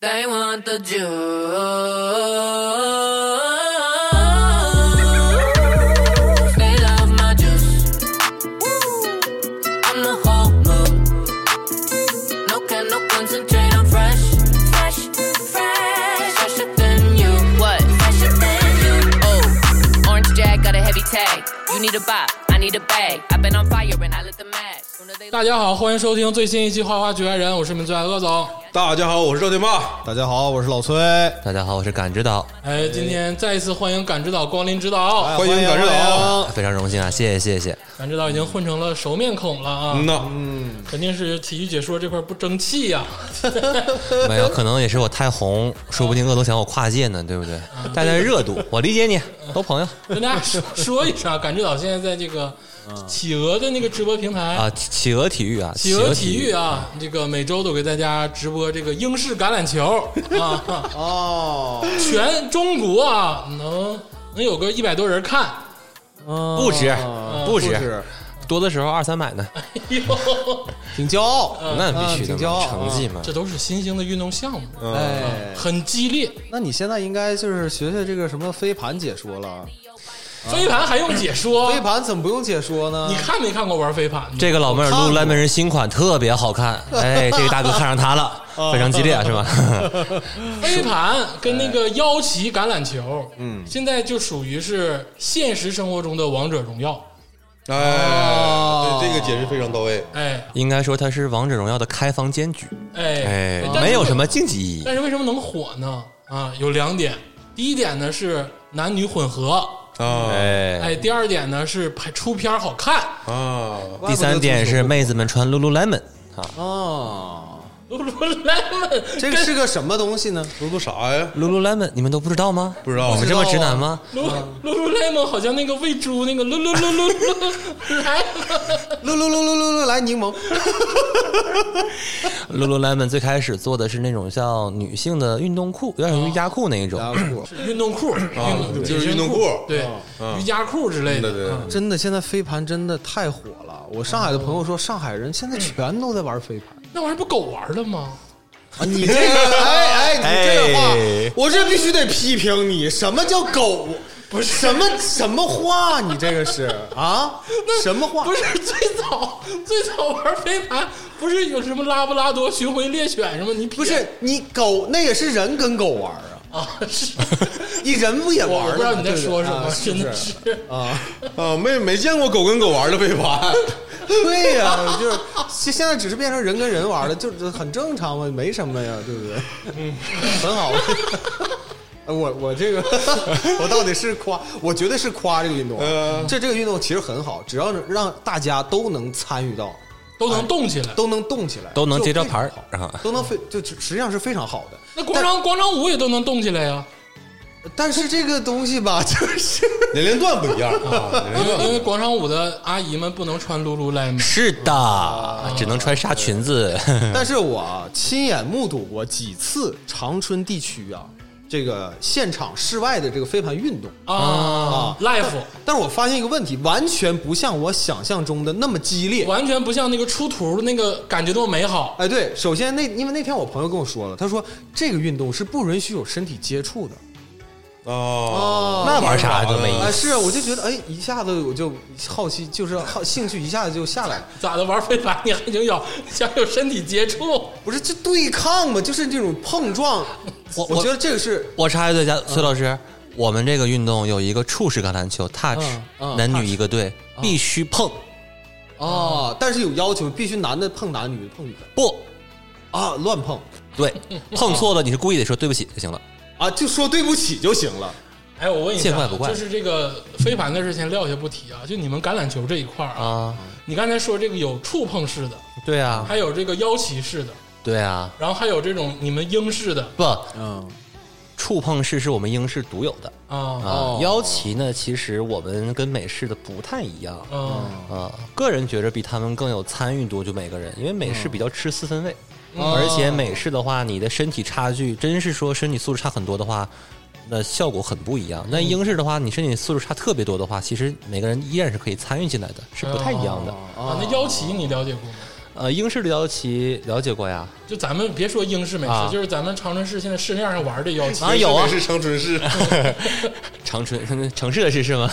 They want the juice. They love my juice. I'm the whole mood. No can, no concentrate. I'm fresh, fresh, fresh, fresher than you. What? Fresher than you. Oh, orange jag got a heavy tag. You need a bop, I need a bag. I've been on fire and I lit the match. Sooner they 大家好，欢迎收听最新一期《花花局外人》，我是你们最爱鄂总。大家好，我是赵天霸。嗯大家好，我是老崔，大家好，我是感知导，哎，今天再一次欢迎感知导光临指导，欢迎感知导。非常荣幸啊，谢谢谢谢，感知导已经混成了熟面孔了啊，嗯呐，肯定是体育解说这块不争气啊 呀、没有，可能也是我太红，说不定恶总想我跨界呢，对不对？带带热度，我理解你，都朋友跟大家说说一声啊，感知导现在在这个企鹅的那个直播平台。啊，企企鹅体育啊，企鹅体育啊，这个每周都给大家直播这个英式橄榄球 啊，哦，全中国啊能能有个一百多人看， 不止不嗯不止，是，多的时候二三百呢，哎呦，挺骄傲。那必须的挺骄嘛，傲成绩嘛，这都是新兴的运动项目，嗯哎，很激烈，那你现在应该就是学学这个什么飞盘解说了。飞盘还用解说？啊飞盘怎么不用解说呢你？看没看过玩飞盘的？这个老妹儿我看过 Lululemon 新款特别好看，哎，这个大哥看上她了，非常激烈是吧？嗯飞盘跟那个腰旗橄榄球，嗯，现在就属于是现实生活中的王者荣耀。啊哎，对这个解释非常到位。哎 应该说它是王者荣耀的开放间距，哎哎，但是，没有什么竞技意义但，是为什么能火呢？啊，有两点。第一点呢是男女混合，啊嗯哎。哎，第二点呢是拍出片儿好看。啊，怪不得第三点是足球妹子们穿 Lululemon 啊嗯哦， Lululemon 这个是嗯个什么东西呢？都都啥呀？ ，Lululemon 你们都不知道吗？不知道我们这么直男吗？ Lu Lululemon 好像那个喂猪那个 Lululemon，噜噜噜噜噜噜，来柠檬。 Lululemon 最开始做的是那种像女性的运动裤，有点像瑜伽裤那一种。然后运动裤，啊运动就是运动裤啊对，瑜伽裤之类对的。对啊真的，现在飞盘真的太火了。我上海的朋友说，上海人现在全都在玩飞盘。那玩意儿不狗玩的 吗？啊，你这个，哎哎，你这个哎话，我这必须得批评你。什么叫狗？不是什么什么话？你这个是啊？什么话？不是最早最早玩飞盘，不是有什么拉布拉多巡回猎犬什么？你不是你狗，那也是人跟狗玩 啊，啊？ 是，你人不也我玩我吗？不知道你在对对说什啊么，是真不的是是。啊？啊，没没见过狗跟狗玩的飞盘。 对呀、就是现现在只是变成人跟人玩了，就是很正常嘛，没什么呀，对不对？嗯，很好。 我我这个我到底是夸，我绝对是夸这个运动啊。嗯这这个运动其实很好，只要让大家都能参与到，都哎能动起来。都能动起来，都能接着牌儿就非常好啊都能非就实实际上是非常好的。那广场广场舞也都能动起来呀、但是这个东西吧， 就是年龄段不一样啊，年龄因为段因为广场舞的阿姨们不能穿 Lululemon。是的，只能穿纱裙子。但是我啊亲眼目睹过几次长春地区啊，这个现场室外的这个飞盘运动。啊啊，life 但是我发现一个问题，完全不像我想象中的那么激烈。完全不像那个出图那个感觉那么美好。哎，对，首先那因为那天我朋友跟我说了，他说这个运动是不允许有身体接触的。啊，那玩啥都没意哎，思。是，我就觉得哎，一下子我就好奇，就是好兴趣一下子就下来了。咋的？玩飞盘你还想要想有身体接触？不是，这对抗嘛，就是这种碰撞。我我觉得这个是我插一句，家崔老师，我们这个运动有一个触式橄榄球 touch，嗯嗯男女一个队，必须碰。哦，但是有要求，必须男的碰男，女的碰女的不啊，乱碰对，碰错了你是故意的，说对不起就行了。啊，就说对不起就行了。哎，我问一下，见怪不怪就是这个飞盘的事先撂下不提啊，就你们橄榄球这一块儿啊，啊，你刚才说这个有触碰式的，对啊，还有这个腰旗式的，对啊，然后还有这种你们英式的不，嗯，触碰式是我们英式独有的。啊，啊，腰旗呢，其实我们跟美式的不太一样。嗯，啊，个人觉着比他们更有参与度，就每个人，因为美式比较吃四分位，哦而且美式的话，你的身体差距，真是说身体素质差很多的话，那效果很不一样。那英式的话，你身体素质差特别多的话，其实每个人依然是可以参与进来的，是不太一样的。啊，那腰旗你了解过吗？呃，英式的腰旗了解过呀？就咱们别说英式美食，啊就是咱们长春市现在市面上玩的腰旗，啊有啊是长春市， 长春城市的事是吗？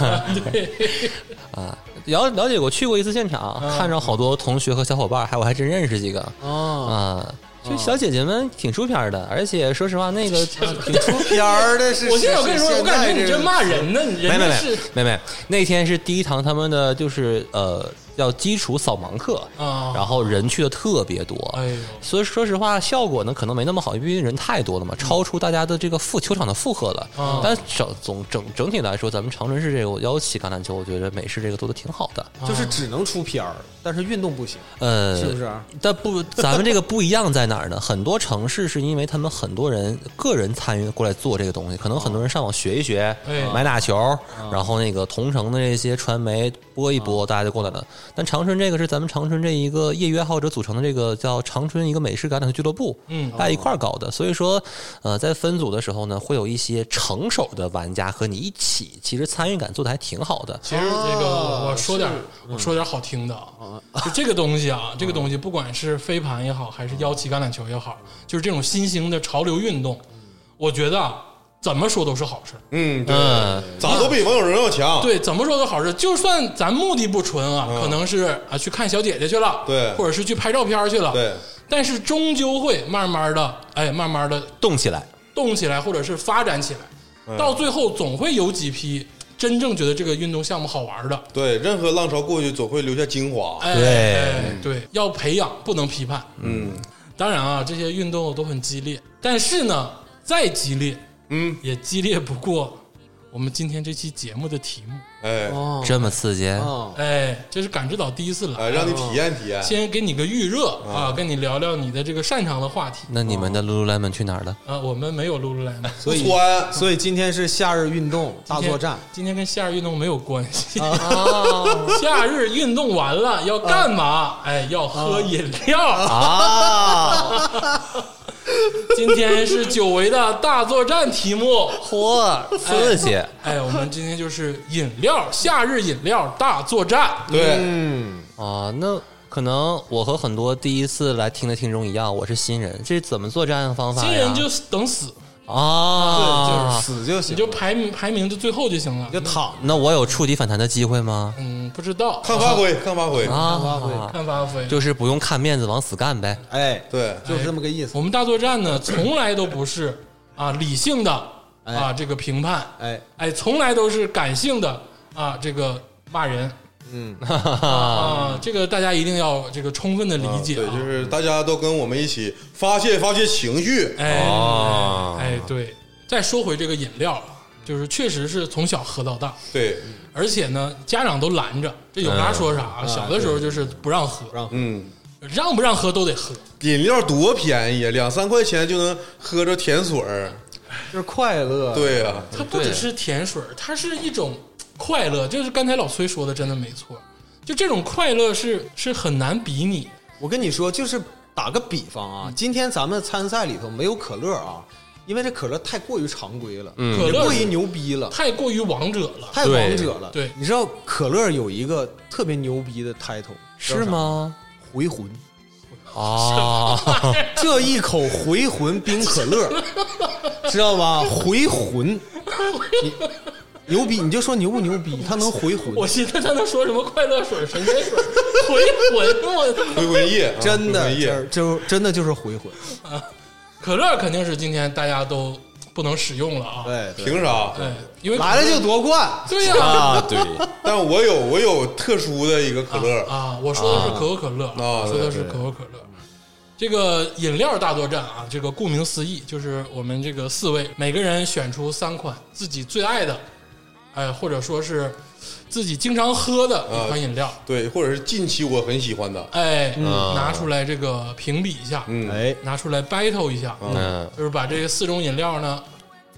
啊，了了解过，去过一次现场，嗯看着好多同学和小伙伴，还我还真认识几个哦啊，啊。就小姐姐们挺出片儿的，而且说实话，那个挺出片儿的是。我现在我跟你说，是我感觉现在你这这个骂人呢，你没人家没没是没没，那天是第一堂他们的就是呃叫基础扫盲课，啊然后人去的特别多，哎呦所以说实话效果呢可能没那么好，因为人太多了嘛，超出大家的这个负球场的负荷了。啊但整总整整体来说，咱们长春市这个幺七橄榄球，我觉得美式这个做的挺好的，啊就是只能出片儿，但是运动不行，呃，是不是？啊但不，咱们这个不一样在哪儿呢？很多城市是因为他们很多人个人参与过来做这个东西，可能很多人上网学一学，哎买打球，然后那个同城的这些传媒播一播，大家就过来了。但长春这个是咱们长春这一个业余爱好者组成的这个叫长春一个美式橄榄球俱乐部，嗯大家一块儿搞的。所以说，呃，在分组的时候呢，会有一些成熟的玩家和你一起，其实参与感做的还挺好的。其实这个哦我我说点儿，嗯我说点儿好听的啊，就这个东西 啊，这个东西不管是飞盘也好，还是腰旗橄榄球也嗯好，就是这种新兴的潮流运动，我觉得啊，怎么说都是好事儿。嗯，对，嗯，咋都比王者荣耀强，对，怎么说都好事。就算咱目的不纯啊，可能是啊去看小姐姐去了，嗯对或者是去拍照片儿去了，对，但是终究会慢慢的，哎，慢慢的动起来。动起来，或者是发展起嗯来，到最后总会有几批真正觉得这个运动项目好玩的。对，任何浪潮过去总会留下精华，哎，对哎对，要培养，不能批判。嗯当然啊，这些运动都很激烈，但是呢，再激烈嗯，也激烈不过我们今天这期节目的题目。哎哦这么刺激，哦，哎，这是感知岛第一次来，哎，让你体验体验，先给你个预热啊，跟你聊聊你的这个擅长的话题那你们的 lululemon 去哪儿了？啊。我们没有 lululemon，所以穿所以今天是夏日运动大作战，今天跟夏日运动没有关系。 夏日运动完了要干嘛？哎，要喝饮料。啊，今天是久违的大作战题目。嚯，刺激！哎，我们今天就是饮料，夏日饮料大作战。对，嗯，啊，那可能我和很多第一次来听的听众一样，我是新人，这是怎么作战方哎法呀？新人就等死，啊，死就行，你就排名排名就最后就行了你。就躺那我有触底反弹的机会吗？嗯，不知道，看发挥，看发挥，啊，看发挥。就是不用看面子，往死干呗。哎，对，就是这么个意思。我们大作战呢，从来都不是啊理性的啊这个评判，哎，哎，从来都是感性的啊这个骂人，嗯啊，这个大家一定要这个充分的理啊解对，啊就，是大家都跟我们一起发泄发泄情绪，啊哎哦哎对。再说回这个饮料啊，就是确实是从小喝到大，对，而且呢家长都拦着，这有啥说啥啊，小的时候就是不让喝，让嗯，让不让喝都得喝，饮料多便宜，两三块钱就能喝着甜水儿，就是快乐，，对呀，它不只是甜水儿，它是一种快乐。就是刚才老崔说的，真的没错。就这种快乐是是很难比拟。我跟你说，就是打个比方啊，今天咱们参赛里头没有可乐啊，因为这可乐太过于常规了，可也乐过于牛逼了，太过于王者了，太王者了。对对你知道可乐有一个特别牛逼的 title 是？吗？叫啥回魂，啊，这一口回魂冰可乐，知道吧？回魂，你牛逼，你就说牛不牛逼？它能回魂，我寻思他能说什么快乐水、神仙水、 回魂，我回魂夜，啊真回的魂夜就，就真的就是回魂。可乐肯定是今天大家都不能使用了啊。哎对，对凭啥？对，因为来了就夺冠，对呀啊，对，但我有我有特殊的一个可乐，啊，我说的是可口可乐，啊我说的是可口可乐。这个饮料大作战啊，这个顾名思义，就是我们这个四位每个人选出三款自己最爱的，哎，或者说是自己经常喝的一款饮料，对，或者是近期我很喜欢的，哎，拿出来这个评比一下，嗯，哎，拿出来 battle 一下，嗯，就是把这四种饮料呢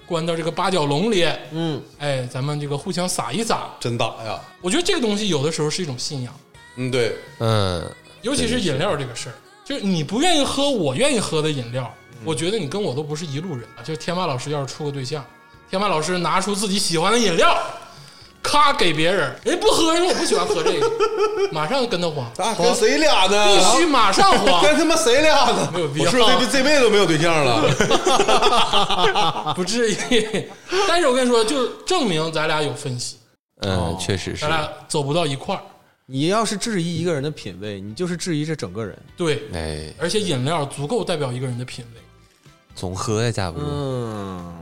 关到这个八角笼里，嗯，哎，咱们这个互相撒一撒。真打呀，我觉得这个东西有的时候是一种信仰，嗯，对，嗯，尤其是饮料这个事儿，就是你不愿意喝我愿意喝的饮料，我觉得你跟我都不是一路人。就是天霸老师要是处个对象，天霸老师拿出自己喜欢的饮料，咔咔给别人，人家不喝，人家也不喜欢喝这个，马上跟他黄，啊，跟谁俩呢？啊必须马上黄，跟他妈谁俩呢？没有必我要是不是这这辈子都没有对象了？不至于。但是我跟你说，就证明咱俩有分歧，嗯，确实是咱，俩走不到一块儿。你要是质疑一个人的品味，你就是质疑这整个人。对，哎，而且饮料足够代表一个人的品味，总喝呀，架不住。嗯，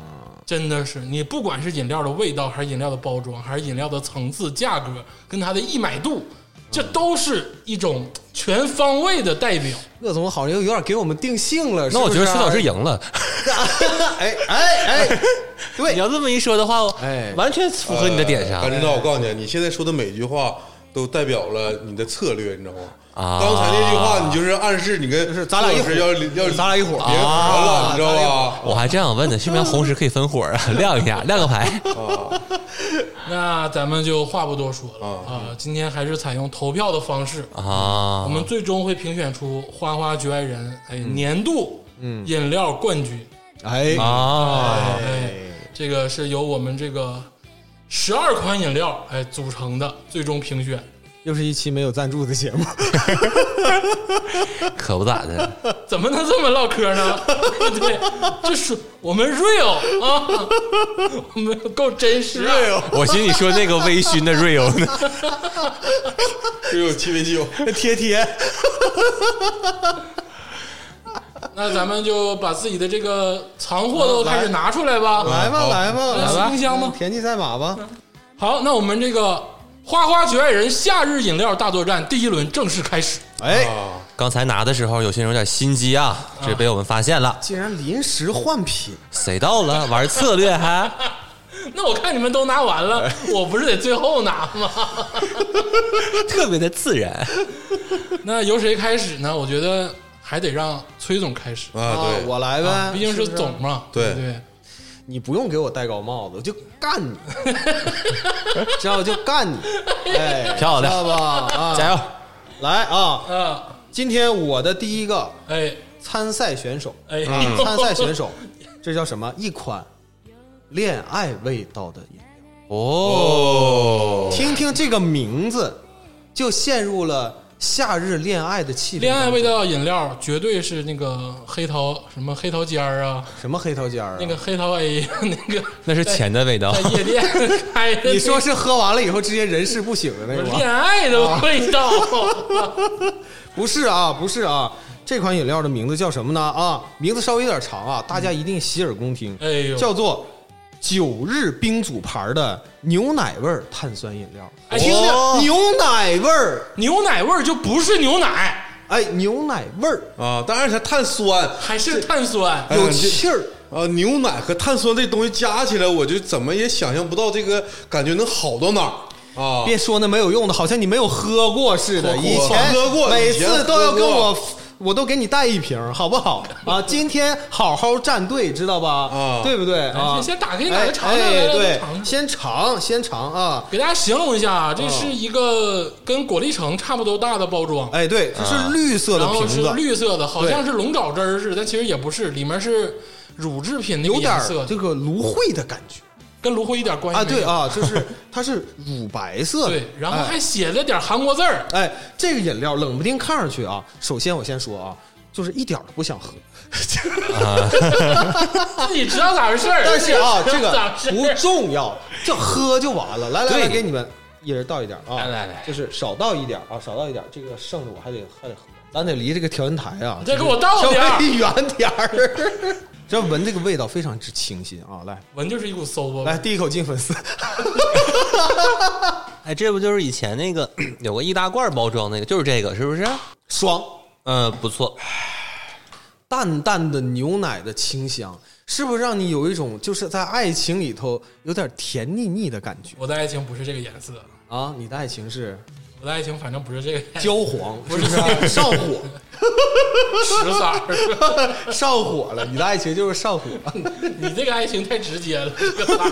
真的是你不管是饮料的味道，还是饮料的包装，还是饮料的层次、价格跟它的易买度，这都是一种全方位的代表。乐总好像有点给我们定性了。那我觉得是崔不是老师赢了。哎哎哎，啊你要这么一说的话，哎完全符合你的点哎上樊。指导，我告诉你，你现在说的每一句话都代表了你的策略，你知道吗？啊刚才那句话，你就是暗示你跟是咱俩一伙老师要要咱俩一伙别玩啊了，你知道吧？我还这样问呢，是不是红石可以分火啊？亮一下，亮个牌。那咱们就话不多说了啊、今天还是采用投票的方式，啊我，们最终会评选出花花局外人哎年度饮料冠军。哎啊，哎，这个是由我们这个十二款饮料哎组成的最终评选。又是一期没有赞助的节啊目。可不咋的。怎么能这么唠嗑呢？ 对，这是我们 real 啊，我们够真实、啊。real 我寻思你说那个微醺的 real 呢？只有鸡尾酒，贴贴，那咱们就把自己的这个藏货都开始拿出来吧。来吧好来吧那来吧，是冰箱吗田忌赛马吧，好，那我们这个花花局外人夏日饮料大作战第一轮正式开始。 哎，啊，刚才拿的时候，有些人有点心机啊，这被我们发现了。竟然临时换品，谁到了？玩策略还？那我看你们都拿完了，我不是得最后拿吗？ 特别的自然。那由谁开始呢？我觉得还得让崔总开始，啊，对，我来呗，毕竟是是不是总嘛，对不对。你不用给我戴高帽子，我就干 你，知道吧就干你，哎，漂亮知道吧？啊，加油！来啊！啊，今天我的第一个哎参赛选手，哎，嗯 参赛选手，这叫什么？一款恋爱味道的饮料。哦，听听这个名字，就陷入了夏日恋爱的气氛。恋爱味道饮料绝对是那个黑桃什么黑桃尖儿啊，什么黑桃尖儿、啊？那个黑桃 A 那个那是钱的味道在。夜店开的， 你说是喝完了以后直接人事不省的那个吗？恋爱的味道？哦不是啊，不是啊，这款饮料的名字叫什么呢？啊，名字稍微有点长啊，大家一定洗耳恭听。哎呦，叫做九日冰组牌的牛奶味儿碳酸饮料。哎听听、哦牛奶味儿，牛奶味儿就不是牛奶，哎，牛奶味儿啊，当然它碳酸还是碳酸。哎呀有这气儿。啊，牛奶和碳酸这东西加起来，我就怎么也想象不到这个感觉能好到哪儿啊！别说那没有用的，好像你没有喝过似的。喝过以前喝过每以前喝次过都要跟我，我都给你带一瓶儿，好不好？啊，今天好好站队，知道吧？啊对不对？哎啊，先先打开哎哪个尝尝哎来来对尝，尝先尝，先尝啊！给大家形容一下哦啊，这是一个跟果粒橙差不多大的包装，哎，对，这啊是绿色的然后瓶是子，绿色的，好对像是龙爪汁儿似的，但其实也不是，里面是乳制品那个有点颜儿色，这个芦荟的感觉。跟芦荟一点关系啊，没对有。啊，就是它是乳白色的，对，然后还哎写了点韩国字儿，哎这个饮料冷不丁看上去啊，首先我先说啊，就是一点儿都不想喝， 自己知道咋回事儿。但是 啊，这咋个回事儿不重要，就喝就完了。来来来，给你们一人倒一点啊，来来来就是少倒一点啊，少倒一点，这个剩的我还得还得喝，咱得离这个调音台啊，你再给我倒稍点儿微远点儿。 这闻这个味道非常之清新啊！来闻就是一股馊吧。来，第一口进粉丝， 哎，这不就是以前那个 有个易大罐包装那个，就是这个，是不是？爽，嗯，不错。淡淡的牛奶的清香，是不是让你有一种就是在爱情里头有点甜腻腻的感觉我的爱情不是这个颜色，啊？你的爱情是我的爱情反正不是这个颜色， 焦黄，不是是不是？上火，十色儿。上火了。你的爱情就是上火。你这个爱情太直接了，这个 色儿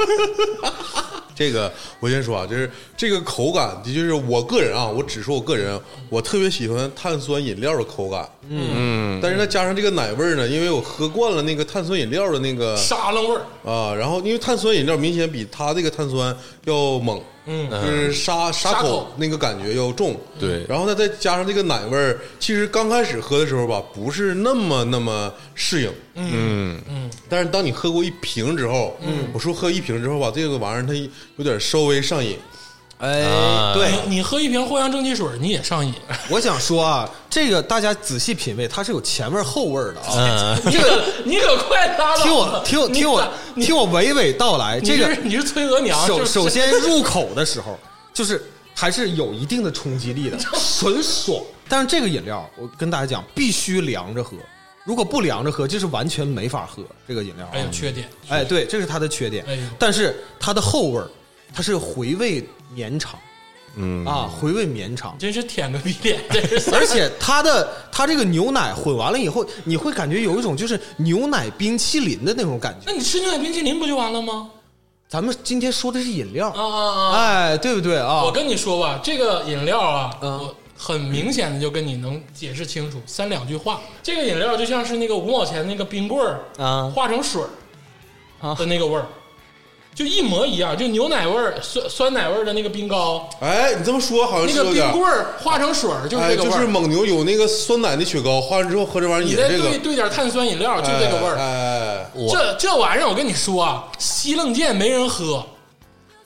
这个我先说啊，就是这个口感，的确是我个人啊，我只说我个人，我特别喜欢碳酸饮料的口感。嗯，但是它加上这个奶味儿呢，因为我喝惯了那个碳酸饮料的那个沙楞味儿。啊，然后因为碳酸饮料明显比它这个碳酸要猛，嗯，就是沙沙沙口口那个感觉要重，对然后呢，再加上这个奶味儿，其实刚开始喝的时候吧，不是那么那么适应，嗯，但是当你喝过一瓶之后，嗯，我说喝一瓶之后吧，这个玩意儿它有点稍微上瘾，哎，对，你你喝一瓶藿香正气水，你也 上瘾。我想说啊，这个大家仔细品味，它是有前味儿后味儿的啊。嗯，你可你可快拉倒！听我，听我，你听我咋，你听我娓娓道来。你这个是你是崔额娘，首就是首先入口的时候，就是还是有一定的冲 击力的，纯爽。但是这个饮料，我跟大家讲，必须凉着喝。如果不凉着喝，就是完全没法喝这个饮料啊。哎有缺点，哎，对，这是它的缺点哎呦。但是它的后味儿，它是回味绵长。嗯啊，回味绵长。真是舔个逼脸，真 是。而且它的它这个牛奶混完了以后，你会感觉有一种就是牛奶冰淇淋的那种感觉那。你吃牛奶冰淇淋不就完了吗？咱们今天说的是饮料，啊啊啊！哎，对不对啊？我跟你说吧，这个饮料啊，嗯我很明显的就跟你能解释清楚，三两句话。这个饮料就像是那个五毛钱那个冰棍儿啊化成水儿啊的那个味儿，就一模一样，就牛奶味儿、酸酸奶味儿的那个冰糕，哎，你这么说好像那是个有点冰儿，棍儿化成水儿就是哎，这个就味是儿。蒙牛有那个酸奶的雪糕，喝完之后喝这玩意儿你也再这兑个，兑点碳酸饮料，就这个味儿。哎，哎我这这玩意儿，我跟你说啊，西冷剑没人喝，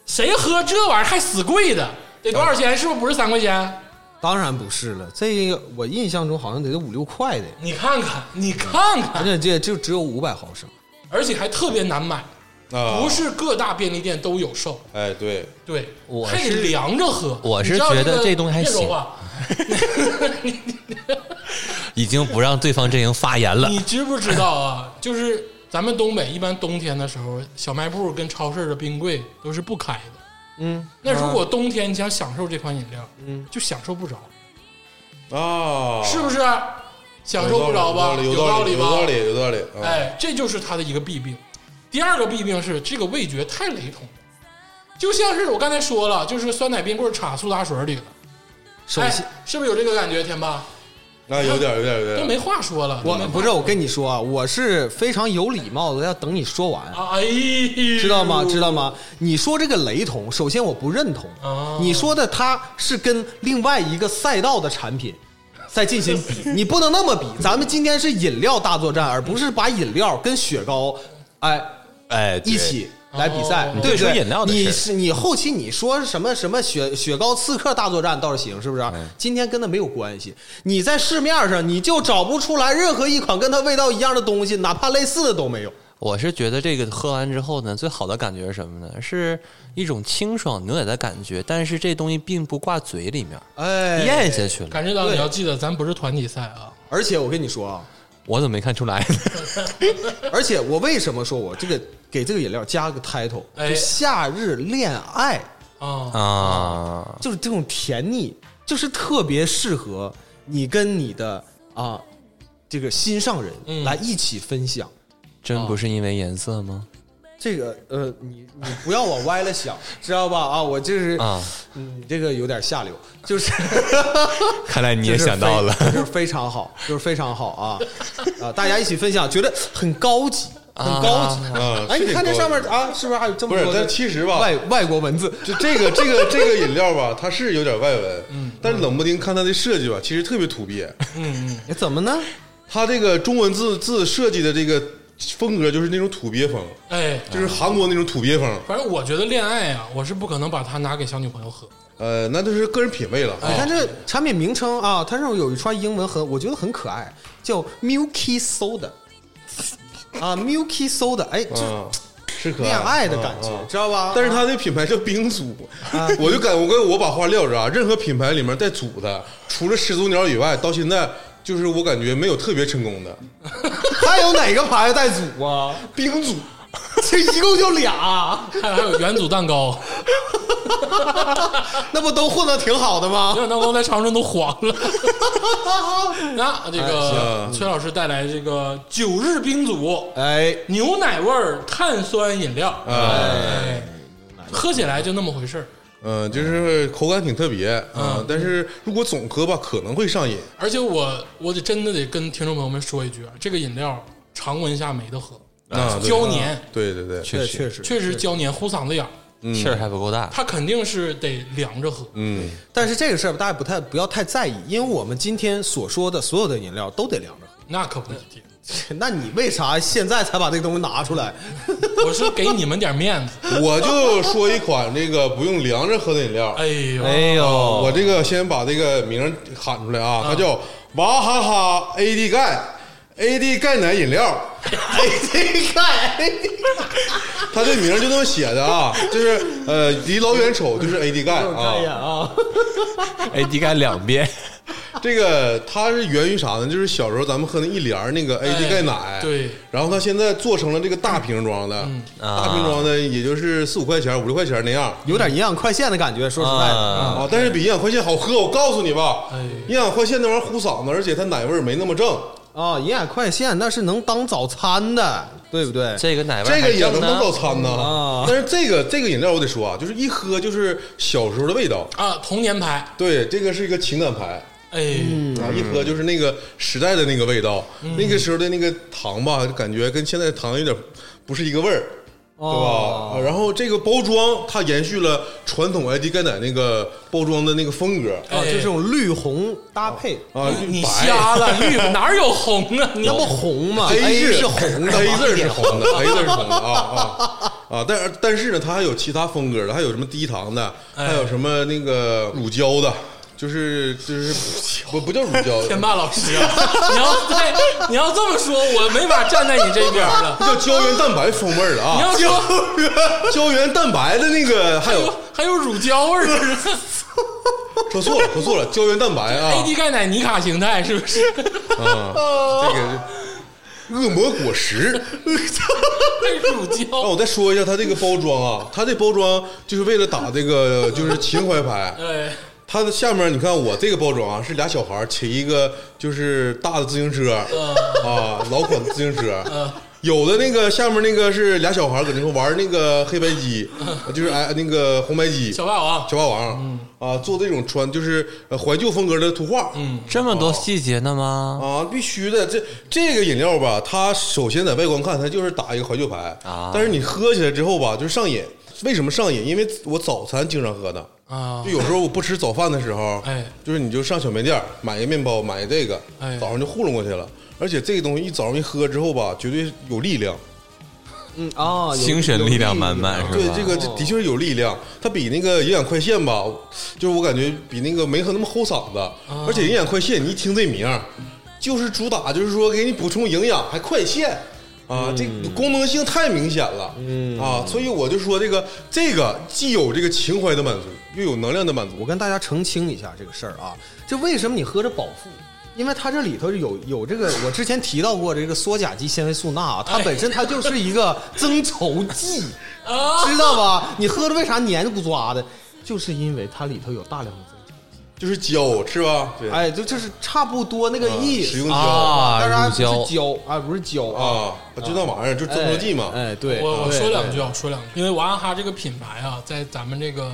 谁喝这玩意儿还死贵的？得多少钱？是不是不是三块钱？当然不是了，这个我印象中好像得五六块的，你看看，你看而看，且这就只有五百毫升。而且还特别难买，啊，不，是各大便利店都有售。哎，对，对，我还得是凉着喝。我是你知道觉得这这个啊东西还变种行化已经不让对方阵营发言了 你知不知道啊？就是咱们东北一般冬天的时候，小卖部跟超市的冰柜都是不开的。嗯，那如啊果冬天你想享受这款饮料，嗯，就享受不着，哦啊，是不是？享受不着吧？有道理，有吧？道理，有道理。啊，哎，这就是它的一个弊病。第二个弊病是这个味觉太雷同了，就像是我刚才说了，就是酸奶冰棍插苏打水里了。首哎先，，是不是有这个感觉，天霸？那有点，有点，有都点。没话说了。我都没话不是我跟你说啊，我是非常有礼貌的，要等你说完。啊，哎，知道吗？知道吗？你说这个雷同，首先我不认同。哦你说的它是跟另外一个赛道的产品在进行比，你不能那么比。咱们今天是饮料大作战，而不是把饮料跟雪糕，哎，哎，对一起。来比赛，哦对不你对对？说饮料的事你是你后期你说什么什么雪雪糕刺客大作战倒是行，是不是、啊嗯今天跟它没有关系。你在市面上你就找不出来任何一款跟它味道一样的东西，哪怕类似的都没有。我是觉得这个喝完之后呢，最好的感觉是什么呢？是一种清爽牛奶的感觉，但是这东西并不挂嘴里面，哎，咽下去了。感觉到对你要记得，咱不是团体赛啊。而且我跟你说啊，我怎么没看出来呢？ 而且我为什么说我这个给这个饮料加个 title，哎就夏日恋爱，啊 啊，就是这种甜腻，就是特别适合你跟你的啊这个心上人嗯来一起分享。真不是因为颜色吗？这个呃，你你不要往歪了想， 知道吧？啊，我这是啊，嗯你这个有点下流， 就是看来你你就是非常好，就是非常好啊啊！大家一起分享，觉得很高级，很高级。啊哎，是你看这高上面级啊，是不是还有这不么是多？的但其实吧外外国文字，就这个这个这个饮料吧，它是有点外文，嗯，但是冷不丁看它的设计吧，其实特别土鳖。哎怎么呢？它这个中文字字设计的这个风格就是那种土鳖风，哎，就是韩国那种土鳖风，反正我觉得恋爱啊，我是不可能把它拿给小女朋友喝。 呃，那就是个人品味了。你看这产品名称啊，它上面有一串英文很，我觉得很可爱，叫 Milky Soda 啊，Milky Soda，哎，就嗯，是可爱恋爱的感觉，嗯嗯知道吧？但是它那品牌叫冰祖，我就感我跟我把话撂着啊，任何品牌里面带“祖”的，除了始祖鸟以外，到现在就是我感觉没有特别成功的还有哪个牌子带组 啊？冰祖。这一共就俩，还有还有元祖蛋糕， 那不都混的挺好的吗元？祖蛋糕在长春都黄了。 那这个崔老师带来这个九日冰组哎，牛奶味儿碳酸饮料，啊哎，喝起来就那么回事儿。嗯，就是口感挺特别啊、但是如果总喝吧，可能会上瘾。而且我我得真的得跟听众朋友们说一句啊，这个饮料常温下没得喝，啊，对胶，黏，对对对，确实确实确实胶黏，糊嗓子眼儿。气儿还不够大。它肯定是得凉着喝。嗯，但是这个事儿大家不太不要太在意，因为我们今天所说的所有的 饮料都得凉着喝。那可不一定。那你为啥现在才把这个东西拿出来？ 我是给你们点面子。我就说一款这个不用凉着喝的饮料，哎呦，哎呦，哦我这个先把这个名儿喊出来啊，它叫娃哈哈 AD 钙 AD 钙奶饮料， AD 钙它这名儿就这么写的啊，就是呃离老远瞅就是 AD 钙哎看一眼啊，啊， AD 钙哎两遍，这个它是源于啥呢？就是小时候咱们喝那一帘儿那个 AD 钙奶，对，然后它现在做成了这个大瓶装的，大瓶装啊的也就是四五块钱五六块钱那样，有点营养快线的感觉。说实在 的，啊啊，但是比营养快线好喝，我告诉你吧哎，营养快线那玩意儿糊嗓子，而且它奶味儿没那么正，啊，营养快线那是能当早餐的，对不对？这个奶味儿这个哎还也能正呢当早餐呢。啊但是这个这个饮料我得说啊，就是一喝就是小时候的味道。啊，童年牌，对，这个是一个情感牌哎，啊，一喝就是那个时代的那个味道，那个时候的那个糖吧，感觉跟现在糖有点不是一个味儿。对吧？啊然后这个包装它延续了传统 ID 钙奶那个包装的那个风格啊，就这种绿红搭配，哦啊，哎你白瞎了，绿哪有红啊？你那不红哎吗黑？A 字是红的嘛，黑字是红的，黑字是红的啊啊啊！但是但是呢，它还有其他风格的，还有什么低糖的，还有什么那个乳胶的，就是就是不不叫乳胶，天霸老师啊， 你要再你要这么说，我没法站在你这边了。它叫胶原蛋白风味儿的你啊要，说 胶原蛋白的那个还有还有乳胶味儿啊说错了说错了，胶原蛋白 啊，AD 钙奶尼卡形态是不是？啊，这个 是恶魔果实。哎乳那胶，我再说一下它这个包装啊，它这包装就是为了打这个就是情怀 牌，哎，它的下面你看我这个包装啊，是俩小孩儿骑一个就是大的自行车嗯啊，老款自 行车。有的那个下面那个是俩小孩儿搁那块玩那个黑白机，就是哎那个红白机，嗯小小霸王，嗯霸王啊，做这种穿就是呃怀旧风格的图画。嗯这么多细节呢吗？啊，必须的，这这个饮料吧，它首先在外观看它就是打一个怀旧牌啊但是你喝起来之后吧，就是上瘾。为什么上瘾？因为我早餐经常喝的啊就有时候我不吃早饭的时候，哎就是你就上小面店儿买个面包，买个这个，哎早上就糊弄过去了。而且这个东西一早上一喝之后吧，绝对有力量。嗯啊，有精神力量满满是对，吧？这个这的确是有力量，它比那个营养快线吧，就是我感觉比那个没喝那么齁嗓子，而且营养快线你一听这名儿，就是主打就是说给你补充营养，还快线。啊，这功能性太明显了，嗯啊，所以我就说这个这个既有这个情怀的满足，又有能量的满足我跟大家澄清一下这个事儿啊，就为什么你喝着饱腹？因为它这里头有有这个，我之前提到过这个羧甲基纤维素钠啊，哎它本身它就是一 个增稠剂，哦知道吧？你喝着为啥黏糊抓的？就是因为它里头有大量的增稠就是胶是吧？对剂，哎，就就是差不多那个意食思用胶哦啊但是它不乳是胶胶啊，不是胶，啊，就那玩意儿，就增稠剂嘛，哎，哎对，我我对说两句，啊，我说两句，因为娃哈哈这个品牌啊，在咱们这个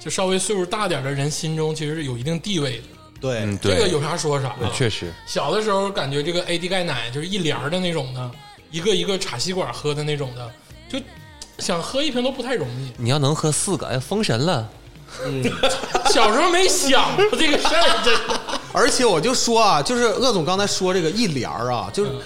就稍微岁数大点的人心中，其实是有一定地位的。对，嗯，这个对，有啥说啥啊，确实小的时候感觉这个 AD 钙奶就是一帘儿的那种的，一个一个插吸管喝的那种的，就想喝一瓶都不太容易。你要能喝四个，哎，封神了。小时候没想过这个事儿，真的。而且我就说啊，就是鄂总刚才说这个一帘儿啊，就是嗯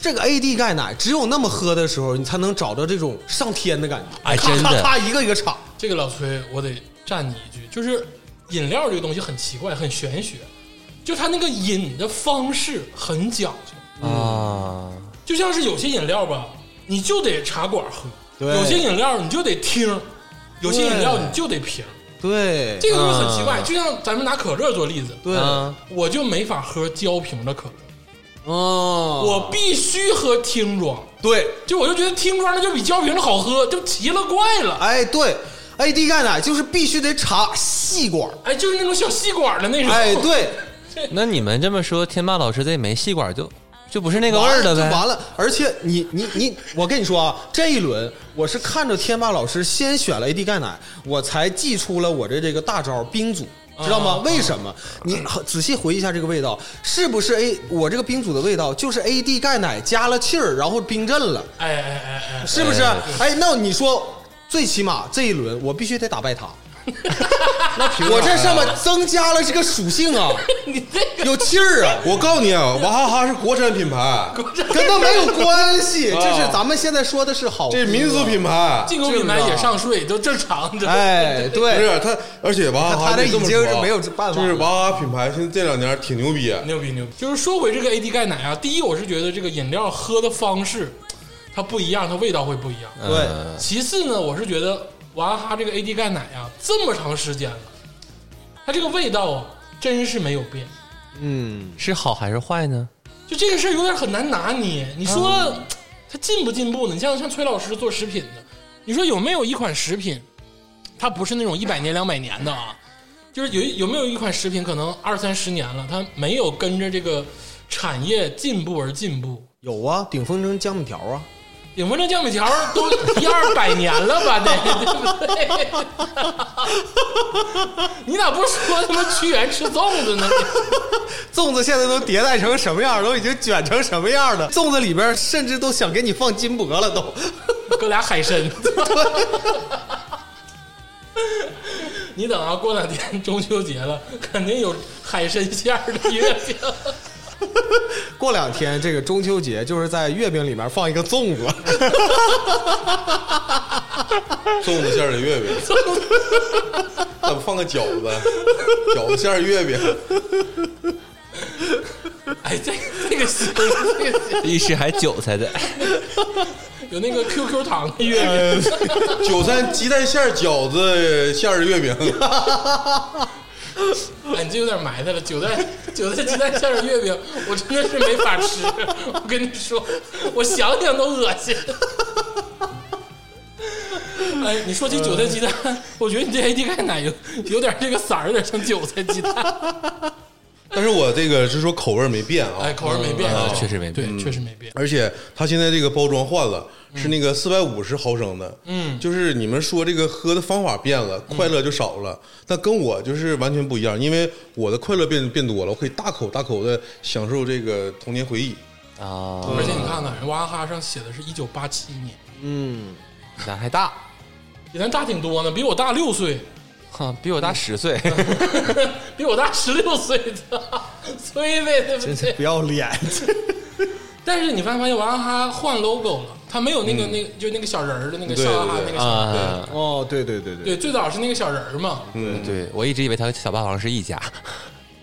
这个 AD 钙奶，只有那么喝的时候，你才能找到这种上天的感觉。哎咔真咔的咔一个一个插。这个老崔，我得站你一句，就是饮料这个东西很奇怪，很玄学，就它那个饮的方式很讲究，啊，就像是有些饮料吧，你就得茶馆喝；对有些饮料你就得听儿，有些饮料你就得瓶儿。嗯对，这个东西很奇怪，就像咱们拿可乐做例子，对，啊我就没法喝胶瓶的可乐，哦，我必须喝听装。对，就我就觉得听装的就比胶瓶的好喝，就奇了怪了。哎对，AD 钙奶就是必须得插细管儿。哎，就是那种小细管的那种。哎，对，那你们这么说，天霸老师这没细管就就不是那个味儿完了了就呗？完了，而且你你你，我跟你说啊，这一轮我是看着天霸老师先选了 AD 钙奶，我才记出了我的这个大招冰组。知道啊吗？为什么？你仔细回忆一下这个味道，是不是 A 我这个冰组的味道就是 A D 钙奶加了气儿，然后冰镇了，哎哎哎哎，是不是？哎，那你说最起码这一轮我必须得打败 他。那凭我这上面增加了这个属性啊，啊 你这个有气儿 啊，我告诉你啊，娃哈哈是国产品牌，跟那没有关 系。这是咱们现在说的啊是好，这是民族。品牌，进口品牌也上税，都正常。这哎，不对，是它，而且娃哈哈它这你么已经是说啊没有办法就是娃哈哈品牌现在这两年挺牛逼，牛逼牛逼！就是说回这个 AD 钙奶啊，第一，我是觉得这个饮料喝的方式它不一样，它味道会不一样。对嗯其次呢，我是觉得娃哈哈这个 AD 钙奶啊，这么长时间了，它这个味道啊，真是没有变。嗯，是好还是 坏呢？就这个事儿有点很难拿捏。你说、它进不进步呢？你像像崔老师做食品的，你说有没有一款食品，它不是那种一百年两百年的啊？就是有一有没有一款食品可能二三十年了，它没有跟着这个产业进步而进步？有啊，顶峰蒸江米条啊，顶峰这酱米条都一二百年了吧？ 得对不对？ 你咋不说他妈屈原吃粽子呢？粽子现在都迭代成什么样，都已经卷成什么样了。粽子里边甚至都想给你放金箔了，都。搁俩海参。 你等啊，过两天中秋节了，肯定有海参馅儿的月饼。 过两天这个中秋节就是在月饼里面放一个粽子，粽子馅儿的月饼，那不放个饺子，饺子馅儿月饼，哎，这这个行，这个行一时还韭菜的，有那个 QQ 糖的月嗯饼，韭菜鸡蛋馅儿饺子馅儿月饼，哎，你这有点埋汰了。韭菜韭菜鸡蛋馅儿的月饼，我真的是没法吃。 我跟你说，我想想都恶心。哎，你说起韭菜鸡蛋，我觉得你这 AD 钙奶油有点这个色儿，有点像韭菜鸡蛋。但是我这个是说口味儿没变啊，哎，口味没变，啊对确实没变对，确实没变。而且它现在这个包装换了，嗯是那个四百五十毫升的。嗯，就是你们说这个喝的方法变了，嗯快乐就少了。那跟我就是完全不一样，因为我的快乐变变多了，我可以大口大口的享受这个童年回忆。啊，而且你看看，人娃哈哈上写的是一九八七年，嗯，咱还大，比咱大挺多呢，比我大六岁， 哈，比我大十岁，比我大十六岁的，催呗，对不对？ 不要脸，但是你发现没发现，娃哈哈换 logo 了，它没有那嗯个那个就那个小人儿的那个对笑哈哈对那个小人儿， 啊，哦，对对对对，对，最早是那个小人儿嘛，嗯，对我一直以为他和小霸王是一家，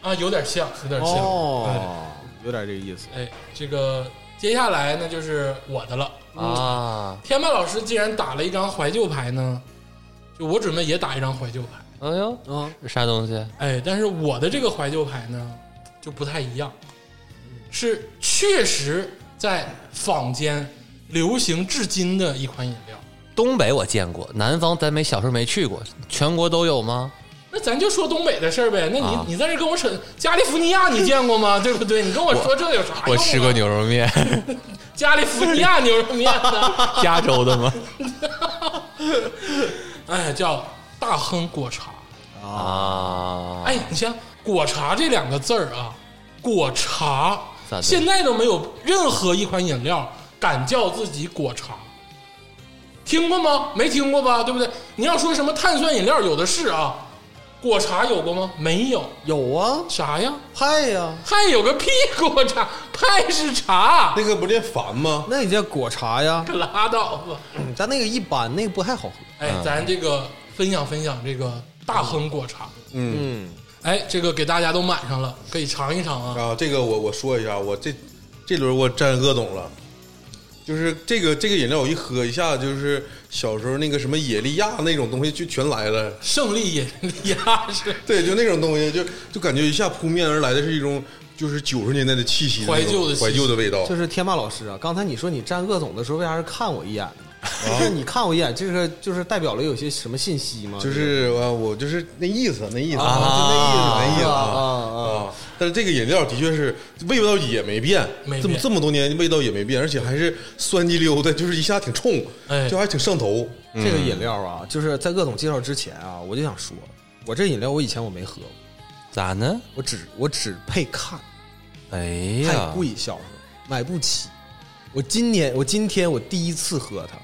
啊，有点像，有点像，哎哦，有点这个意思，哎，这个接下来呢就是我的了。啊，天霸老师既然打了一张怀旧牌呢，就我准备也打一张怀旧牌。哎呦，嗯，是啥东西？哎，但是我的这个怀旧牌呢，就不太一样，是确实在坊间流行至今的一款饮料。东北我见过，南方咱没小时候没去过，全国都 有吗？那咱就说东北的事儿呗。那你、啊你在这跟我扯加利福尼亚，你见过吗？对不对？你跟我说这有啥用啊我吃过牛肉面，加利福尼亚牛肉面呢， 加州的吗？ 哎，叫大亨果茶。啊，哎，你像“果茶”这两个字儿啊，果茶咋的现在都没有任何一款饮料敢叫自己果茶，听过吗？没听过吧？对不对？你要说什么碳酸饮料，有的是啊，果茶有过吗？没有，有啊，啥呀？派呀，还有个屁果茶，派是茶，那个不练烦吗？那也叫果茶呀，可拉倒吧！但那个一般，那个不太好喝，哎，咱这个分享分享这个大亨果茶，嗯嗯，哎，这个给大家都买上了，可以尝一尝啊。啊，这个我我说一下，我这这轮我占鄂总了。就是这个这个饮料，我一喝一下，就是小时候那个什么野利亚那种东西就全来了。胜利饮料是。对，就那种东西，就就感觉一下扑面而来的是一种就是九十年代的气息，怀那种旧的气息怀旧的味道就。是天霸老师啊，刚才你说你站鄂总的时候，为啥是看我一眼呢？ 就是你看我一眼，这个就是代表了有些什么信息吗？就是啊，我就是那意思，那意思，啊就那意思，那意思啊啊啊！但是这个饮料的确是味道也没变，没这么变这么多年味道也没变，而且还是酸滴溜的，就是一下挺冲，哎就还挺上头。这个饮料啊，就是在鄂总介绍之前啊，我就想说，我这饮料我以前我没喝过，咋呢？我只我只配看，哎太呀，贵，小时候买不起。我今年我今天我第一次喝它，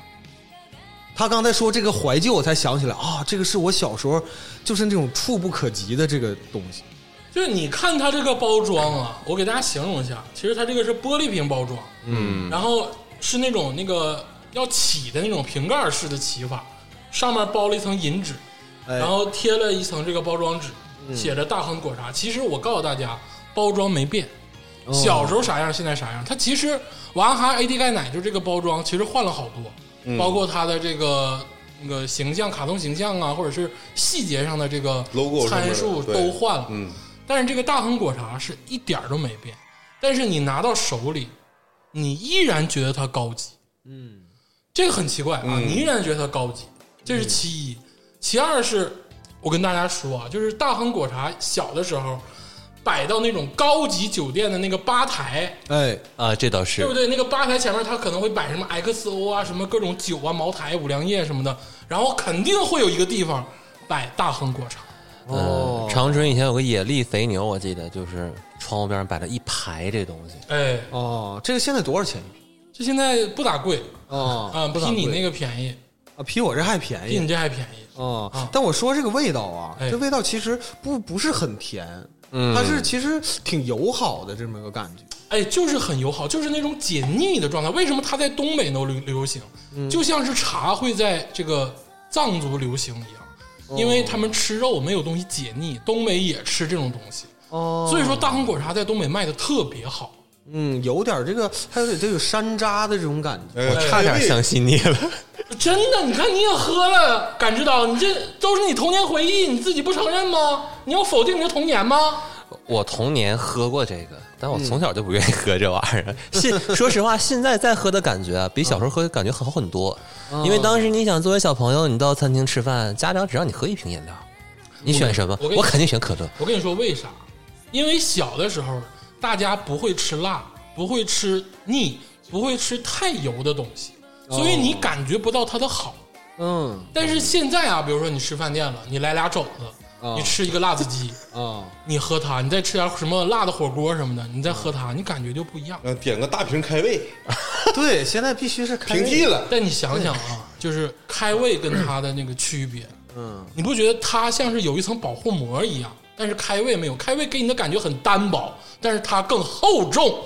他刚才说这个怀旧，我才想起来啊，这个是我小时候就是那种触不可及的这个东西。 就是你看它这个包装啊，我给大家形容一下，其实它这个是玻璃瓶包装，嗯，然后是那种那个要起的那种瓶盖式的起法，上面包了一层银纸，哎然后贴了一层这个包装纸，嗯写着大亨果茶。其实我告诉大家，包装没变，哦小时候啥样，现在啥样。它其实娃哈哈 AD 钙奶就这个包装，其实换了好嗯多，包括它的这个。那个形象、卡通形象啊，或者是细节上的这个 logo 什么的参数对都换了，嗯，但是这个大亨果茶是一点儿都没变，但是你拿到手里，你依然觉得它高级，嗯，这个很奇怪啊，嗯你依然觉得它高级，这是其一。其二是，我跟大家说啊，就是大亨果茶小的时候摆到那种高级酒店的那个吧台，哎，啊，这倒是对不对？那个吧台前面，它可能会摆什么 XO 啊，什么各种酒啊、茅台、五粮液什么的，然后肯定会有一个地方摆大亨果茶。嗯，长春以前有个野力肥牛，我记得就是窗户边上摆了一排这东西，哎，哦，这个现在多少钱？这现在不咋贵，哦，啊，不咋比你贵那个便宜，啊，比我这还便比宜你。这还便宜。哦啊，但我说这个味道啊，哎这味道其实不不是很甜，嗯它是其实挺友好的这么个感觉。哎，就是很友好，就是那种解腻的状态。为什么它在东北能流流行？就像是茶会在这个藏族流行一样，因为他们吃肉没有东西解腻，东北也吃这种东西，哦所以说大红果茶在东北卖的特别好。嗯，有点这个，它有点这个山楂的这种感觉。我差点相信你了。真的，你看你也喝了，感知到你这都是你童年回忆，你自己不承认吗？你要否定你的童年吗？我童年喝过这个，但我从小就不愿意喝这玩意儿。 现说实话，现在再喝的感觉啊，比小时候喝的感觉好很多。因为当时你想，作为小朋友，你到餐厅吃饭，家长只让你喝一瓶饮料，你选什么？我跟我你肯定选可乐。我跟你说为啥？因为小的时候大家不会吃辣，不会吃腻，不会吃太油的东西，哦所以你感觉不到它的好。嗯但是现在啊，比如说你吃饭店了，你来俩肘子，哦你吃一个辣子鸡，啊，你喝它，你再吃点什么辣的火锅什么的，你再喝它，你感觉就不一样。嗯，点个大瓶开胃，对，现在必须是开胃平替了。但你想想啊，就是开胃跟它的那个区别，嗯，你不觉得它像是有一层保护膜一样？但是开胃没有，开胃给你的感觉很单薄，但是它更厚重。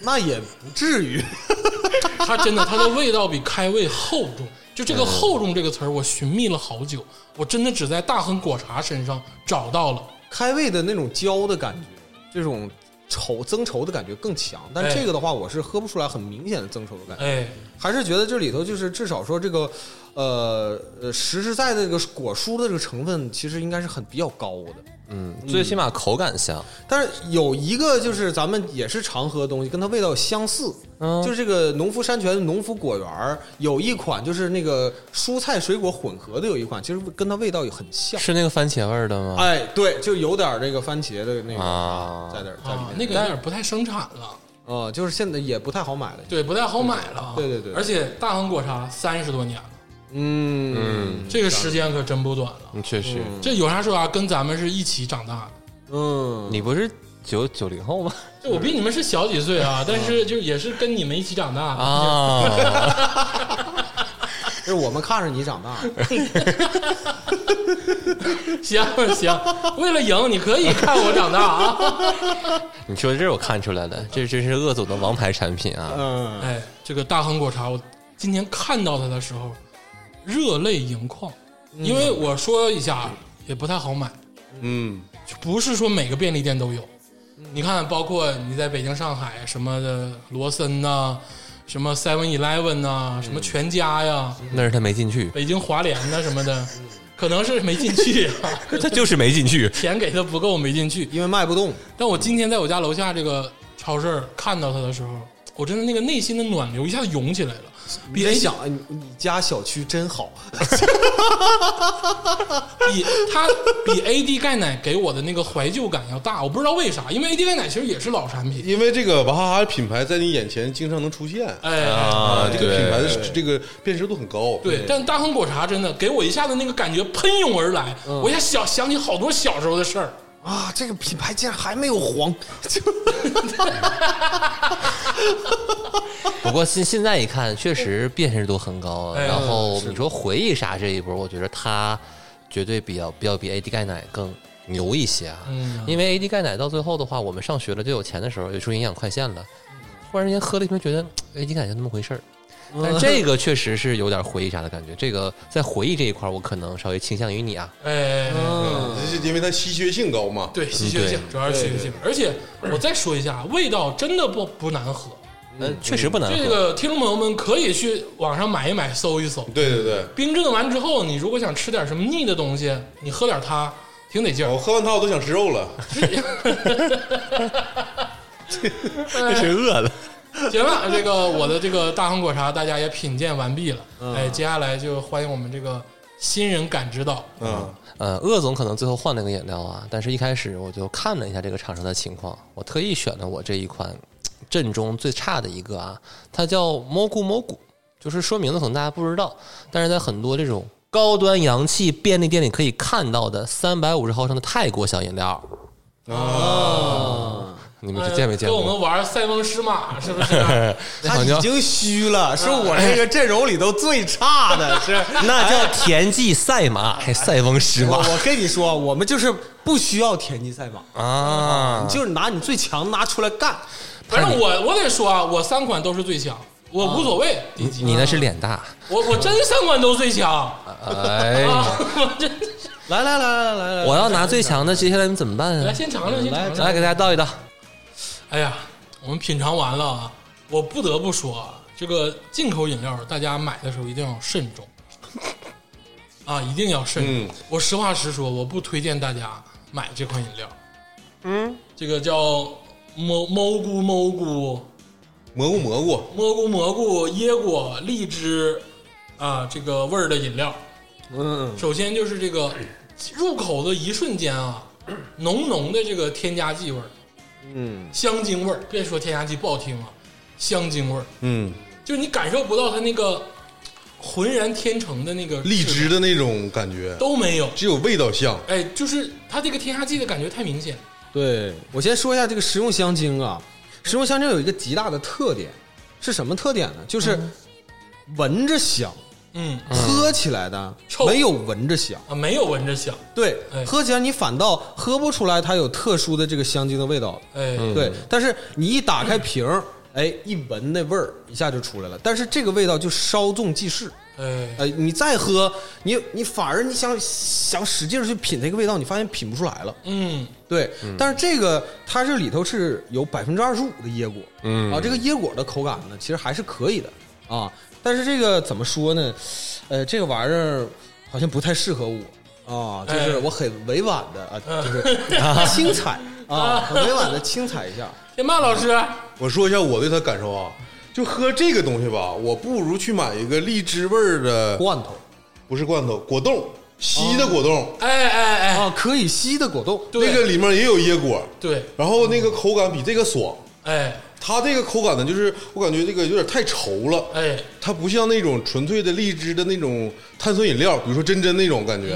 那也不至于。 它真的，它的味道比开胃厚重。就这个“厚重”这个词儿，我寻觅了好久，我真的只在大亨果茶身上找到了。开胃的那种焦的感觉，这种稠增稠的感觉更强。但哎这个的话，我是喝不出来很明显的增稠的感觉，哎，还是觉得这里头就是至少说这个，呃呃，实实在在这个果蔬的这个成分，其实应该是很比较高的。嗯，最起码口感香。但是有一个就是咱们也是常喝的东西，跟它味道相似，嗯就是这个农夫山泉农夫果园儿有一款就是那个蔬菜水果混合的，有一款其实跟它味道也很像。是那个番茄味儿的吗？哎，对，就有点这个番茄的那个啊在那儿，在里啊，面。那个有点不太生产了，哦，就是现在也不太好买了。对，不太好买了。嗯对对对而且大亨果茶三十多年了，嗯这个时间可真不短了。嗯，确实。这有啥说啥、跟咱们是一起长大的。嗯，你不是九九零后吗？就我比你们是小几岁啊，但是就也是跟你们一起长大的。 啊，就是我们看着你长大，行行，为了赢，你可以看我长大啊。你说这我看出来了，这真是鄂总的王牌产品啊！嗯，哎，这个大亨果茶，我今天看到它的时候，热泪盈眶，因为我说一下啊也不太好买，嗯，就不是说每个便利店都有。你看，包括你在北京、上海什么的，罗森呐、什么 Seven Eleven 呐，什么全家呀、那是他没进去，北京华联呐、什么的，可能是没进去、啊， 他就是没进去。钱给的不够，没进去。因为卖不动，但我今天在我家楼下这个超市儿看到它的时候，我真的那个内心的暖流一下子涌起来了。哎你别得想，哎你你家小区真好，比它比 AD 钙奶给我的那个怀旧感要大，我不知道为啥，因为 AD 钙奶其实也是老产品，因为这个娃哈哈品牌在你眼前经常能出现哎，啊，这个品牌的这个辨识度很高。对。但大亨嗯果茶真的给我一下子那个感觉喷涌而来，我一下想想起好多小时候的事儿，啊，这个品牌竟然还没有黄，就不过现现在一看，确实辨识度很高。啊哎然后你说回忆杀这一波，我觉得它绝对比较比较比 AD 钙奶更牛一些啊。嗯因为 AD 钙奶到最后的话，我们上学了就有钱的时候，有时候营养快线了，嗯忽然间喝了一瓶，觉得 AD 钙奶就那么回事儿。嗯但这个确实是有点回忆杀的感觉。这个在回忆这一块儿，我可能稍微倾向于你啊。哎，这是因为它稀缺性高嘛。对，稀缺性对主要是稀缺性，而且我再说一下，味道真的不不难喝。嗯，确实不难喝。这个听众朋友们可以去网上买一买，搜一搜。对对对，冰镇完之后，你如果想吃点什么腻的东西，你喝点它挺得劲儿我。喝完它我都想吃肉了。确实饿了。 行了，这个我的这个大航果茶大家也品鉴完毕了。哎，接下来就欢迎我们这个新人感知道。嗯，呃，鄂总可能最后换了个饮料啊，但是一开始我就看了一下这个厂商的情况，我特意选了我这一款阵中最差的一个啊，它叫蘑菇蘑菇，就是说名字可能大家不知道，但是在很多这种高端洋气便利店里可以看到的三百五十毫升的泰国小饮料，啊，你们见没见呃跟我过？们玩塞翁失 马是不是？他好像已经虚了，是我这个阵容里头最差的， 是那叫田忌赛马，还塞翁失我马我跟你说，我们就是不需要田忌赛马，啊你！就是拿你最强拿出来干。反正我我得说啊，我三款都是最强，我无所谓第几。你那是脸大，我我真三款都最强啊！哎呀， 我真的是来来来来来来，我要拿最强的，接下来你怎么办来啊？先尝尝，先来尝尝来。给大家倒一倒。哎呀，我们品尝完了啊，我不得不说啊，这个进口饮料大家买的时候一定要慎重啊，一定要慎重。嗯我实话实说，我不推荐大家买这款饮料。嗯，这个叫蘑蘑菇蘑菇蘑菇蘑菇，蘑菇蘑菇椰果荔枝啊，这个味儿的饮料。嗯，首先就是这个入口的一瞬间啊，浓浓的这个添加剂味儿，嗯，香精味儿。别说添加剂不好听啊，香精味儿，嗯，就是你感受不到它那个浑然天成的那个荔质枝的那种感觉，都没有。只有味道像。哎，就是它这个添加剂的感觉太明显。对我先说一下这个食用香精啊，食用香精有一个极大的特点是什么特点呢？就是闻着香，嗯喝起来呢臭没有闻着香。啊，没有闻着香。对哎，喝起来你反倒喝不出来它有特殊的这个香精的味道。哎，对，但是你一打开瓶儿，哎，一闻那味儿一下就出来了。但是这个味道就稍纵即逝。哎，哎，你再喝，你你反而你想想使劲儿去品这个味道，你发现品不出来了。嗯，对，但是这个它这里头是有百分之二十五的椰果，嗯啊，这个椰果的口感呢，其实还是可以的啊。但是这个怎么说呢？呃，这个玩意儿好像不太适合我啊，就哎是我很委婉的啊， 就是轻踩啊，很委婉的轻踩一下。天霸哎老师，我说一下我对它感受啊，就喝这个东西吧，我不如去买一个荔枝味儿的，罐头不是罐头，果冻，稀的果冻，哎哎哎，啊，可以吸的果冻，对那个里面也有椰果，对，然后那个口感比这个爽。哎它这个口感呢，就是我感觉这个有点太稠了，哎，它不像那种纯粹的荔枝的那种碳酸饮料，比如说真真那种感觉，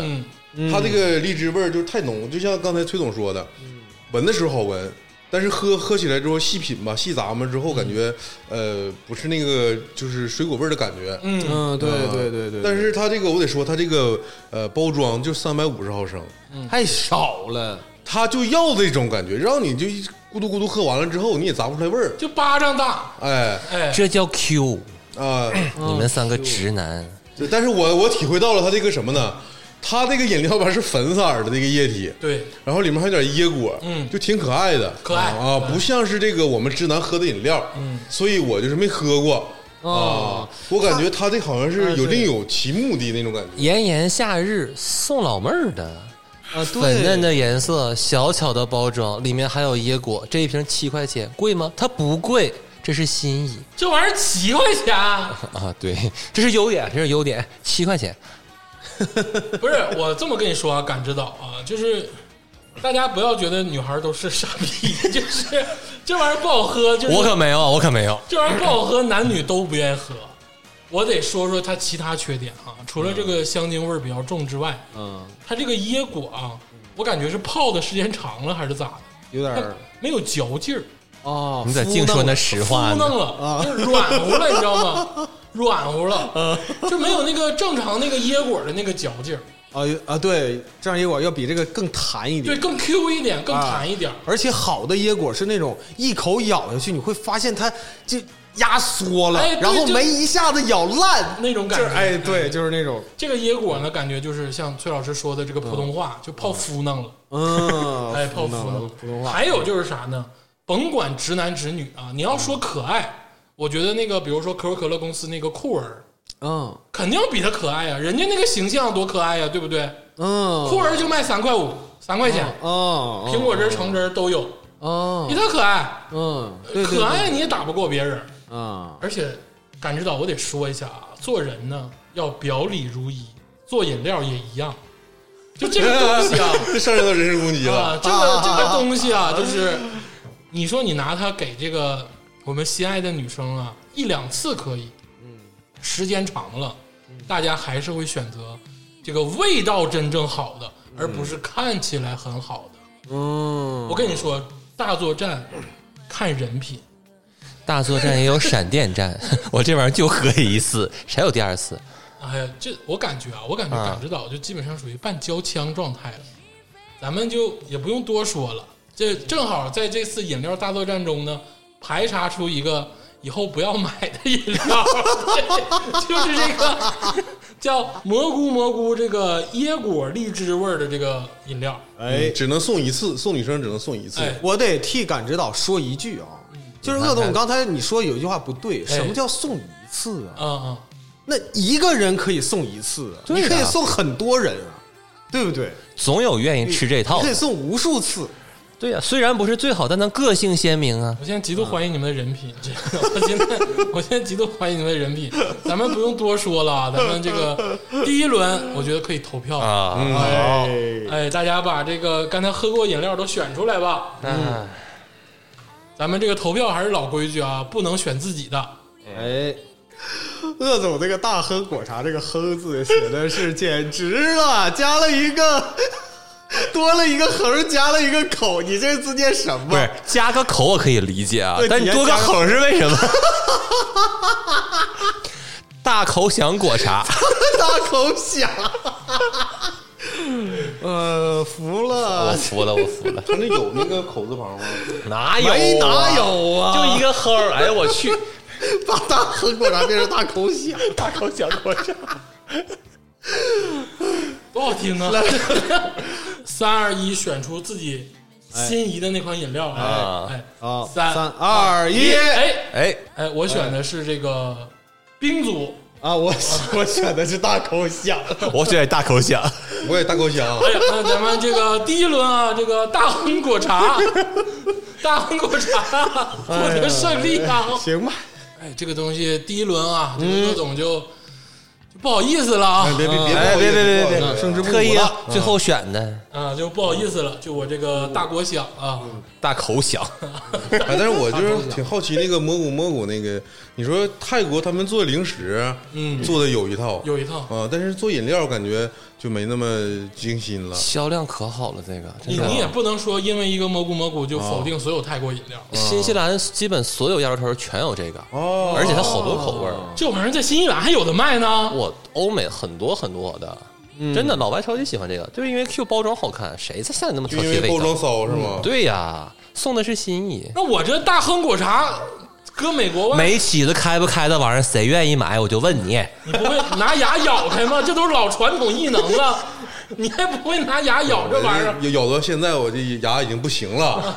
嗯它这个荔枝味儿就是太浓，就像刚才崔总说的，嗯闻的时候好闻，但是喝喝起来之后细品吧，细咂摸之后感觉、呃不是那个就是水果味儿的感觉。嗯，嗯，对啊对对对，但是它这个我得说，它这个呃包装就三百五十毫升，嗯太少了。它就要这种感觉，让你就一咕嘟咕嘟喝完了之后你也咂不出来味儿，就巴掌大，哎哎，这叫 Q，啊。你哦们三个直男，对但是我我体会到了它这个什么呢？它这个饮料吧是粉色儿的这个液体，对，然后里面还有点椰果，嗯就挺可爱的，可爱啊，不像是这个我们直男喝的饮料，嗯，所以我就是没喝过啊哦，我感觉它这好像啊是有哎对另有其目的那 种感觉，炎炎夏日送老妹儿的，啊，粉嫩对，的颜色，小巧的包装，里面还有椰果，这一瓶七块钱，贵吗？它不贵，这是心意这玩意儿七块钱，啊！对，这是优点，这是优点，七块钱，不是我这么跟你说啊，感知到啊，就是大家不要觉得女孩都是傻逼，就是这玩意儿不好喝，就是我可没有，我可没有。这玩意儿不好喝，男女都不愿意喝。我得说说它其他缺点啊，除了这个香精味儿比较重之外，嗯，它这个椰果啊，我感觉是泡的时间长了还是咋的，有点它嗯儿没有嚼劲儿，哦，你咋净说那实话糊呢？弄啊了，就是软乎了，你知道吗？软乎了，嗯就没有那个正常那个椰果的那个嚼劲儿，啊啊，对，这样椰果要比这个更弹一嗯对，点，更 Q 一点，更啊弹一点。而且好的椰果是那种一口咬下去，你会发现它就压缩了，哎对然后就没一下子咬烂，那种感觉就是哎，对，就是那种，这个椰果呢，感觉就是像崔老师说的这个普通话，就泡敷弄了，嗯，哎，泡敷弄了普通话，还有就是啥呢？甭管直男直女啊，你要说可爱，我觉得那个比如说可口可乐公司那个酷儿，嗯肯定比他可爱呀、啊人家那个形象多可爱呀、啊对不对？嗯，酷儿就卖三块五，三块钱，哦，苹果汁儿、橙汁儿都有，哦比，他可爱。嗯，对可爱你也打不过别人，啊，而且感知到我得说一下啊，做人呢要表里如一，做饮料也一样。就这个东 西啊，这 上升到人身攻击了。嗯啊，这个这个东西啊，就是你说你拿它给这个我们心爱的女生啊，一两次可以，嗯，时间长了，大家还是会选择这个味道真正好的，而不是看起来很好的。嗯，我跟你说，大作战看人品，大作战也有闪电战， 我这玩意儿就喝一次，谁有第二次？哎呀，这我感觉啊，我感觉啊感知到就基本上属于半交枪状态了。咱们就也不用多说了，这正好在这次饮料大作战中呢，排查出一个以后不要买的饮料， 对就是这个 叫蘑菇蘑菇这个椰果荔枝味儿的这个饮料。哎嗯，只能送一次，送女生只能送一次。哎我得替感指导说一句啊，就是鄂总刚才你说有一句话不对，哎什么叫送一次啊？嗯那一个人可以送一次啊，对啊你可以送很多人啊，对不对？总有愿意吃这套你可的以。送无数次。对呀、虽然不是最好，但咱个性鲜明啊。我现在极度怀疑你们的人品，这个我现在我现在极度怀疑你们的人品。咱们不用多说了啊，咱们这个第一轮我觉得可以投票啊，哎，哎，大家把这个刚才喝过饮料都选出来吧。嗯，咱们这个投票还是老规矩啊，不能选自己的。哎，鄂总这个大亨果茶这个“亨”字写的是简直了，加了一个， 多了一个横，加了一个口，你这字念什不么？是加个口我可以理解啊对，但你多个口是为什么？ 大口想果茶，大口响。 呃，服我了，服了，我服了，他那有那个口字旁吗？哪有、啊没哪有啊就一个齁儿，哎呦我去，把大亨果茶变成大口响，大口想果茶，多好听啊！三二一，选出自己心仪的那款饮料。哎哎，啊，三三二一，哎 哎，哎，我选的是这个冰组。啊，我 我选的是大口响，我选大口想，我也大 口香，啊哎，那咱们这个第一轮啊，这个大亨果茶， 大亨果茶获得胜利啊！行吧，哎，这个东西第一轮啊，这个乐总就就不好意思了啊哎，别别别，哎别别别别不好意思胜之不武特意啊了最后选的啊，就不好意思了，就我这个嗯大国响啊，大口想， 哎，但是我就是挺好奇那个蘑菇蘑菇那个，你说泰国他们做零食，嗯做的有一套，有一套啊，但是做饮料感觉就没那么精心了。销量可好了，哦这个真你的你也不能说因为一个蘑菇蘑菇就否定所有泰国饮料，新西兰基本所有鸭肉头全有这个，哦而且它好多口味儿。这玩意儿在新西兰还有的卖呢。我欧美很多很多的，真的老外超级喜欢这个，就是因为 Q 包装好看，谁在现在那么就挑因剔味为包装道？骚是嗯吗？对呀，送的是心意。那我这大亨果茶搁美国外，没起子开不开的玩意儿，谁愿意买？我就问你，你不会拿牙咬开吗？这都是老传统异能了，你还不会拿牙咬这玩意儿？啊咬咬到现在，我这牙已经不行了。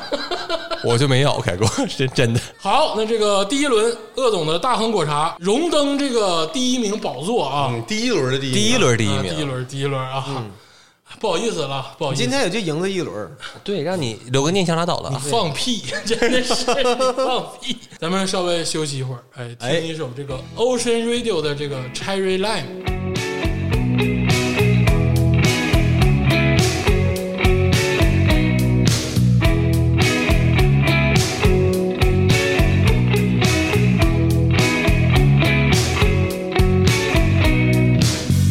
我就没咬开过， 是真的。好，那这个第一轮鄂总的大亨果茶荣登这个第一名宝座啊，嗯，第一轮的第一，第一，轮第一啊第一名，嗯轮，第一轮啊，不好意思了，不好意思， 今天也就赢了一轮儿，对，让你留个念想拉倒了。啊放屁， 真的是放屁。咱们稍微休息一会儿，哎，听一首这个 Ocean Radio 的这个 Cherry Lime。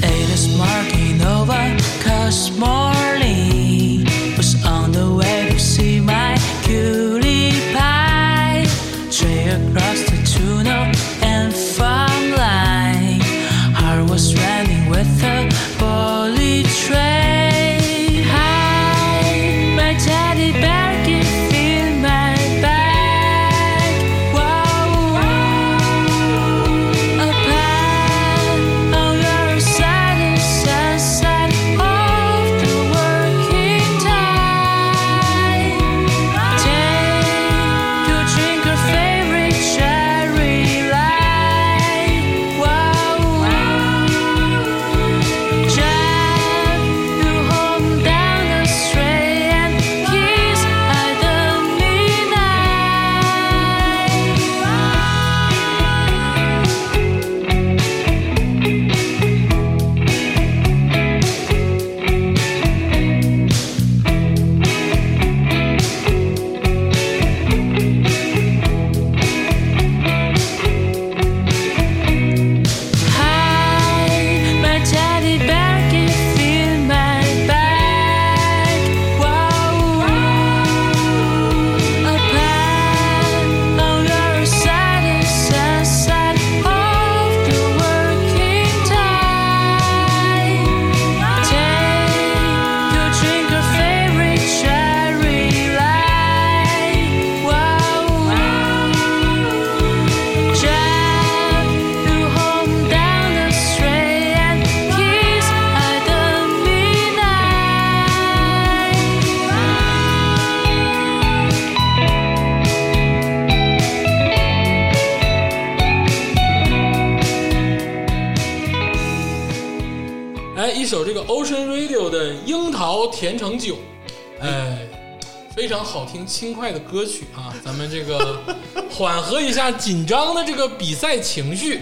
It is marking over cause morning 哎一首这个 Ocean Radio 的《樱桃甜橙酒》，哎，非常好听轻快的歌曲啊，咱们这个 缓和一下紧张的这个比赛情绪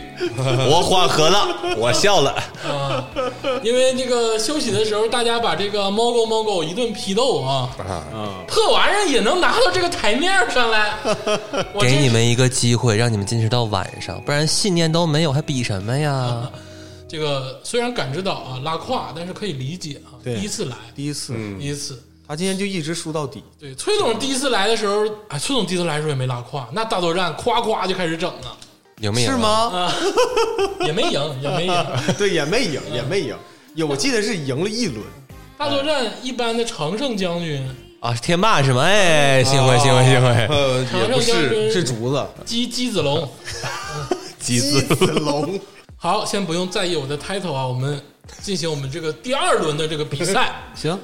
我缓和了，我笑了。啊，因为这个休息的时候，大家把这个猫狗猫狗一顿批斗啊，破玩意儿也能拿到这个台面上 来，我给真你是们一个机会，让你们坚持到晚上，不然信念都没有，还比什么呀？这个虽然感知到啊拉胯，但是可以理解啊，对第一次来，第一次，第一次。他今天就一直输到底。对，崔总第一次来的时候，哎，崔总第一次来的时候也没拉胯，那大作战夸夸就开始整了， 有没有？是？吗？也没赢，也没赢。 对，也没赢，也没赢。有，我记得是赢了一轮。大作战一般的常胜将军，啊，是天霸是吗？哎，幸会幸会幸会！呃，常也胜不将是军是竹子，姬姬子龙。几鸡次子龙，好，先不用在意我的 title 啊，我们进行我们这个第二轮的这个比 赛。行，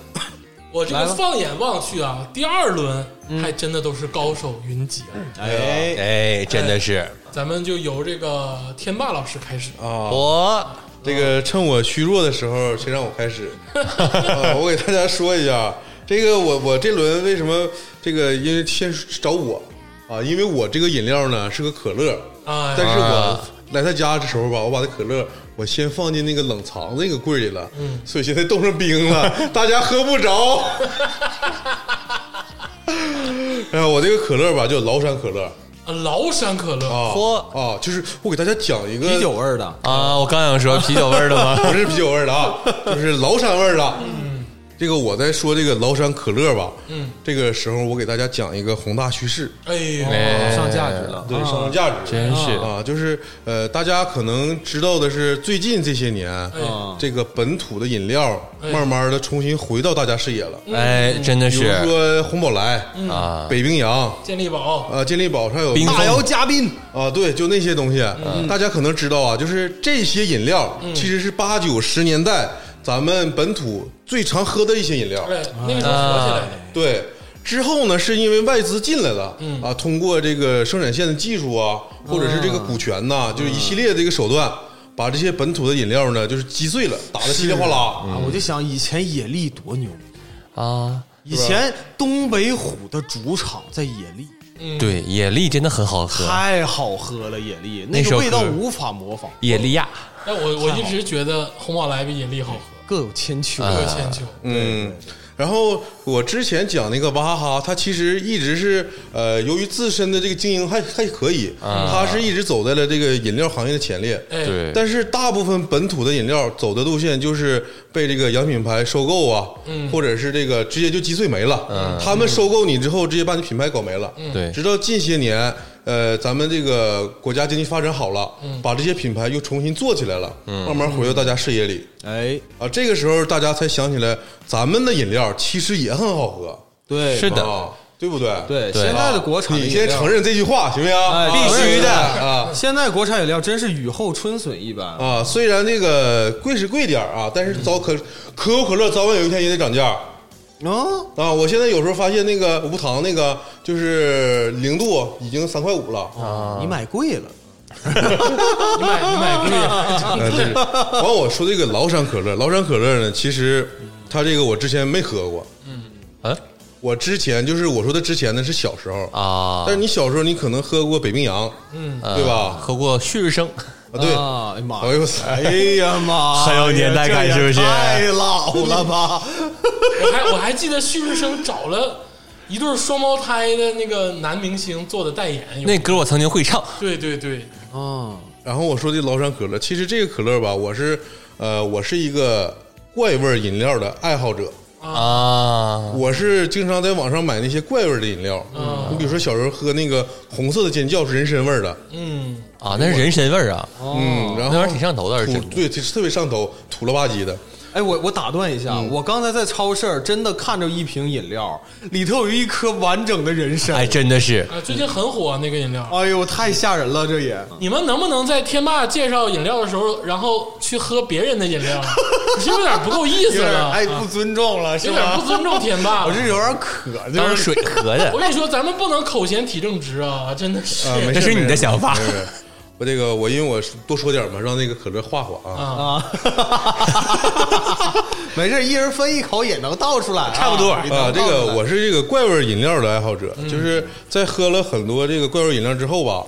我这来个吧放眼望去啊，第二轮嗯还真的都是高手云集啊。哎，哎，真的是咱们就由这个天霸老师开始，哦啊，我这个趁我虚弱的时候，谁让我开 始？啊我给大家说一下，这个我我这轮为什么这个因为先找我啊，因为我这个饮料呢是个可乐，哎但是我啊来他家的时候吧，我把那可乐我先放进那个冷藏那个柜里了，所以现在冻成冰了，大家喝不着。哎呀，我这个可乐吧，叫崂山可乐啊崂山可哦乐啊嚯啊，就是我给大家讲一个啤酒味儿的，啊，我刚想说啤酒味儿的吗？ 不是啤酒味儿的啊，就是崂山味儿的。嗯，这个我在说这个崂山可乐吧，嗯，这个时候我给大家讲一个宏大叙事，哎呦，哎上价值了。对，上升价值，真是啊，就是呃，大家可能知道的是，最近这些年，哎啊这个本土的饮料哎慢慢的重新回到大家视野了，哎，真的比如是说红宝来、啊，北冰洋。健力宝，啊，健力宝上有冰嗯大姚嘉宾，啊，对，就那些东西，大家可能知道啊，就是这些饮料其实是八九十年代咱们本土最常喝的一些饮料。哎，啊那个时候火起来的，对，之后呢，是因为外资进来了，啊，通过这个生产线的技术啊，或者是这个股权呐、就是一系列这个手段，把这些本土的饮料呢，就是击碎了，打得稀里哗啦。嗯啊，我就想以前野力多牛，啊，以前东北虎的主场在野力，对，野力真的很好喝，太好喝了，野力那那个首味道歌无法模仿，野力亚但哎我我一直觉得红宝来比野力好喝，各有千秋。各有千秋。嗯，然后我之前讲那个娃哈哈，它其实一直是呃，由于自身的这个经营还还可以，它是一直走在了这个饮料行业的前列。哎，对但是大部分本土的饮料走的路线就是被这个洋品牌收购啊，嗯或者是这个直接就击碎没了。他们收购你之后，直接把你品牌搞没了。嗯对直到近些年，呃，咱们这个国家经济发展好了，嗯把这些品牌又重新做起来了，慢慢回到大家视野里哎，啊。这个时候，大家才想起来，咱们的饮料其实也很好喝，对，是的啊，对不对？对，对现在的国产的你饮先料承认这句话行不行？哎啊必须的啊。现在国产饮料真是雨后春笋一般。啊，虽然这个贵是贵点儿啊，但是早可可口可乐早晚有一天也得涨价哦，啊！我现在有时候发现那个无糖那个就是零度已经三块五了，你买贵了，你买你买贵啊，对。 完我说这个崂山可乐，崂山可乐呢，其实它这个我之前没喝过，啊我之前就是我说的之前呢是小时候，啊但，是你小时候你可能喝过北冰洋，嗯，对呃吧？喝过旭日升，啊，对，啊，哎呀妈哎呀，呦我操，哎呀妈，很有年代感这也是不是太老了吧？我还我还记得旭日升找了一对双胞胎的那个男明星做的代言，有那歌我曾经会唱，对对对，啊，然后我说的崂山可乐，其实这个可乐吧，我是呃，我是一个怪味儿饮料的爱好者，啊，我是经常在网上买那些怪味儿的饮料。嗯，你比如说小时候喝那个红色的尖叫是人参味儿的，嗯，啊，那是人参味儿啊，嗯，那然后玩意儿挺上头的，是土真的。对，特别上头，土了吧唧的。哎，我我打断一下，我刚才在超市儿真的看着一瓶饮料，里头有一颗完整的人参。哎，真的是啊，最近很火、那个饮料。哎呦，太吓人了，这也你们能不能在天霸介绍饮料的时候，然后去喝别人的饮料？ 你是不是有点不够意有思点了？哎啊不尊重了，是有点吧不？尊重天霸我。是有点渴，就当是水喝的 我，跟你说，咱们不能口嫌体正直啊，真的是。嗯啊，没这事是你的想法没事没事我这个我因为我多说点嘛，让那个可乐化化啊，啊，啊，没事，一人分一口也能倒出来啊，差不多也能啊。这倒出个 来我是这个怪味饮料的爱好者，就是在喝了很多这个怪味饮料之后吧，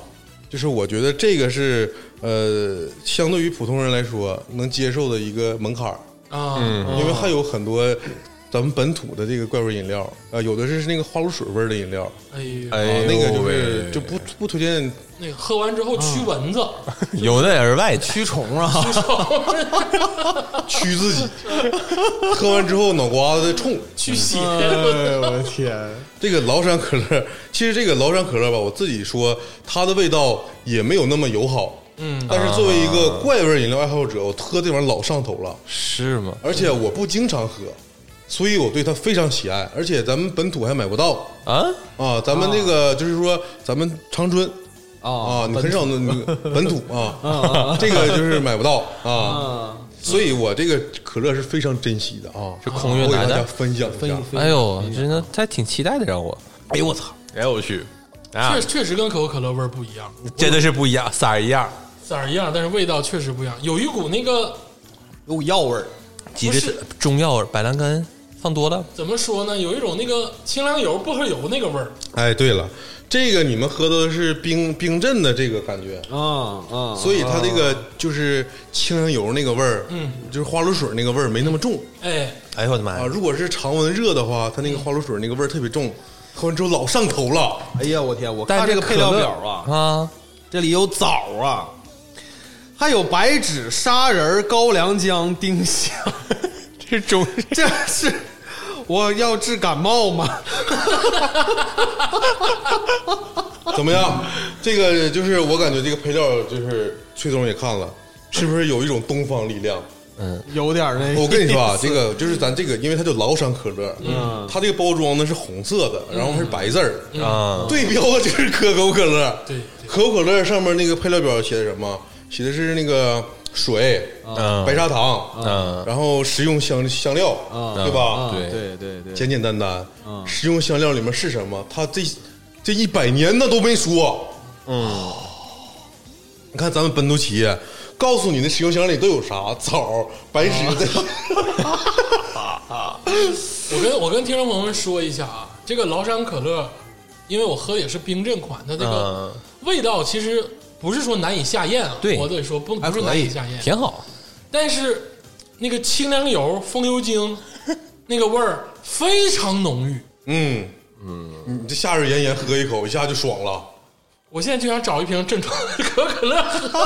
就是我觉得这个是呃，相对于普通人来说能接受的一个门槛儿，啊，嗯因为还有很多咱们本土的这个怪味饮料啊，有的是那个花露水味儿的饮料，哎呦，哎啊呦，那个就喂是就不不推荐那个喝完之后驱蚊子，由内而外的。驱虫啊， 驱自己， 喝完之后脑瓜子冲。驱邪，哎，我的天，这个崂山可乐，其实这个崂山可乐吧，我自己说它的味道也没有那么友好，嗯，但是作为一个怪味饮料爱好者，我喝这玩意儿老上头了，是吗？而且我不经常喝，所以我对它非常喜爱，而且咱们本土还买不到啊，啊，咱们这个就是说咱们长春。哦啊，你很少能本 土啊，这个就是买不到啊，所以我这个可乐是非常珍惜的啊，是空运我给大来的家分享一下。哎呦，真的还挺期待的，让我，哎呦我操，哎我去，啊确确实跟可口可乐味儿不一样，真的是不一样，色儿一样，色儿一样，但是味道确实不一样，有一股那个 有股药味儿，极不致是中药百兰根放多了，怎么说呢，有一种那个清凉油、薄荷油那个味儿，哎，对了，这个你们喝的是冰冰镇的这个感觉，嗯嗯，所以它这个就是清凉油那个味儿，嗯，就是花露水那个味儿没那么重哎，哎呦我的妈啊。哦呀，如果是常温热的话，它那个花露水那个味儿特别重，喝完之后老上头 了。哎呀，我天，我但看这个可配料乐表啊，啊，这里有枣啊，还有白芷、砂仁、高粱姜、丁香， 这是中这是我要治感冒吗？怎么样？这个就是我感觉这个配料就是崔总也看了，是不是有一种东方力 量？有点那个，我跟你说啊，这个就是咱这个，因为它叫崂山可乐，嗯，它这个包装呢是红色的，然后是白字儿，啊，对标的就是可口可乐。对可口可乐上面那个配料表写的什么？写的是那个水、啊嗯白砂糖，嗯，然后食用香香料，啊对吧？对啊对对对，简简单单，食用香料里面是什么？他这这一百年那都没说。嗯，你看咱们本土企业，告诉你那食用香料里都有啥？枣、白芷，啊我跟我跟听众朋友们说一下啊，这个崂山可乐，因为我喝的也是冰镇款，它这个味道其实不是说难以下咽啊，对我得说不还不可以是难以下咽，哎挺好，但是那个清凉油、风油精那个味儿非常浓郁， 嗯嗯，你这夏日炎炎喝一口，一下就爽了。我现在就想找一瓶正装的可口可乐喝，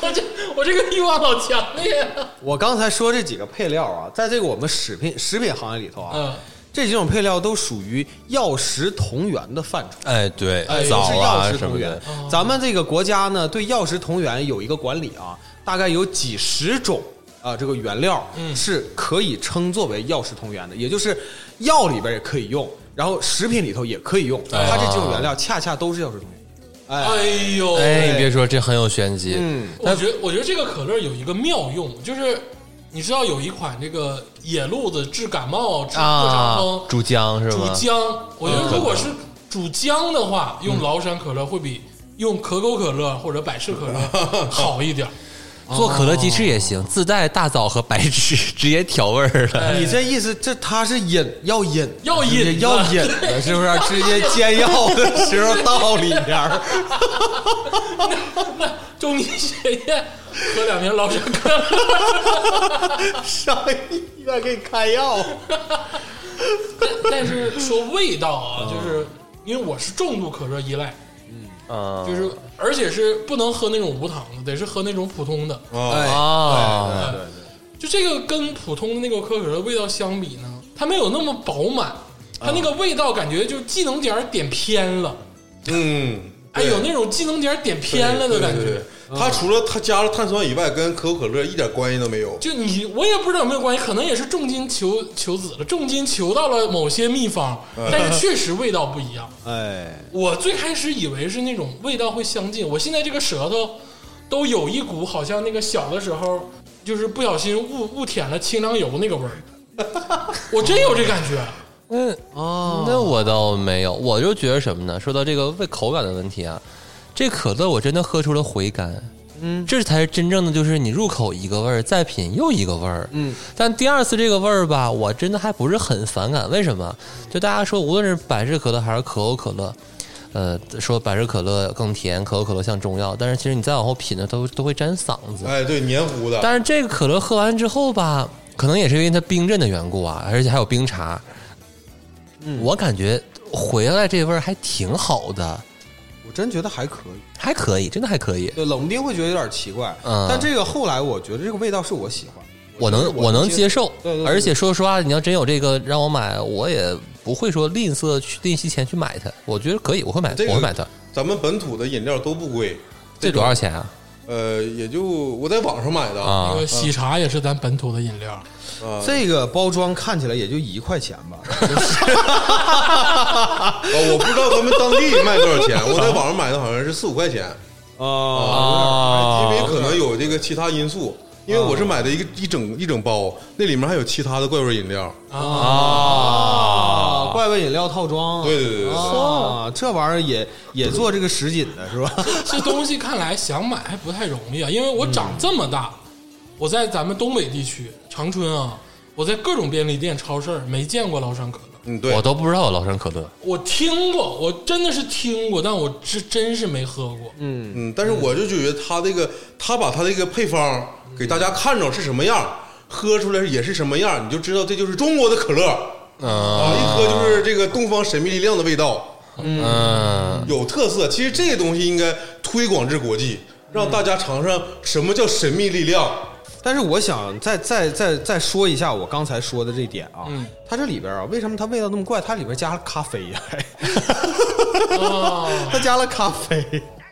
我这我这个欲望老强烈啊，我刚才说这几个配料啊，在这个我们食品食品行业里头啊，嗯，这几种配料都属于药食同源的范畴。哎对哎，枣是药啊食什同么源的，。哦咱们这个国家呢，对药食同源有一个管理啊，大概有几十种啊、这个原料嗯是可以称作为药食同源的，也就是药里边也可以用，然后食品里头也可以用，哎它这几种原料恰恰都是药食同源。哎，哎呦，哎，你别说，这很有玄机，嗯我觉得我觉得这个可乐有一个妙用，就是你知道有一款这个野路子治感冒、治破伤啊风、，煮姜是煮吗？姜，我嗯觉得如果是煮姜的话，用崂山可乐会比用可口可乐或者百事可乐 好一点。做可乐鸡翅也行，自带大枣和白芷， 直接调味儿了。你这意思，这它是引要引要引啊的要引 的， 是不是？直接煎药的时候倒里边儿，中医学院喝两瓶崂山可乐，上医院给你开药。但但是说味道啊，就是因为我是重度可乐依赖，嗯就是而且是不能喝那种无糖的，得是喝那种普通的。啊，哎，啊，对就这个跟普通的那个可口可乐味道相比呢，它没有那么饱满，啊它那个味道感觉就技能点儿点偏了，嗯，哎，有那种技能点儿点偏了的感对对觉嗯对。它除了它加了碳酸以外，跟可口可乐一点关系都没有。就你，我也不知道有没有关系，可能也是重金求求子了，重金求到了某些秘方，嗯但是确实味道不一样。哎，我最开始以为是那种味道会相近，我现在这个舌头都有一股好像那个小的时候就是不小心误误舔了清凉油那个味儿， 我真有这感觉。嗯哦，那我倒没有，我就觉得什么呢？说到这个味口感的问题啊，这可乐我真的喝出了回甘。嗯，这才是真正的，就是你入口一个味儿，再品又一个味儿。嗯，但第二次这个味儿吧，我真的还不是很反感。为什么？就大家说，无论是百事可乐还是可口可乐，呃，说百事可乐更甜，可口可乐像中药，但是其实你再往后品呢，都都会沾嗓子。哎，对，黏糊的，但是这个可乐喝完之后吧，可能也是因为它冰镇的缘故啊，而且还有冰茶。我感觉回来这味儿还挺好的，我真觉得还可以。还可以，真的还可以。对，冷不丁会觉得有点奇怪，嗯但这个后来我觉得这个味道是我喜欢，我能我我能接受，对对对而且说实话，你要真有这个让我买，我也不会说吝啬去吝惜钱去买它。我觉得可以，我会买，这个我会买它。咱们本土的饮料都不贵，这多少钱啊？呃，也就我在网上买的，那啊个，嗯喜茶也是咱本土的饮料，这个包装看起来也就一块钱吧，呃我不知道咱们当地卖多少钱， 我在网上买的好像是四五块钱，啊，因为可能有这个其他因素。因为我啊是买的一个一整一整包，那里面还有其他的怪味饮料，啊怪味饮料套装，对对对对对啊，这玩意儿也也做这个实景的是吧？ 这东西看来想买还不太容易啊，因为我长这么大，嗯我在咱们东北地区长春啊，我在各种便利店、超市儿没见过崂山可乐，嗯，对我，都不知道有崂山可乐。我听过，我真的是听过，但我是真是没喝过。嗯，嗯，但是我就觉得他这个，他把他这个配方给大家看着是什么样，喝出来也是什么样，你就知道这就是中国的可乐啊，一喝就是这个东方神秘力量的味道，嗯，有特色。其实这个东西应该推广至国际，让大家尝尝什么叫神秘力量。但是我想再再再再说一下我刚才说的这点啊，它这里边啊，为什么它味道那么怪？它里边加了咖啡呀、 它加了咖啡，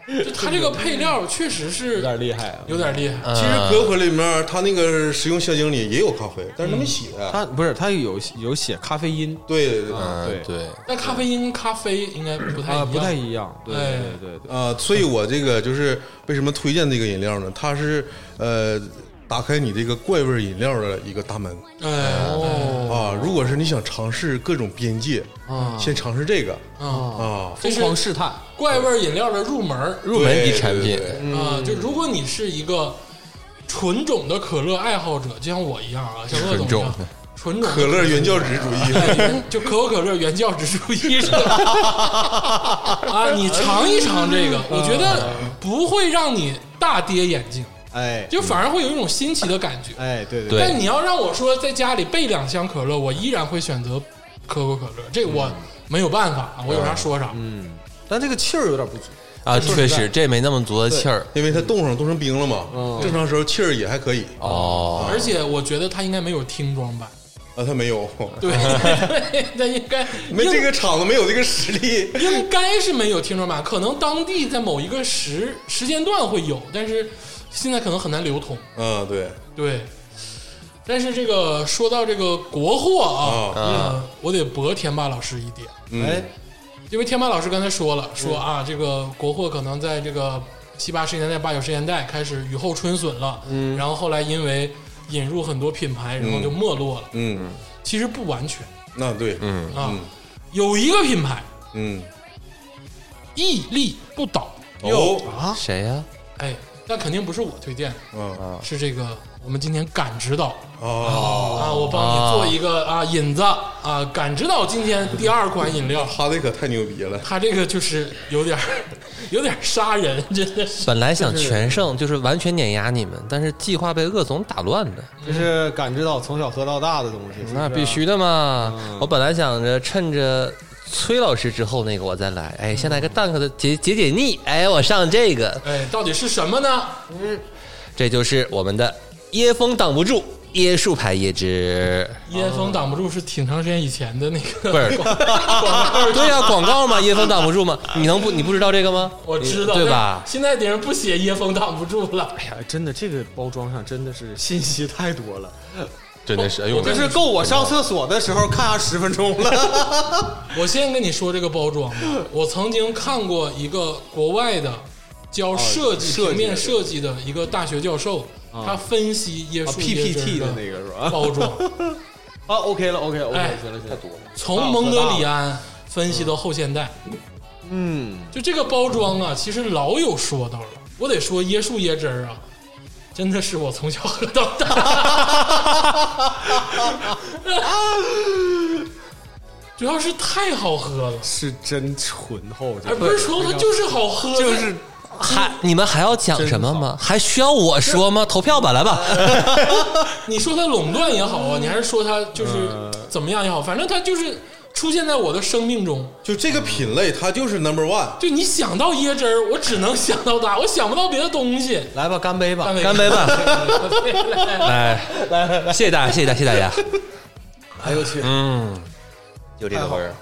就它这个配料确实有是点厉害啊。有点厉害。嗯其实可口可乐里面，它那个食用香精里也有咖啡，但是它没写。它不是，它有有写咖啡因对对对，啊、对嗯对，但咖啡因跟咖啡应该不太一啊、样，不太一样。对哎对对对，呃所以我这个就是为什么推荐这个饮料呢？它是呃，打开你这个怪味饮料的一个大门。哎，啊，如果是你想尝试各种边界，先尝试这个啊，啊，这疯是狂试探。怪味儿饮料的入门儿入门对级产对品对对啊。就如果你是一个纯种的可乐爱好者，就像我一样啊，像鄂总一样，纯种的可乐原教旨主义，哎就可口可乐原教旨主义者啊，你尝一尝这个，我觉得不会让你大跌眼镜，哎就反而会有一种新奇的感觉。哎，对对对但你要让我说在家里备两箱可乐，我依然会选择可口可乐，这我没有办法，我有啥说啥。但这个气儿有点不足。啊，确实这没那么足的气儿因为它冻上冻成冰了嘛，正常时候气儿也还可以哦。而且我觉得它应该没有听装版，啊，它没有，对，对 它应该没这应个厂子没有这个实力，应该是没有听装版，可能当地在某一个时时间段会有，但是现在可能很难流通。嗯，对对，但是这个说到这个国货啊，啊，嗯，我得驳天霸老师一点，哎，因为天霸老师刚才说嗯了，说啊，这个国货可能在这个七八十年代、八九十年代开始雨后春笋了，嗯，然后后来因为引入很多品牌，然后就没落了。嗯，其实不完全那对，嗯啊，有一个品牌嗯，屹立不倒，哦，谁呀？哎，但肯定不是我推荐的，嗯是这个我们今天感指导。啊，啊，我帮你做一个啊引子啊，感知到今天第二款饮料，他这可太牛逼了，它这个就是有点儿有点儿杀人，真的是。本来想全胜，就是完全碾压你们，但是计划被鄂总打乱的。这是啊感知到从小喝到大的东西。是不是那必须的嘛！嗯我本来想着趁着崔老师之后那个我再来，哎，先来个蛋壳的解解解腻，哎，我上这个，哎，到底是什么呢？这就是我们的椰风挡不住椰树牌椰汁，烟风挡不住是挺长时间以前的那个不是？对呀、广告嘛，椰风挡不住嘛，你能不你不知道这个吗？ 我知道，对吧但？现在别人不写椰风挡不住了，哎呀，真的，这个包装上真的是信息太多了，真的是，哎呦这是够我上厕所的时候看下十分钟了。我先跟你说这个包装吧，我曾经看过一个国外的教设计、设计的平面设计的一个大学教授，他分析椰树椰汁 PPT 的那的个是吧？包装，啊，，OK 了，OK，OK，哎啊行了，行了，太多了。从蒙德里安分析到后现代，嗯，就这个包装啊，其实老有说道了。我得说椰树椰汁儿啊，真的是我从小喝到大， 主要是太好喝了，是真醇厚，而不是说它就是 好喝，就是还你们还要讲什么吗？还需要我说吗？投票吧，来吧。你说它垄断也好啊，你还是说它就是怎么样也好，反正它就是出现在我的生命中。就这个品类，它就是 number one。就你想到椰汁儿，我只能想到它，我想不到别的东西。 来吧，干杯吧，干杯！干！杯吧！ 来来来来，谢谢大家，谢谢大家，谢谢大家。哎呦我去，嗯，就这个味儿。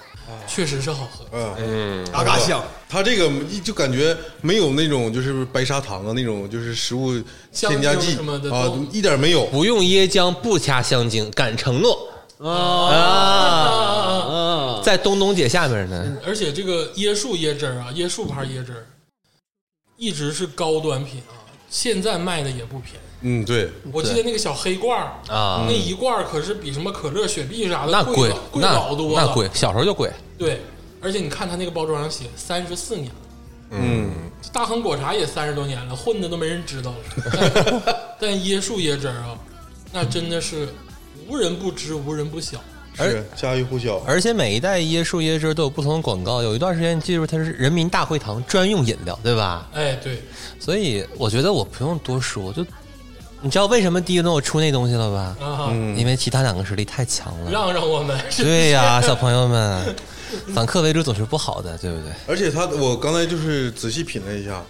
确实是好喝。嗯，哎嘎嘎香，它这个一就感觉没有那种就是白砂糖啊那种就是食物添加香精剂什么的啊都，一点没有。不用椰浆，不掐香精，敢承诺啊啊啊！啊！嗯，在东东姐下面呢，而且这个椰树椰汁儿啊，椰树牌椰汁儿一直是高端品啊，现在卖的也不便宜。嗯，对，我记得那个小黑罐儿啊那一罐儿可是比什么可乐、雪碧啥的那贵贵了，贵那老多了。那贵，小时候就贵。对，而且你看它那个包装上写三十四年，嗯，大恒果茶也三十多年了，混的都没人知 道了。但但椰树椰汁儿啊，那真的是无人不知，无人不晓。是家喻户晓。而且每一代椰树椰汁都有不同的广告，有一段时间记住它是人民大会堂专用饮料，对吧？哎，对，所以我觉得我不用多说，就你知道为什么第一轮我出那东西了吧？啊，因为其他两个实力太强了。让 让我们是对呀、小朋友们，反客为主总是不好的，对不对？而且它，我刚才就是仔细品了一下，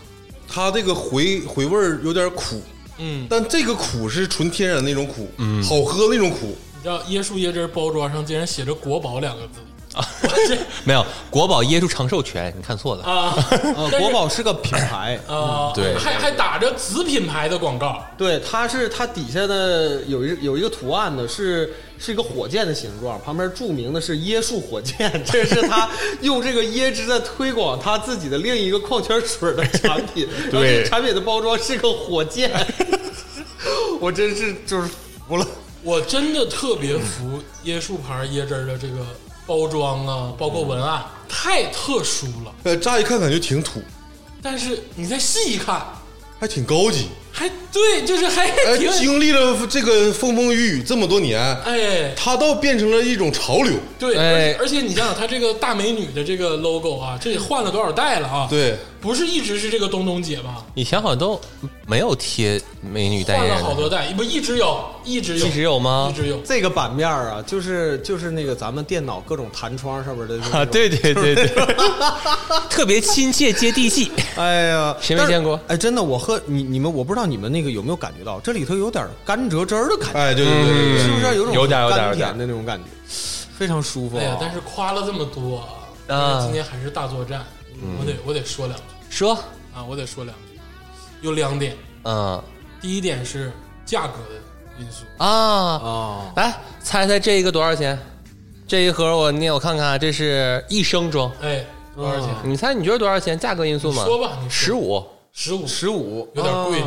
它这个回回味儿有点苦，嗯。但这个苦是纯天然那种苦，嗯，好喝那种苦。你知道椰树椰汁儿包装上竟然写着“国宝”两个字啊！这没有国宝椰树长寿泉，你看错了。啊呃， 但是国宝是个品牌，啊，嗯对还还打着子品牌的广告，对，它是它底下的有一有一个图案的是是一个火箭的形状，旁边注明的是椰树火箭， 这是它用这个椰汁在推广它自己的另一个矿泉水的产品，然后这个产品的包装是个火箭， 我真是就是服了，我真的特别服椰树牌椰汁儿的这个包装啊，包括文案，嗯太特殊了。呃，乍一看感觉挺土，但是你再细一看，还挺高级。还对，就是还哎，挺经历了这个风风雨雨这么多年，哎，它倒变成了一种潮流。对，哎而而且你想想，它这个大美女的这个 logo 啊，这也换了多少代了啊？，对，不是一直是这个东东姐吧？以前好像都没有贴美女代换言了人，好多代，不一直有，一直有，哎一直有吗一？直有。这个版面啊，就是就是那个咱们电脑各种弹窗上面的啊，，对对对对，特别亲切接地气。哎呀，谁没但是见过哎，真的，我喝你你们，我不知道你们那个有没有感觉到，这里头有点甘蔗汁儿的感觉。哎，对对对对嗯对是不是有种有点有点甘甜的那种感觉，非常舒服、哎呀，但是是夸了这么多，啊，哦啊嗯今天还是大作战，我得我得说两句说，啊，我得说两句，有两点，嗯第一点是价格的因素，啊，哦啊，来猜猜这一个多少钱？这一盒我念我看看，这是一升装，哎，多少钱？你猜你觉得多少钱？价格因哦素吗？说吧你说十五，十五，十五有点贵啊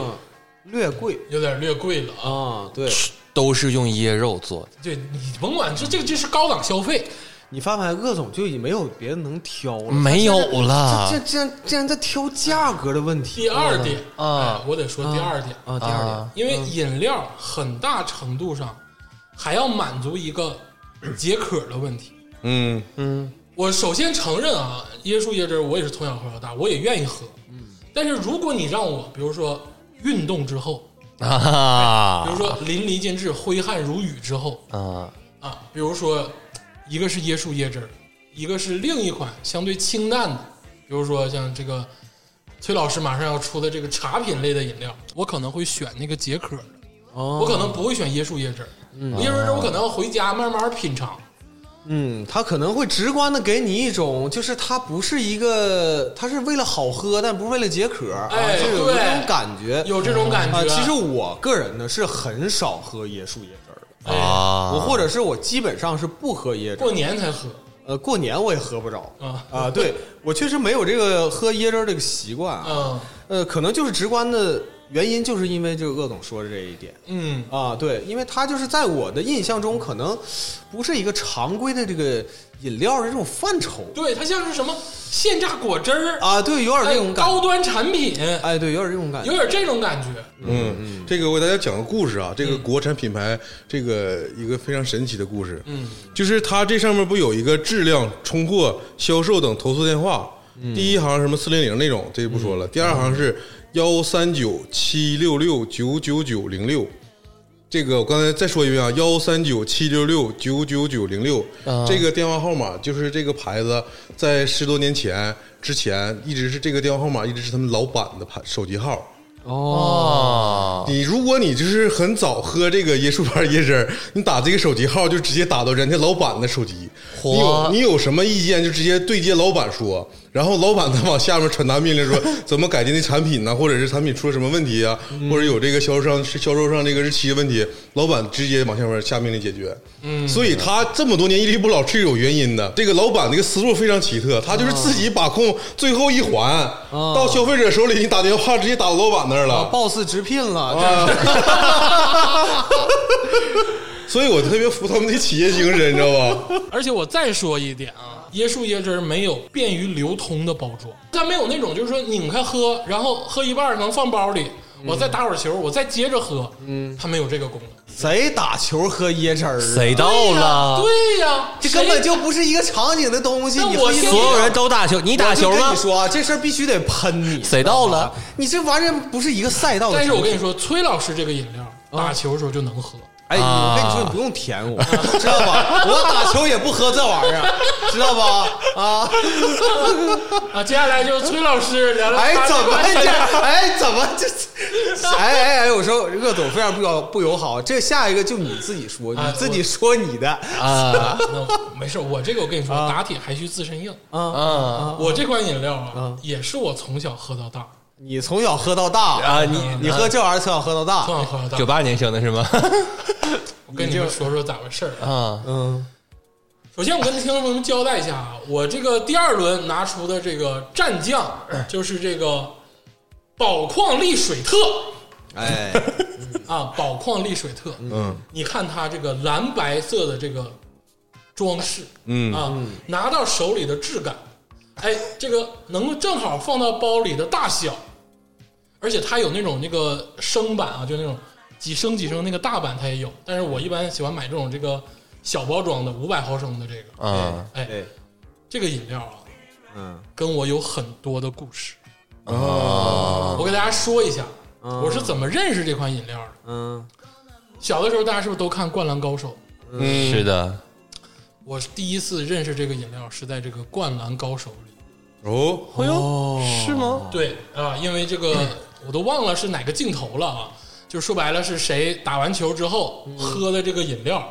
略贵有点略贵了啊。啊。对，都是用椰肉做的。对你甭管这这个这是高档消费，你发没发现鄂总就已经没有别的能挑了，没有了这这竟然竟然在挑价格的问题。第二点啊哎我得说第二点，啊，第二点啊，因为饮料很大程度上还要满足一个解渴的问题。嗯，我首先承认啊，椰树椰汁儿我也是从小喝到大，我也愿意喝。嗯，但是如果你让我，比如说运动之后，比啊如说淋漓尽致、挥汗如雨之后啊，啊，比如说一个是椰树椰汁儿，一个是另一款相对清淡的，比如说像这个崔老师马上要出的这个茶品类的饮料，我可能会选那个解渴的，哦我可能不会选椰树椰汁儿。椰树椰汁儿我可能要回家慢慢品尝。嗯，他可能会直观的给你一种，就是它不是一个，它是为了好喝，但不是为了解渴，哎啊，就有对这种感觉，有这种感觉啊。其实我个人呢是很少喝椰树椰汁儿的，哎啊我或者是我基本上是不喝椰汁儿过，年才喝呃，过年我也喝不着啊啊，对我确实没有这个喝椰汁儿这个习惯啊，嗯。呃，可能就是直观的原因就是因为就是鄂总说的这一点嗯啊，对，因为它就是在我的印象中可能不是一个常规的这个饮料的这种范畴对，它像是什么现榨果汁儿，啊，对，有点哎这种感觉，高端产品，哎，对，有点这种感有觉，点这种感觉。嗯，这个我给大家讲个故事啊，这个国产品牌，这个一个非常神奇的故事，嗯，就是它这上面不有一个质量、冲货、销售等投诉电话，第一行什么四零零那种，这就不说了，第二行是幺三九七六六九九九零六。这个我刚才再说一遍啊，幺三九七六六九九九零六啊这个电话号码就是这个牌子在十多年前之前一直是这个电话号码，一直是他们老板的牌手机号。啊哦，你如果你就是很早喝这个椰树牌椰汁儿，你打这个手机号就直接打到人家老板的手机。嚯你有你有什么意见就直接对接老板说，然后老板再往下面传达命令说哎怎么改进这产品呢，或者是产品出了什么问题啊，或者有这个销售上销售上这个日期的问题，老板直接往下面下命令解决。嗯，所以他这么多年屹立不倒是有原因的。这个老板这个思路非常奇特，他就是自己把控最后一环，到消费者手里你打电话直接打到老板那儿了。啊，boss 直聘了，啊所以我特别服他们的企业精神，你知 道吧？而且我再说一点啊，椰树椰汁儿没有便于流通的包装，它没有那种就是说拧开喝，然后喝一半儿能放包里，我再打会儿球，我再接着喝，嗯，它没有这个功能。谁打球喝椰汁儿啊？谁到了？对呀、这根本谁就不是一个场景的东西。那你我喝一先杯所有人都打球，你打我就球跟吗你？说啊，这事儿必须得喷你，谁到了？你这玩意儿不是一个赛道的但场景。是我跟你说，崔老师这个饮料嗯打球的时候就能喝，哎，啊我跟你说，你不用舔我， 知道吧？我打球也不喝这玩意儿，知道吧？ 啊，啊，接下来就是崔老师聊聊哎，他怎么这个这？哎，怎么这？哎哎哎！我说鄂总非常不友不友好，这下一个就你自己说，你哎自己说你的啊啊，那我没事，我这个我跟你啊说，打铁还需自身硬。啊我这款饮料嗯啊，也是我从小喝到大，你从小喝到大，啊！你你喝这玩意儿从小喝到大从，小喝到大。九八年生的是吗？我跟你们说说咋回事儿啊。啊，嗯首先，我跟听众们交代一下啊，我这个第二轮拿出的这个战将就是这个宝矿力水特哎， 啊，宝矿力水特。嗯你看它这个蓝白色的这个装饰嗯啊，拿到手里的质感，哎，这个能够正好放到包里的大小，而且它有那种那个升版啊，就那种几升几升那个大版它也有，但是我一般喜欢买这种这个小包装的五百毫升的这个，嗯哎，对，这个饮料啊，嗯跟我有很多的故事，哦啊，我给大家说一下，我是怎么认识这款饮料的。嗯小的时候大家是不是都看《灌篮高手》？嗯是的，我第一次认识这个饮料是在这个《灌篮高手》里。哦，哎呦，是吗？对啊，因为这个我都忘了是哪个镜头了啊，就说白了是谁打完球之后嗯喝的这个饮料，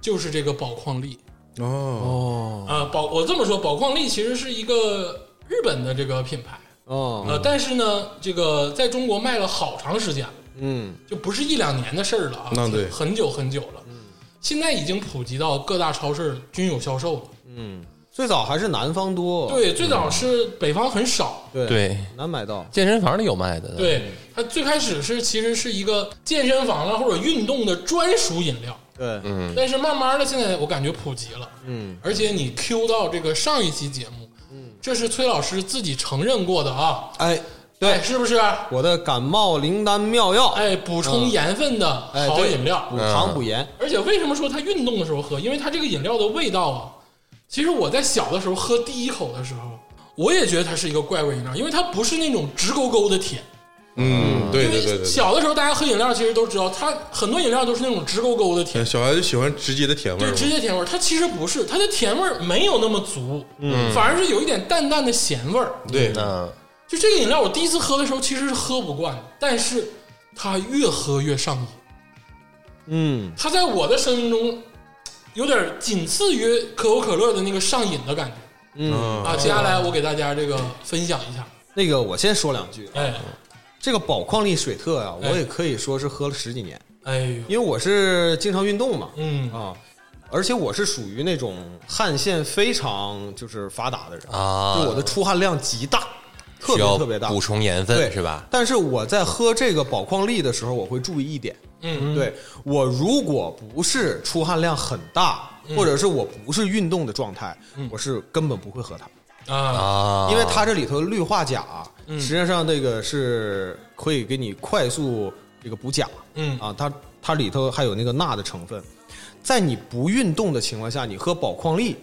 就是这个宝矿力哦，啊。宝我这么说，宝矿力其实是一个日本的这个品牌，哦呃，嗯但是呢，这个在中国卖了好长时间了，嗯就不是一两年的事儿了啊，那对嗯很久很久了。现在已经普及到各大超市均有销售了。嗯，最早还是南方多，哦对，最早是北方很少，对对，难买到。健身房里有卖的。，对，它最开始是其实是一个健身房了或者运动的专属饮料，对，嗯但是慢慢的现在我感觉普及了，嗯，而且你 Q 到这个上一期节目，嗯，这是崔老师自己承认过的啊，哎，哎对，是不是？我的感冒灵丹妙药，哎，补充盐分的哎，好饮料，对补糖补盐，而且为什么说它运动的时候喝？因为它这个饮料的味道啊，其实我在小的时候喝第一口的时候，我也觉得它是一个怪味饮料，因为它不是那种直勾勾的甜。嗯，对因对对为对小的时候大家喝饮料其实都知道，它很多饮料都是那种直勾勾的对，甜，小孩就喜欢直接的甜味对，儿嘛，直接甜味儿。它其实不是，它的甜味儿没有那么足，嗯，反而是有一点淡淡的咸味儿。对，嗯，就这个饮料，我第一次喝的时候其实是喝不惯的，但是它越喝越上瘾。嗯，它在我的生命中有点仅次于可口可乐的那个上瘾的感觉。嗯啊，接下来我给大家这个分享一下，那个我先说两句，哎，这个宝矿力水特啊，我哎也可以说是喝了十几年，哎呦，因为我是经常运动嘛，嗯啊，而且我是属于那种汗腺非常就是发达的人啊就我的出汗量极大，特需别要特别大，补充盐对分是吧？但是我在喝这个宝矿力的时候，我会注意一点，嗯，对我如果不是出汗量很大，或者是我不是运动的状态，我是根本不会喝它。啊，啊，因为它这里头的氯化钾，啊实际上这个是可以给你快速这个补钾，嗯啊，它它里头还有那个钠的成分，在你不运动的情况下，你喝宝矿力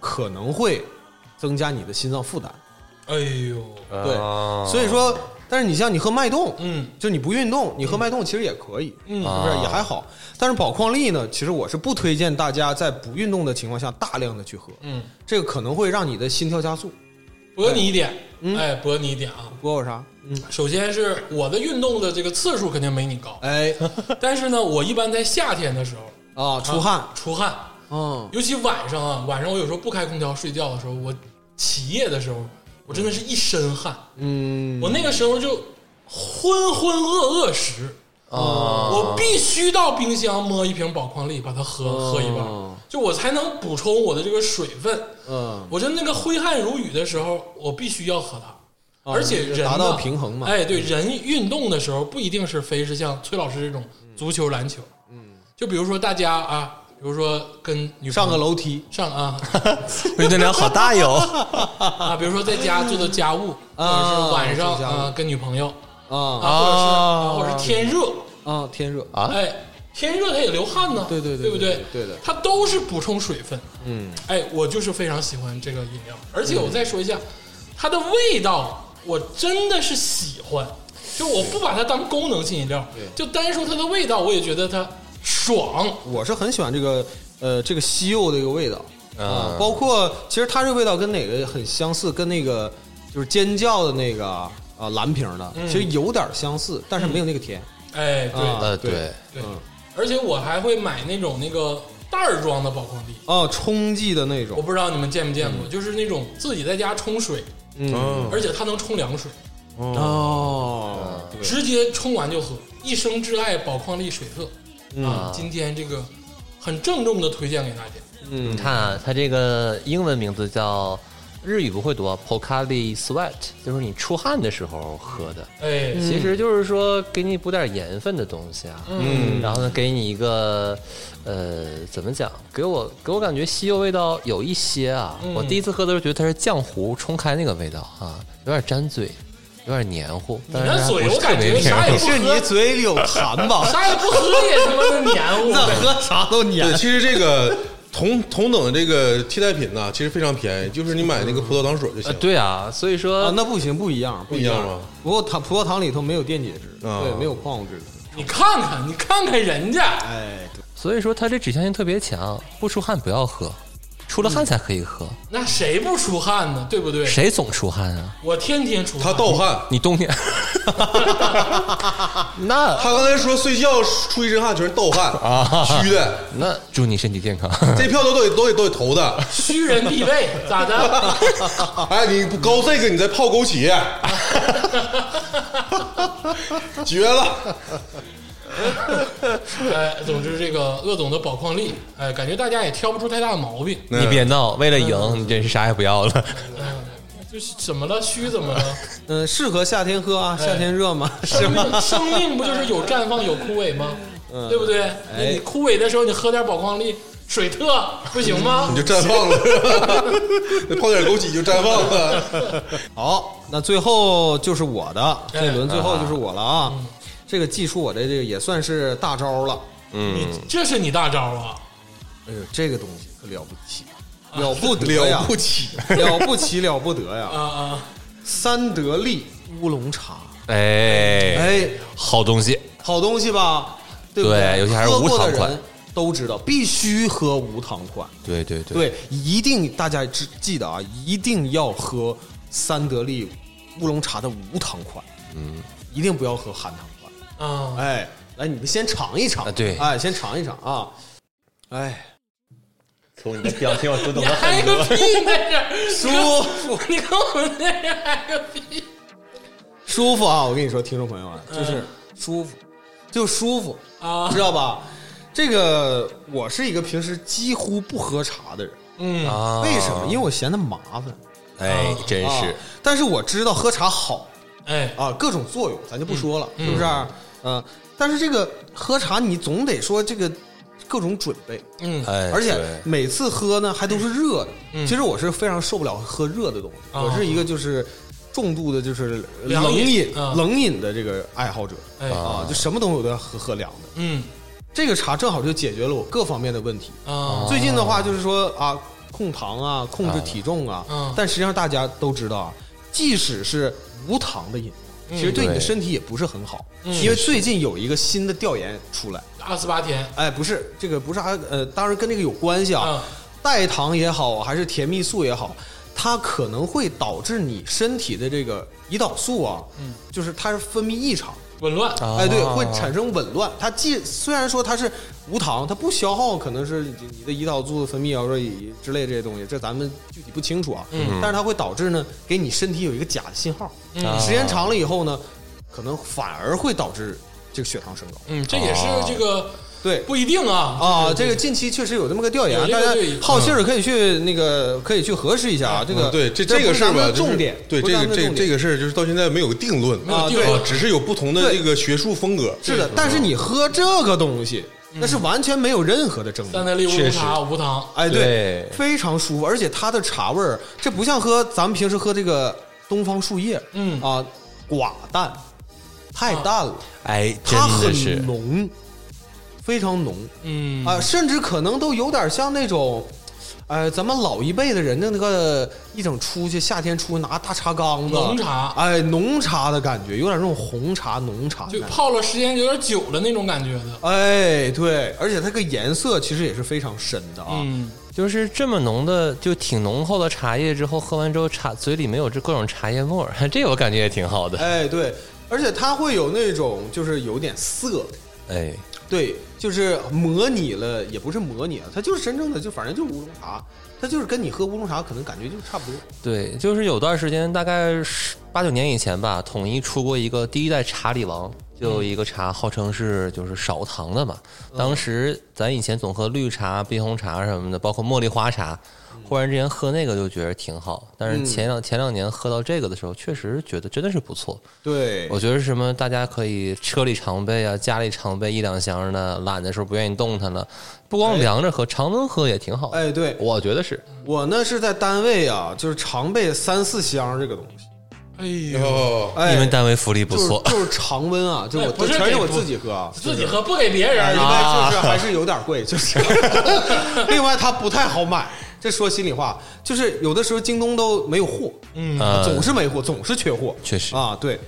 可能会增加你的心脏负担，哎呦，对，哦所以说，但是你像你喝脉动，嗯，就你不运动，你喝脉动其实也可以，嗯，是不是啊也还好？但是宝矿力呢，其实我是不推荐大家在不运动的情况下大量的去喝，嗯，这个可能会让你的心跳加速。驳你一点，嗯哎，驳你一点啊。说我啥？嗯，首先是我的运动的这个次数肯定没你 高，哎，但是呢，我一般在夏天的时候 啊，出汗，出汗，嗯，尤其晚上啊，晚上我有时候不开空调睡觉的时候，我起夜的时候，我真的是一身汗，嗯，我那个时候就浑浑噩噩时。啊！我必须到冰箱摸一瓶宝矿力，把它喝、喝一半，就我才能补充我的这个水分。嗯，我就那个挥汗如雨的时候，我必须要喝它，而且人呢啊达到平衡嘛嗯哎，对，人运动的时候不一定是非是像崔老师这种足球、篮球，嗯，就比如说大家啊，比如说跟女朋上友个楼梯，上啊 运动量好大哟。啊，比如说在家做做家 务，或啊者是晚上做家务啊跟女朋友啊啊，或者是啊或者是天热，啊，天热啊哎，天热它也流汗呢，对对对对不对对的它都是补充水分。嗯，哎，我就是非常喜欢这个饮料，而且我再说一下，它的味道我真的是喜欢，就我不把它当功能性饮料，就单说它的味道，我也觉得它爽。我是很喜欢这个呃这个西柚的一个味道啊、嗯包括其实它这个味道跟哪个很相似，跟那个就是尖叫的那个啊、蓝瓶的、其实有点相似，但是没有那个甜。哎，对、啊呃，对对，对，而且我还会买那种那个袋儿装的宝矿力。哦，冲剂的那我种，不知道你们见没见过，就是那种自己在家冲水，嗯而且它能冲凉水，哦，直接冲完就喝。一生挚爱宝矿力水特，啊，今天这个很郑重的推荐给大家。嗯嗯你看啊，它这个英文名字叫日语不会读 Pokali Sweat，就是你出汗的时候喝的。哎，其实就是说给你补点盐分的东西啊，嗯，然后呢，给你一个，呃，怎么讲？给我给我感觉西柚味道有一些啊，我第一次喝的时候觉得它是浆糊冲开那个味道啊，有点粘嘴，有点黏糊，但是那它不嘴哎是我特感觉别啥也黏糊不是你喝，嘴里有痰吧？ 啥也不喝也他妈的黏糊那呗。喝啥都对，黏。啊其实这个同同等的这个替代品呢，其实非常便宜，就是你买那个葡萄糖水就行呃，了，对啊，所以啊说，那不行，不一样，不不一样吗？不过糖葡萄糖里头没有电解质，啊对，没有矿物质。你看看，你看看人家，哎，对所以说它这指向性特别强，不出汗不要喝，出了汗才可以喝，那谁不出汗呢？对不对？谁总出汗啊？我天天出他汗。盗汗，你冬天，那他刚才说睡觉出一身汗全是盗汗啊虚的， 那祝你身体健康。这票都都得都得都得投的。 虚人必备，咋的？哎，你不勾这个，你再泡枸杞，绝了！哎，总之这个鄂总的宝矿力，哎，感觉大家也挑不出太大毛病。 你别闹，为了赢，你真是啥也不要了。就是怎么了？虚怎么了？嗯，适合夏天喝哎啊，夏天热 嘛，是生吗？命生命不就是有绽放有枯萎吗？对不对？你你枯萎的时候，你喝点宝矿力水特不行吗你？就绽 放了，是吧？泡点枸杞就绽放了。 好，那最后就是我的哎这轮，最后就是我了啊！这个技术我的这个也算是大招了。你这是你大招啊！哎呦，这个东西可了不起，了不得哎呀啊了，不起！了不起，了不得呀！啊啊！三得利乌龙茶，哎，哎，好东西，好东西吧？对不对尤其还是无喝糖款，过的人都知道必须喝无糖款。对对对，对，一定大家记记得啊，一定要喝三得利乌龙茶的无糖款，嗯，一定不要喝含糖款。啊，哎，来，你们先尝一尝，哦啊对哎，先尝一尝啊，哎，从你的表情我都懂你嗨哎个屁在这儿！舒服 你跟我们在这儿嗨个屁！嗯舒服啊！我跟你说，听众朋友啊，就是舒服，就舒服啊知道吧？这个我是一个平时几乎不喝茶的人，嗯啊，为什么？因为我嫌它麻烦。哎，真啊是，但是我知道喝茶好哎，啊，各种作用咱就不说了，是不是？嗯，但是这个喝茶你总得说这个各种准备，嗯，哎，而且对每次喝呢还都是热的。其实我是非常受不了喝热的东西，啊我是一个就是重度的，就是凉冷饮饮啊冷饮的这个爱好者哎，啊，就什么东西我都要喝喝凉的。嗯这个茶正好就解决了我各方面的问题。啊，最近的话就是说啊，控糖啊，控制体重啊，嗯但实际上大家都知道啊，即使是无糖的饮料。其实对你的对身体也不是很好，嗯因为最近有一个新的调研出来，二十八天，哎，不是这个不是啊，呃，当然跟这个有关系嗯啊，代糖也好，还是甜蜜素也好，它可能会导致你身体的这个胰岛素啊，嗯就是它是分泌异常，紊乱，啊哎，对，会产生紊乱。它既虽然说它是无糖，它不消耗，可能是你的胰岛素分泌啊，或者以之类这些东西，这咱们具体不清楚啊。嗯，但是它会导致呢，给你身体有一个假的信号，嗯啊时间长了以后呢，可能反而会导致这个血糖升高。嗯，这也是这个对，不一定啊，啊，这个近期确实有这么个调研啊，有这大个家对好奇儿可以去那个可以去核实一下啊。这个嗯对，这这不个是事咱儿们吧，的就是重点对这个这这个个事儿，就是到现在没有个定论，没有定啊论啊，只是有不同的对这个学术风格。是的，但是你喝这个东西，那是完全没有任何的争三议。得利乌确龙实茶无糖，哎，对非常舒服，而且它的茶味儿，这不像喝咱们平时喝这个东方树叶，嗯啊，寡淡，太淡了，哎，真它的是很浓，非常浓。嗯啊，甚至可能都有点像那种，呃，咱们老一辈的人的那个一整出去夏天出去拿大茶缸子浓茶哎，浓茶的感觉，有点那种红茶浓茶的就感觉。泡了时间有点久了那种感觉的，哎，对，而且它个颜色其实也是非常深的啊。嗯，就是这么浓的，就挺浓厚的茶叶，之后喝完之后茶嘴里没有这各种茶叶沫儿， 这我感觉也挺好的。哎，对，而且它会有那种就是有点涩，哎，对，就是模拟了，也不是模拟啊，它就是真正的就反正就是乌龙茶，它就是跟你喝乌龙茶可能感觉就差不多。对，就是有段时间，大概十八九年以前吧，统一出过一个第一代茶里王，就嗯有一个茶号称是就是少糖的嘛。当时咱以前总喝绿茶、冰红茶什么的，包括茉莉花茶，嗯忽然之间喝那个就觉得挺好。但是前两前两年喝到这个的时候，确实觉得真的是不错。对，我觉得是什么，大家可以车里常备啊，家里常备一两箱的，懒的时候不愿意动它了，不光凉着喝，常温喝也挺好。哎，对，我觉得是，我呢是在单位啊，就是常备三四箱这个东西。哎呦，哦，哎，你们单位福利不错，就是，就是常温 啊，就我哎不是全是给我不自己喝啊，自己喝不给别人另啊，外就是还是有点贵，就是 另外它不太好买。这说心里话，就是有的时候京东都没有货，嗯呃总是没货，总是缺货，确实啊，对。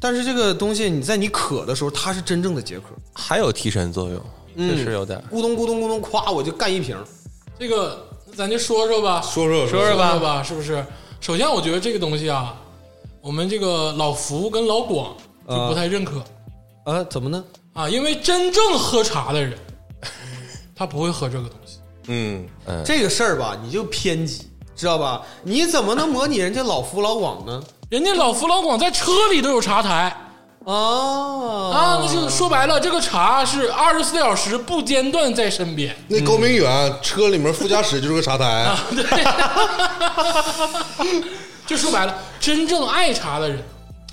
但是这个东西你在你渴的时候，它是真正的解渴，嗯还有提神作用，确实有点。咕咚咕咚咕咚，咵我就干一瓶。这个咱就说说吧，说说说说，吧，吧，是不是？首先，我觉得这个东西啊，我们这个老福跟老广就啊不太认可呃，怎么呢？啊，因为真正喝茶的人，他不会喝这个东西。嗯，这个事儿吧，你就偏激，知道吧？你怎么能模拟人家老夫老广呢？人家老福老广在车里都有茶台啊啊，那就是说白了，这个茶是二十四小时不间断在身边。那高嗯明远啊车里面副驾驶就是个茶台，啊 就说白了，真正爱茶的人，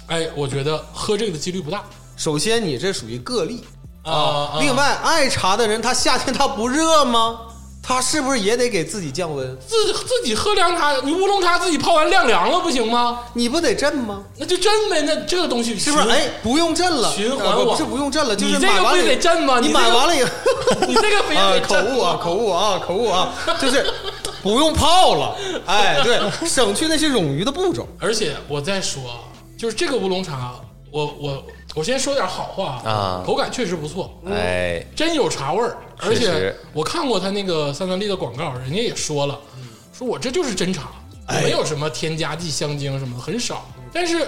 哎，我觉得喝这个的几率不大首先你这属于个例啊哦另外，爱茶的人他夏天他不热吗？他是不是也得给自己降温？自自己喝凉茶，你乌龙茶自己泡完晾凉了不行吗？你不得震吗？那就真没那这个东西是不是？哎，不用震了，循环呃不网不是不用震了，就你是这个买完不了也得震吗你你这个买完了以后， 你这个非啊得，口误啊，口误啊，口误啊，就是不用泡了。哎，对，省去那些冗余的步骤。而且我再说，啊，就是这个乌龙茶，我我我先说点好话啊口感确实不错，哎，真有茶味儿。而确实且我看过他那个三得利的广告，人家也说了，嗯说我这就是真茶，哎没有什么添加剂、香精什么的，很少。但是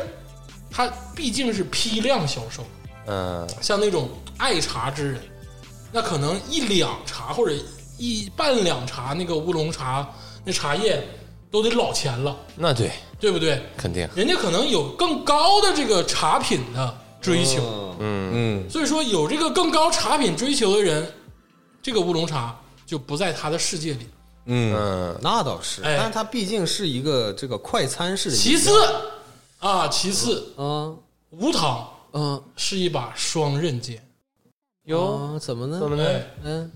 它毕竟是批量销售，嗯，像那种爱茶之人，那可能一两茶或者一半两茶那个乌龙茶那茶叶都得老钱了，那对，对不对？肯定人家可能有更高的这个茶品的追求，嗯，所以说有这个更高茶品追求的人，这个乌龙茶就不在他的世界里。嗯，嗯，那倒是，哎但是它毕竟是一个这个快餐式的饮其料。次啊，其次，嗯无糖嗯，是一把双刃剑，哟，啊怎么呢？怎么呢？哎，嗯，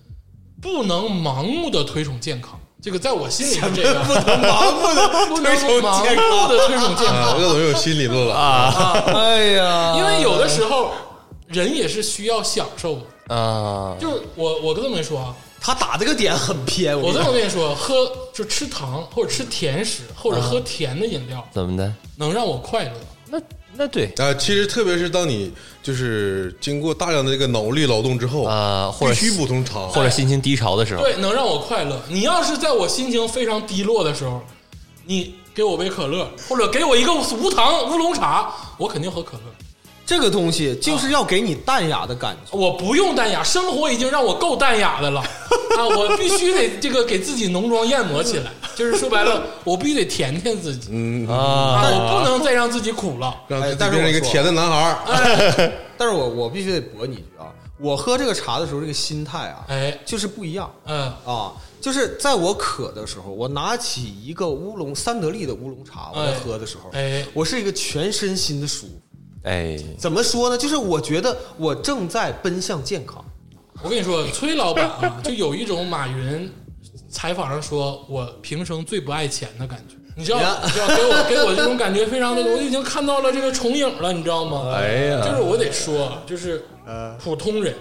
不能盲目的推崇健康。这个在我心里是这样，盲目的不能盲健目的推崇健啊，康我，总有新理论了啊，哎 呀，因为有的时候人也是需要享受的。啊，就是我，我跟他们说啊，他打这个点很偏，我我这跟么你跟你说，喝就吃糖或者吃甜食或者喝甜的饮料，怎么的？能让我快乐。那那对啊，其实特别是当你就是经过大量的这个脑力劳动之后啊或者必须补充糖，或者心情低潮的时候，对，能让我快乐。你要是在我心情非常低落的时候，你给我杯可乐，或者给我一个无糖乌龙茶，我肯定喝可乐。这个东西就是要给你淡雅的感觉。我不用淡雅，生活已经让我够淡雅的了啊！我必须得这个给自己浓妆艳抹起来，就是说白了，我必须得甜甜自嗯己啊！啊，我不能再让自己苦了。让自哎己但变是成一个我说甜的男孩儿。但是我我必须得驳你一句啊，我喝这个茶的时候，这个心态啊，哎就是不一样嗯啊。就是在我渴的时候，我拿起一个乌龙三得利的乌龙茶，我在哎喝的时候，哎我是一个全身心的舒服。哎，怎么说呢？就是我觉得我正在奔向健康。我跟你说，崔老板啊，就有一种马云采访上说我平生最不爱钱的感觉。你知道，呀你知道，给我给我这种感觉非常的，我已经看到了这个重影了，你知道吗？哎呀就是我得说，就是呃普通人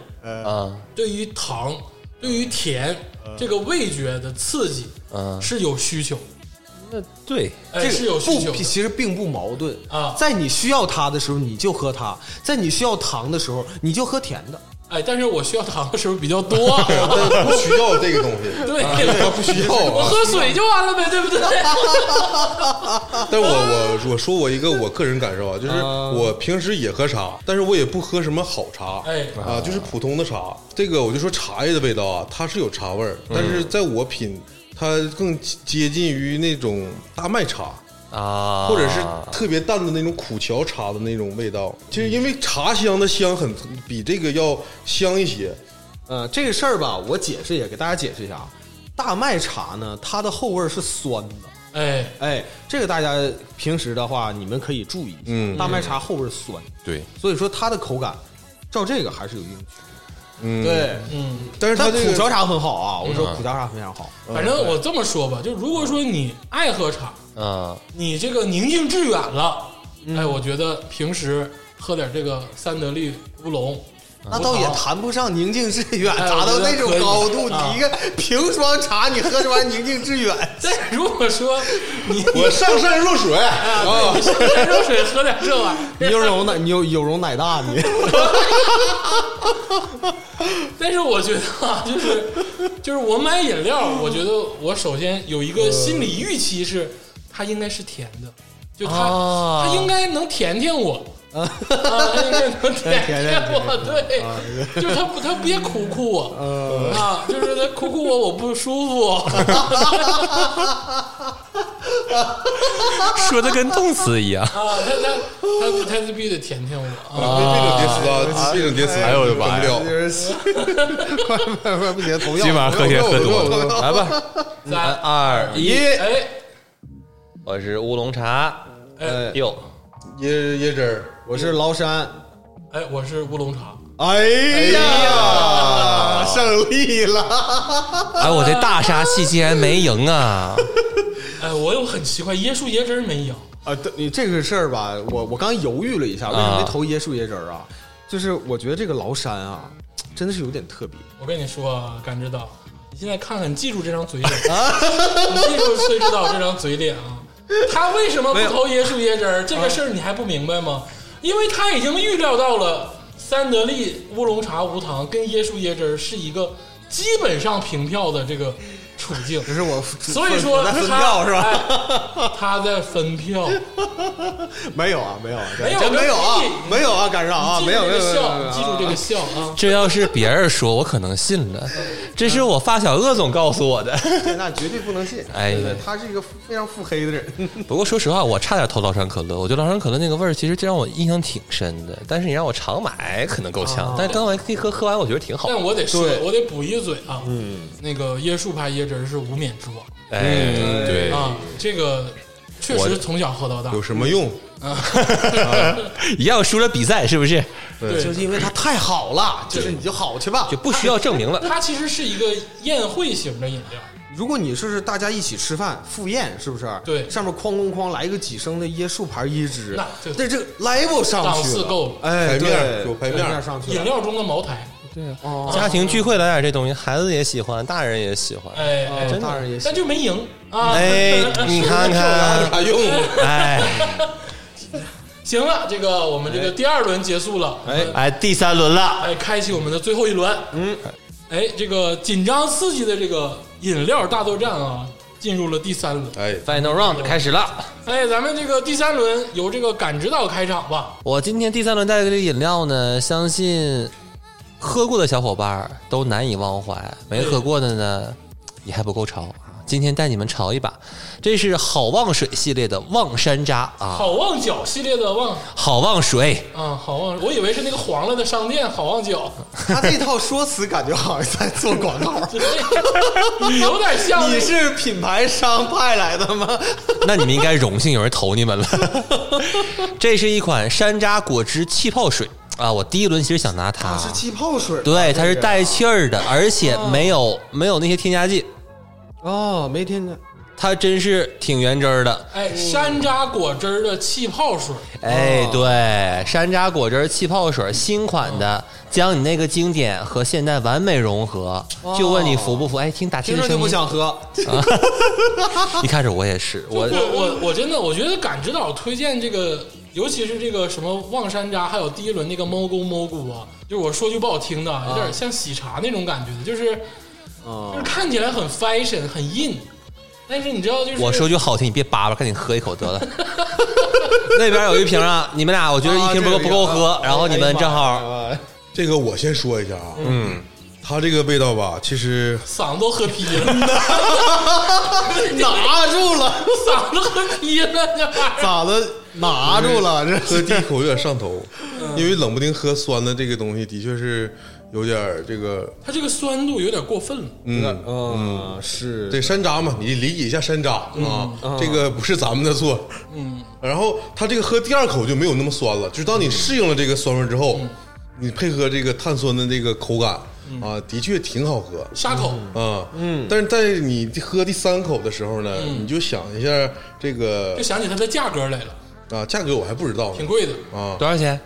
啊，对于糖、对于甜呃这个味觉的刺激嗯是有需求的，那对，哎这个是有需求不，的。其实并不矛盾啊在你需要它的时候，你就喝它；在你需要糖的时候，你就喝甜的。哎，但是我需要糖的时候比较多，啊 哎但是不需要这个东西，对，他不需要啊我喝水就完了呗，对不 对？但我我我说我一个我个人感受啊，就是我平时也喝茶，但是我也不喝什么好茶，哎啊，就是普通的茶。这个我就说茶叶的味道啊，它是有茶味儿，但是嗯在我品，它更接近于那种大麦茶。啊，或者是特别淡的那种苦荞茶的那种味道，其实因为茶香的香很比这个要香一些，呃，这个事儿吧，我解释也给大家解释一下啊。大麦茶呢，它的后味儿是酸的。哎，哎，这个大家平时的话，你们可以注意一下。嗯大麦茶后味儿酸，对，所以说它的口感，照这个还是有硬区嗯，嗯别。，对，嗯。但是它但这苦荞个茶很好啊，我说苦荞茶非常好。反正我这么说吧，就如果说你爱喝茶，啊，你这个宁静致远了，哎，我觉得平时喝点这个三得利乌龙，那倒也谈不上宁静致远，哎达到我觉得那种可以高度。啊你一个瓶装茶，你喝出来宁静致远，但如果说你我上善若水啊，喝热水喝点这玩意哦你有容奶，你有有容奶大，你儿，但是我觉得啊，就是就是我买饮料，我觉得我首先有一个心理预期是它应该是甜的，就它、啊它应该能甜甜我。啊，它应该能甜甜甜甜我，对，就是它不，它别苦哭我，啊，就是他哭哭我我不舒 服，啊说的跟动词 一样。啊，他他他他必须得甜甜我啊，啊这种叠词啊，这种叠词，哎呦我的妈呀整哦不了。就是 快快快不行，头今晚上喝些喝多了，来吧，三三二一，哎我是乌龙茶，哎哟，椰椰汁儿，我是崂山，哎，我是乌龙茶，哎呀，胜利了！哎，我这大杀器竟然没赢啊！哎，我又很奇怪，椰树椰汁儿没赢，啊，对你这个事儿吧，我我刚犹豫了一下，为什么没投椰树椰汁儿啊？就是我觉得这个崂山啊，真的是有点特别。我跟你说啊，感知到，你现在看看，你记住这张嘴 脸，啊你记住崔指导这张嘴脸啊，他为什么不投椰树椰汁儿？这啊个事儿你还不明白吗？因为他已经预料到了三得利乌龙茶无糖跟椰树椰汁儿是一个基本上平票的这个处境，可是我，所以说我在他分票是吧？吧？他在分票，哎没有啊，没有啊，没有真没有啊没有，没有啊，赶上啊，记没住有，这没有，个没有没笑，有记住这个笑啊！这要是别人说，我可能信了，这是我发小鄂总告诉我的。这啊那绝对不能信。哎呀对对他是一个非常腹黑的人。 不过说实话，我差点投崂山可乐，我觉得崂山可乐那个味儿其实就让我印象挺深的。但是你让我常买可能够呛，但是刚完一喝喝完，我觉得挺好。但我得说对，我得补一嘴啊，嗯，那个椰树牌椰汁儿人是无冕之王哎，对，啊，这个确我实从小喝到大有，什么用？ 一样输了比赛是不是？就对。是因为它太好了，就是你就好去吧 就。不需要证明了。它其实是一个宴会型的饮料，如果你说是大家一起吃饭赴宴，是不是？对上面哐哐哐来个几升的椰树牌椰汁，那对这这 level 上档去次了够了哎，排面儿对有排面儿排面上去饮了。料中的茅台，哦，家庭聚会来点这东西，孩子也喜欢，大人也喜欢。哎，哦哎大人也但行。就没赢啊。 哎，你看有 看，啥用？哎行了，这个我们这个第二轮结束了，哎哎，第三轮了，哎，开启我们的最后一轮。嗯，哎，这个紧张刺激的这个饮料大作战啊，进入了第三轮。哎， ，final round 开始了。哎，咱们这个第三轮由这个感知岛开场吧。我今天第三轮带的这个饮料呢，相信喝过的小伙伴儿都难以忘怀，没喝过的呢也还不够潮啊。今天带你们潮一把，这是好望水系列的望山楂啊，好望角系列的望好 望水，啊，好望，我以为是那个黄了的商店好望角， 他这套说辞感觉好像在做广告。 你哎有点像那你是品牌商派来的吗？那你们应该荣幸有人投你 们了。这是一款山楂果汁气泡水啊，我第一轮其实想拿它，哦是气泡水。啊对，它是带气儿的，而且没有没有那些添加剂，哦，没听见。它真是挺原汁儿的。哎山楂果汁儿的气泡水，哎，对，山楂果汁儿气泡水新款的，将你那个经典和现代完美融合。就问你服不服？哎，听打气听的着就声不音，想喝，一开始我也是，我 我我我真的我觉得感知岛推荐这个，尤其是这个什么望山楂，还有第一轮那个猫咕猫咕啊，就是我说句不好听的啊，有点像喜茶那种感觉的，就是就是看起来很 fashion 很 in，但是你知道就是我说句好听，你别叭叭，赶紧喝一口 得了。那边有一瓶啊，你们俩我觉得一瓶不够啊这个不够喝啊，然后你们正好哎这个我先说一下啊，嗯，它这个味道吧，其实嗓子都喝劈了，拿住了，嗓子喝劈了，这玩意儿咋的？拿住了，这嗯嗯喝第一口有点上头，因为冷不丁喝酸的这个东西的确是有点儿这个，它这个酸度有点过分了，嗯，嗯是对，山楂嘛，你理解一下山楂啊，这个不是咱们的错，嗯。然后它这个喝第二口就没有那么酸了，就是当你适应了这个酸味之后，嗯你配合这个碳酸的这个口感啊，的确挺好喝。沙口。啊，嗯，但是在你喝第三口的时候呢，嗯你就想一下这个就想起它的价格来了，啊，价格我还不知道挺呢贵的，啊，多少钱？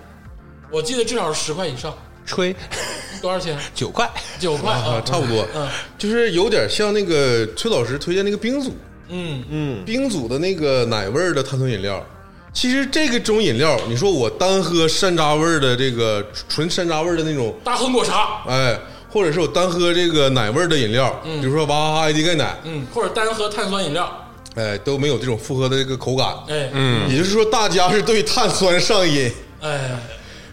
我记得至少是十块以上，吹 多少钱？九块。九块啊，啊，差不多嗯，就是有点像那个崔老师推荐那个冰组，嗯，冰组的那个奶味儿的碳酸饮料。其实这个种饮料，你说我单喝山楂味儿的这个纯山楂味儿的那种，大亨果茶，哎，或者是我单喝这个奶味儿的饮料，比如说娃哈哈 AD 钙奶，嗯，或者单喝碳酸饮料，哎，都没有这种复合的这个口感。哎，嗯，也就是说，大家是对碳酸上瘾。哎，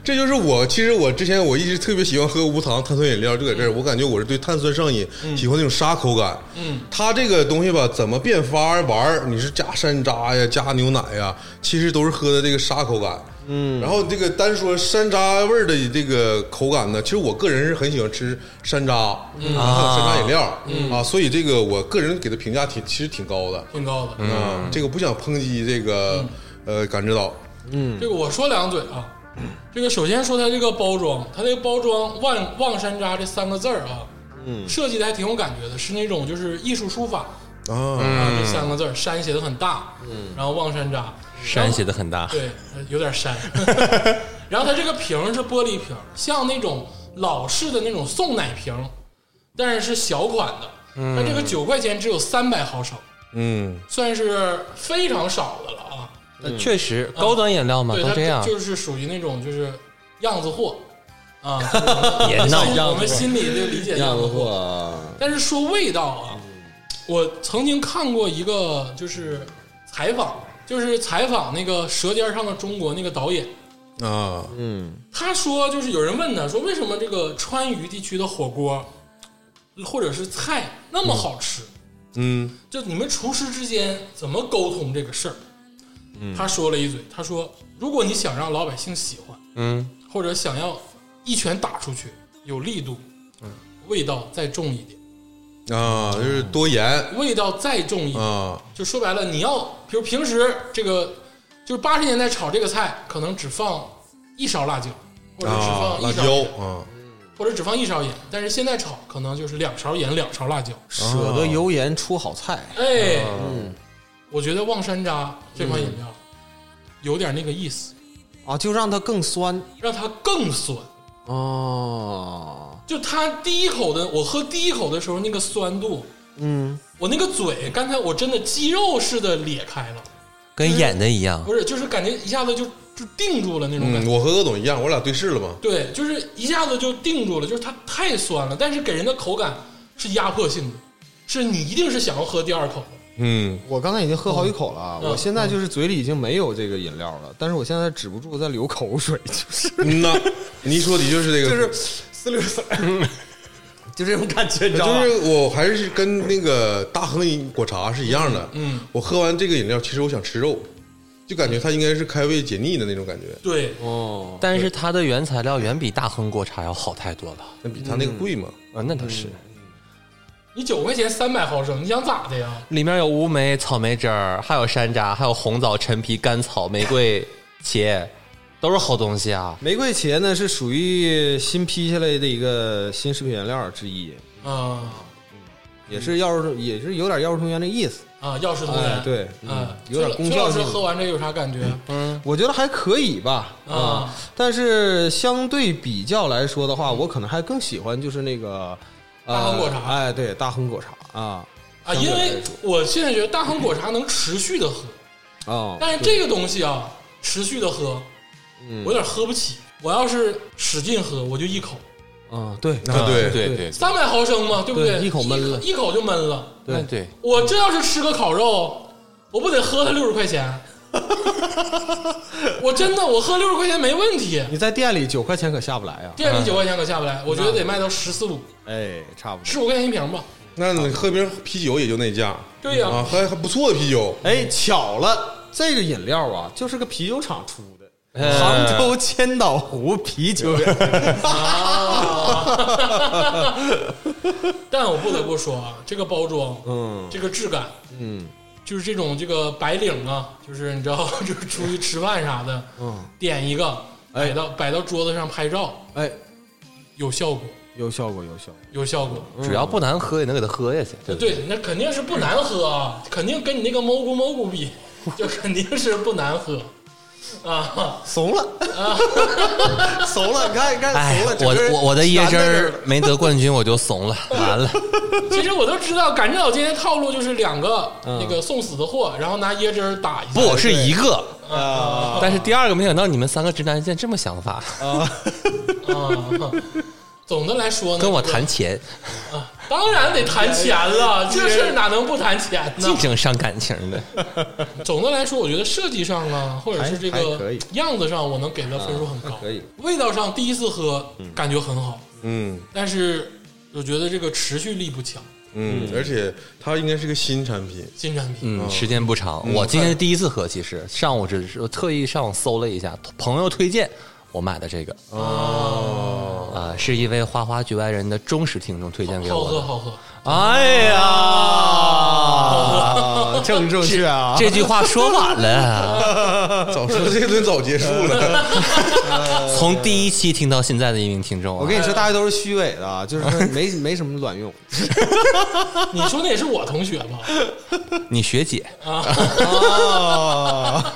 这就是我，其实我之前我一直特别喜欢喝无糖碳酸饮料，就在这儿，我感觉我是对碳酸上瘾，喜欢那种沙口感。嗯，它这个东西吧，怎么变法儿玩儿，你是加山楂呀，加牛奶呀，其实都是喝的这个沙口感。嗯，然后这个单说山楂味儿的这个口感呢，其实我个人是很喜欢吃山楂，嗯、还有山楂饮料、嗯、啊，所以这个我个人给的评价挺其实挺高的。挺高的。啊，这个不想抨击这个、呃感知岛，嗯这个我说两嘴啊，这个首先说它这个包装，它这个包装“望望山楂”这三个字儿啊，嗯，设计的还挺有感觉的，是那种就是艺术书法啊，啊，这三个字儿山写的很大，嗯，然后望山楂，山写的很大，对，呃有点山。然后它这个瓶儿是玻璃瓶儿，像那种老式的那种送奶瓶儿，但是是小款的。它这个九块钱只有三百毫升，嗯，算是非常少的了啊。嗯呃确实高端饮料嘛，对，都它这样。就是属于那种就是样子货 啊。别闹，我们心里就理解样子货。货，但是说味道啊，我曾经看过一个就是采访，就是采访那个《舌尖上的中国》那个导演，啊，他说，就是有人问他说，为什么这个川渝地区的火锅或者是菜那么好吃？嗯就你们厨师之间怎么沟通这个事儿？嗯他说了一嘴，他说，如果你想让老百姓喜欢，嗯，或者嗯想要一拳打出去有力度，味道再重一点，啊，就是多盐味道再重一点。啊，就说白了，你要比如平时这个，就是八十年代炒这个菜，可能只放一勺辣椒，或者只啊，放辣一勺椒盐，啊，或者只放一勺盐。但是现在炒可能就是两勺盐，两勺辣椒。舍得油盐出好菜，哎，我觉得望山楂这款饮料有点那个意思，啊，就让它更酸让它更酸。哦，就它第一口的，我喝第一口的时候那个酸度，嗯，我那个嘴，刚才我真的肌肉似的裂开了，跟演的一样不。是，就是感觉一下子就就定住了那种感嗯，觉。我和鄂总一样，我俩对视了嘛，对，就是一下子就定住了，就是它太酸了，但是给人的口感是压迫性的，是你一定是想要喝第二口的。嗯，我刚才已经喝好几口了啊，嗯我现在就是嘴里已经没有这个饮料了，但是我现在止不住在流口水，就是嗯呐，你一说的就是这个，就是四六三，就这种感觉，你知道吗？就是啊我还是跟那个大亨果茶是一样的。嗯嗯我喝完这个饮料，其实我想吃肉，就感觉它应该是开胃解腻的那种感觉，对，哦，但是它的原材料远比大亨锅茶要好太多了那比它那个贵嘛。啊，那倒是。嗯你九块钱三百毫升，你想咋的呀？里面有乌梅、草莓汁儿，还有山楂，还有红枣、陈皮、甘草、玫瑰、茄，都是好东西啊。玫瑰茄呢是属于新批下来的一个新食品原料之一，啊也是药入也是有点药入中原的意思。啊，药食同哎源，，对，嗯，有点功崔老效师性。嗯喝完这有啥感觉？我觉得还可以吧，嗯啊但是相对比较来说的话，我可能还更喜欢就是那个呃嗯大亨果茶哎，对，大亨果茶啊啊，相对因来为说我现在觉得大亨果茶能持续的喝，啊，但是这个东西啊，持续的喝，嗯我有点喝不起。我要是使劲喝，我就一口啊，对，啊，对，对对三百毫升嘛，对不对一口闷了一口就闷了。对对，我这要是吃个烤肉，我不得喝它六十块钱？ 我真的，我喝六十块钱没问题。你在店里九块钱可下不来呀、店里九块钱可下不来，我觉得得卖到十四五、哎，差不多。十五块钱一瓶吧。那你喝瓶啤酒也就那价。对呀啊，还还不错的啤酒。哎，巧了，这个饮料啊，就是个啤酒厂出的。哎杭州千岛湖啤酒但我不得不说啊，这个包装，嗯，这个质感，嗯，就是这种这个白领啊，就是你知道， 就是出去吃饭啥的，嗯，点一个摆到摆到桌子上拍照， 哎，有效果，有效果，有效果。有效果。只要不难喝也能给它喝下去，嗯对不对？对，那肯定是不难喝啊，肯定跟你那个蘑菇蘑菇比，就肯定是不难喝啊。怂了， 怂了，看看哎怂了。，整个我人我我的椰汁悬在这儿没得冠军，我就怂 了，完了。其实我都知道，感知岛今天套路就是两个那个送死的货，然后拿椰汁儿打一下。不是一个，啊但是第二个没想到你们三个直男竟然这么想法，啊。总的来说呢，跟我这个谈钱，当然得谈钱了，这事儿哪能不谈钱呢竞？争伤感情的。总的来说，我觉得设计上啊，或者是这还还可个以样子上，我能给的分数很高。可以，味道上第一次喝感觉很好，嗯但是我觉得这个持续力不强。嗯，而且它应该是个新产 品。新产品，嗯，时间不长，我今天是第一次喝，其实上午只是我特意上网搜了一下，朋友推荐我买的这个。哦，啊，是一位花花局外人的忠实听众推荐给好我喝的。好喝。哎 呀， 啊，正正确啊，这句话说晚 了，早说这顿早结束 嗯了，从第一期听到现在的一名听众啊，我跟你说，大家都是虚伪的啊，就是说没没什么卵 用。你说那也是我同学吧？你学姐，哦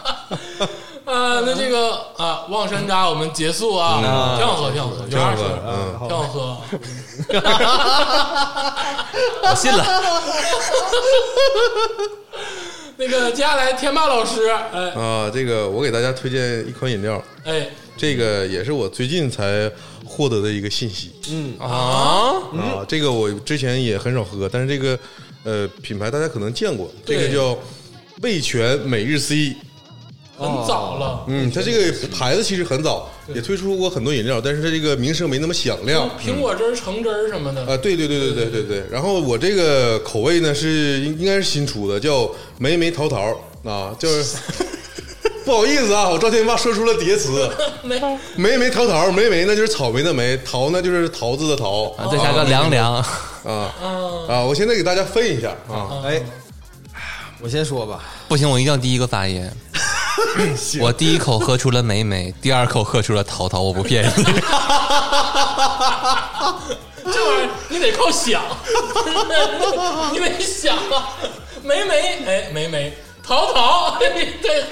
啊，那这个啊，望山楂我们结束啊，挺好喝，挺好喝，挺好这样吧喝，嗯，挺好喝。我信 了。那个接下来天霸老师，哎啊，这个我给大家推荐一款饮料，哎这个也是我最近才获得的一个信息。啊，啊，这个我之前也很少喝，但是这个呃品牌大家可能见过，这个对叫味全每日 C。很早了，嗯，它这个牌子其实很早，也推出过很多饮料，但是它这个名声没那么响亮。苹果汁儿、橙汁儿什么的啊，对对对对对对对。然后我这个口味呢是应应该是新出的，叫梅梅桃桃啊，就是不好意思啊，我赵天霸说出了叠词，没有。梅梅桃桃，梅梅那就是草莓的梅，桃呢就是桃子的桃啊再加个凉凉，啊，啊，我现在给大家分一下啊，哎，我先说吧，不行，我一定要第一个发 言。我第一口喝出了梅梅，第二口喝出了淘淘，我不骗你。这玩意儿你得靠想， 你得想啊。梅梅，哎，梅梅，淘淘，你得喝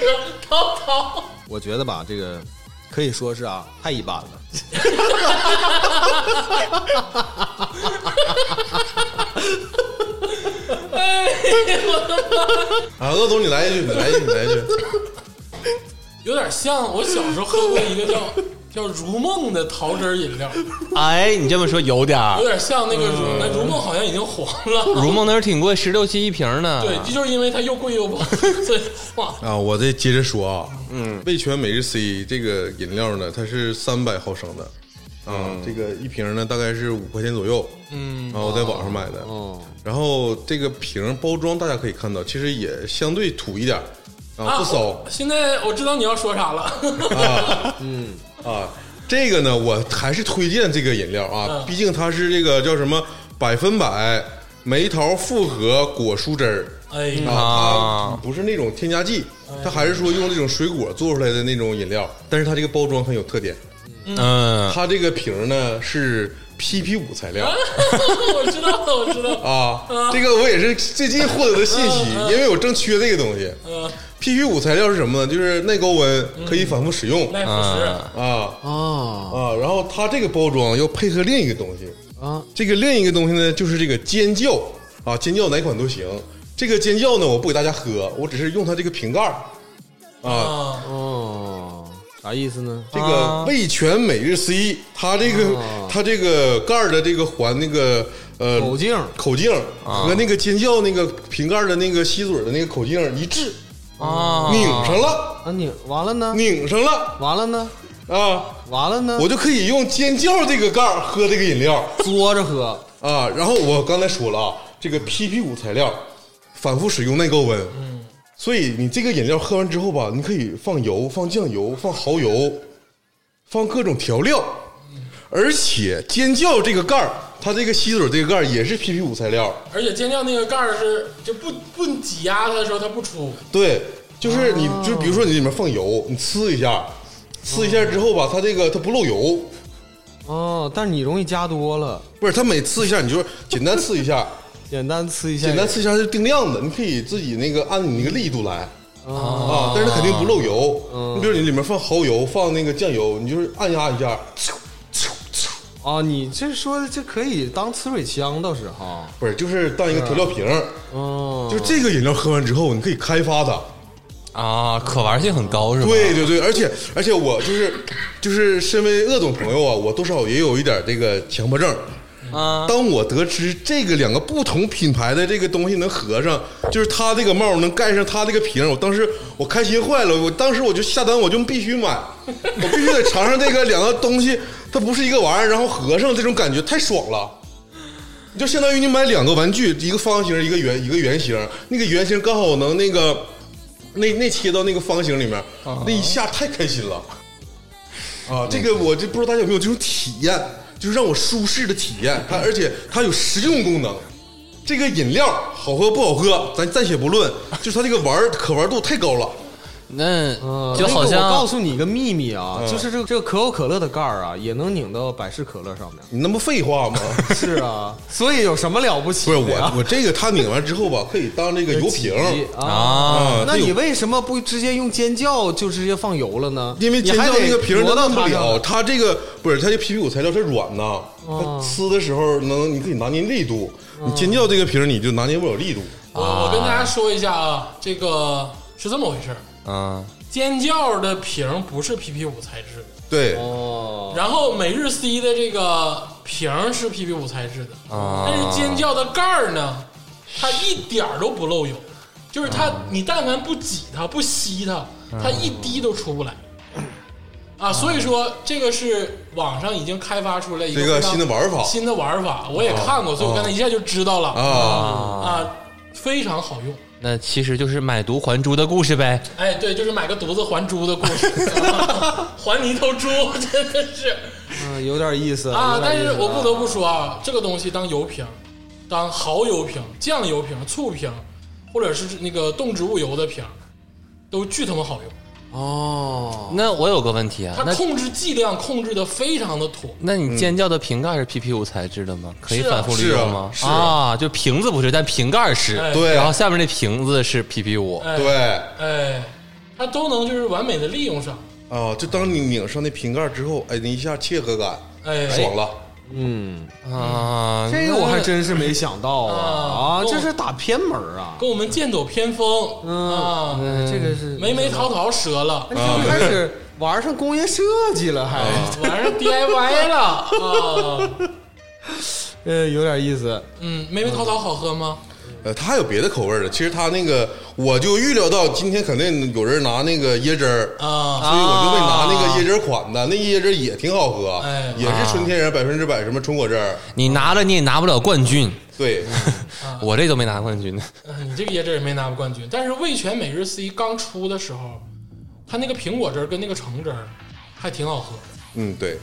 淘淘。我觉得吧，这个可以说是啊，太一般了。啊，鄂总你来一句，你来一句，你来一句，有点像我小时候喝过一个叫叫如梦的桃汁儿饮料， 哎，你这么说有点儿有。点像那个如那如梦好像已经黄了。如梦那是挺贵，十六七一瓶呢。啊对，这就是因为它又贵又黄， 所以黄。 啊，我再接着说啊，嗯，味全每日 C 这个饮料呢，它是三百毫升的，啊，这个一瓶呢大概是五块钱左右，嗯，啊，我在网上买的，哦，然后这个瓶包装大家可以看到，其实也相对土一点儿，啊，不骚我现在我知道你要说啥了，啊，这个呢，我还是推荐这个饮料啊，毕竟它是这个叫什么百分百梅桃复合果蔬汁儿。哎呀，嗯啊，它不是那种添加剂，它还是说用那种水果做出来的那种饮料，但是它这个包装很有特点，嗯，它这个瓶儿呢是 PP 五材料我知道了，我知道了。啊，这个我也是最近获得的信息，因为我正缺这个东西。PP 五材料是什么呢？就是耐高温，可以反复使用耐腐蚀，啊啊啊，然后它这个包装要配合另一个东西，啊，这个另一个东西呢，就是这个尖叫啊，尖叫哪款都行。这个尖叫呢，我不给大家喝，我只是用它这个瓶盖儿啊。啊，哦，啊啥意思呢？这个味全每日 C，它这个、它这个盖儿的这个环那个呃啊口径啊口径和那个尖叫那个瓶盖儿的那个吸嘴儿的那个口径一致，啊，拧上了，啊，你完了呢？拧上了完了呢？啊，完了呢？我就可以用尖叫这个盖儿喝这个饮料。嘬着喝，啊，然后我刚才说了啊，这个 PP 五材料反复使用耐高温，嗯，所以你这个饮料喝完之后吧，你可以放油、放酱油、放蚝油、放各种调料，而且尖叫这个盖儿，它这个吸嘴这个盖儿也是 PP 五材料，而且尖叫那个盖儿是就不不挤压它的时候它不出，对，就是你、就比如说你里面放油，你呲一下，呲一下之后吧，它这个它不漏油，哦，但是你容易加多了，不是它每呲一下你就简单呲一下，简单呲一下，简单呲一下是定量的，你可以自己那个按你那个力度来。啊，但是它肯定不漏油。你比如你里面放蚝油，放那个酱油，你就是按压一下，啊！你这说的这可以当呲水枪倒是哈，不是就是当一个调料瓶儿。嗯，就是这个饮料喝完之后，你可以开发它。啊，可玩性很高是吧？对对对，而且而且我就是就是身为鄂总朋友啊，我多少也有一点这个强迫症。啊，当我得知这个两个不同品牌的这个东西能合上，就是它这个帽能盖上它这个瓶儿，我当时我开心坏了，我当时我就下单，我就必须买，我必须得尝尝这个两个东西，它不是一个玩意儿，然后合上这种感觉太爽了。你就相当于你买两个玩具，一个方形，一个圆，一个圆形，那个圆形刚好能那个那那切到那个方形里面，那一下太开心了。啊，这个我就不知道大家有没有这种体验，就是让我舒适的体验。它而且它有实用功能。这个饮料好喝不好喝，咱暂且不论，就是它这个玩儿可玩度太高了。那嗯就好那个我告像诉你一个秘密啊，嗯就是这个这个可口可乐的盖儿啊，也能拧到百事可乐上面。你那不废话吗？是 啊，所以有什么了不起不的是呀？我，我这个它拧完之后吧，可以当这个油瓶啊。啊，啊。那它有你为什么不直接用尖叫就直接放油了呢？因为尖叫那个瓶儿你还得挪它到弄不它了，上。哦它这个不是它这 PP 五材料它软呐，它撕的时候能你可以拿捏力度，你尖叫这个瓶儿你就拿捏不了力度。我我跟大家说一下啊，这个是这么回事儿。嗯，尖叫的瓶不是 PP 五材质的，对，哦，然后每日 C 的这个瓶是 PP 五材质的，啊啊但是尖叫的盖儿呢，它一点儿都不漏油，就是它啊你但凡不挤它、不吸它，它一滴都出不来。嗯啊，所以说这个是网上已经开发出来一个这个非常新的玩法哦新的玩法我也看过，所以我刚才一下就知道了啊啊，非常好用。那其实就是买椟还珠的故事呗。哎，对，就是买个犊子还猪的故事，还你一头猪，真的是嗯，有点意思啊！有点但意是思我不得不说啊，这个东西当油瓶，当蚝油瓶、酱油瓶、醋瓶，或者是那个动植物油的瓶，都巨他妈好用。啊哦，那我有个问题啊，它那控制剂量控制的非常的妥，那你尖叫的瓶盖是 PP 五材质的吗？可以是啊反复利用吗？是啊是啊就瓶子不是，但瓶盖是。哎对然后下面那瓶子是 PP 五。哎对，哎，它都能就是完美的利用上，啊，就当你拧上那瓶盖之后，哎，你一下切合感，哎，爽了。嗯，啊，这个那我还真是没想到啊啊啊，这是打偏门啊，跟我们剑走偏锋、嗯啊，这个是梅梅桃桃折 了，那你就开始玩上工业设计了，还完上 DIY 哎了啊， 呃有点意思。嗯，梅梅桃桃好喝吗？呃，它还有别的口味儿的，其实它那个我就预料到今天肯定有人拿那个椰汁儿，啊，所以我就会拿那个椰汁儿款的，那椰汁儿也挺好喝，哎也啊是纯天然百分之百什么纯果汁儿，你拿了你也拿不了冠军，对，我这都没拿冠军呢。哎你这个椰汁儿也没拿过冠军，但是味全每日 C 刚出的时候，它那个苹果汁儿跟那个橙汁儿还挺好喝的。嗯对，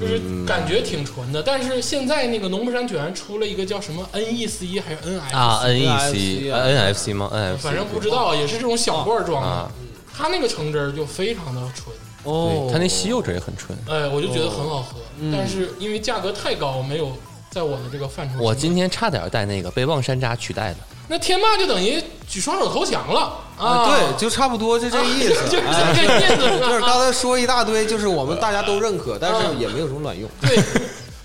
就是感觉挺纯的，但是现在那个农夫山泉出了一个叫什么 NEC 还是 NF，、啊，NEC、 NFC 啊 NFC 吗？NFC，反正不知道，也是这种小罐儿装的。啊它那个橙汁儿就非常的纯，哦对，它那西柚汁也很纯。哎，我就觉得很好喝，嗯但是因为价格太高，没有在我的这个范畴之内。我今天差点带那个被望山楂取代了。那天霸就等于举双手投降了啊！啊，对，就差不多就这意思。 就是哎这意思 就是啊。刚才说一大堆，就是我们大家都认可，但是也没有什么卵用。对，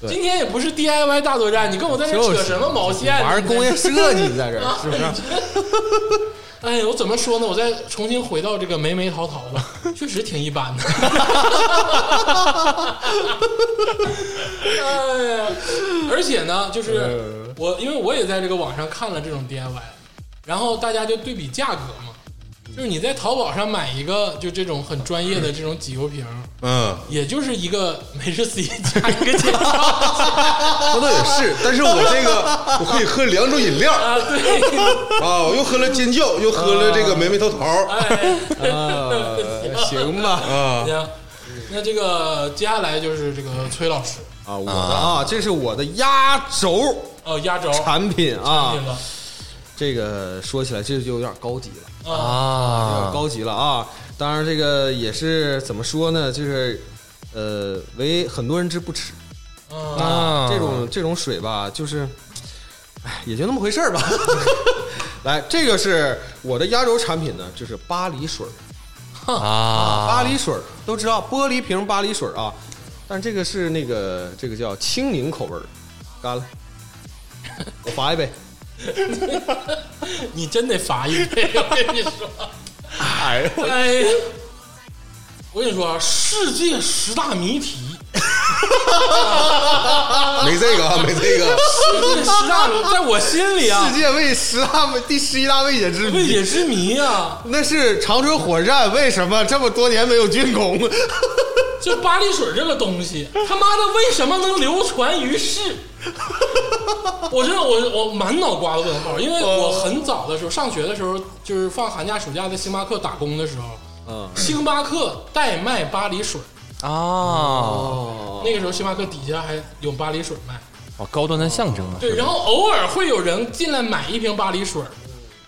今天也不是 DIY 大作战，你跟我在这就扯是什么毛线？玩工业设计在这儿是不是？ 哎，我怎么说呢？我再重新回到这个梅梅桃桃吧，确实挺一般的。 哎呀，而且呢，嗯就是我，因为我也在这个网上看了这种 DIY，然后大家就对比价格嘛，就是你在淘宝上买一个就这种很专业的这种挤油瓶，嗯，也就是一个美式 C 加一个减 少那倒也是，但是我这个我可以喝两种饮料啊，对，啊，我又喝了尖叫，又喝了这个梅梅桃桃哎。呃，行吧。啊，行，那这个接下来就是这个崔老师啊，我的啊，这是我的压轴哦，压轴产品啊进。了这个说起来这就有点高级了，啊，有啊点，高级了啊。当然，这个也是怎么说呢？就是呃，为很多人之不耻。嗯啊啊，这种这种水吧，就是，哎，也就那么回事儿吧。 来，这个是我的压轴产品呢，就是巴黎水儿。啊，巴黎水儿都知道，玻璃瓶巴黎水儿啊，但这个是那个这个叫青柠口味儿，干了，我罚一杯。你真得罚一杯，我跟你说， 哎呀，我跟你说啊，世界十大谜题，没这个啊，没这个，世界十大谜，在我心里啊世，界味十大味第十一大味觉之未谜，解之谜啊，那是长春火车站为什么这么多年没有竣工？这巴黎水这个东西，他妈的为什么能流传于世？ 我真的我我满脑瓜子问号，因为哦我很早的时候上学的时候，就是放寒假暑假在星巴克打工的时候，嗯，星巴克代卖巴黎水，啊，哦，那个时候星巴克底下还有巴黎水卖。哦，高端的象征啊。对，然后偶尔会有人进来买一瓶巴黎水，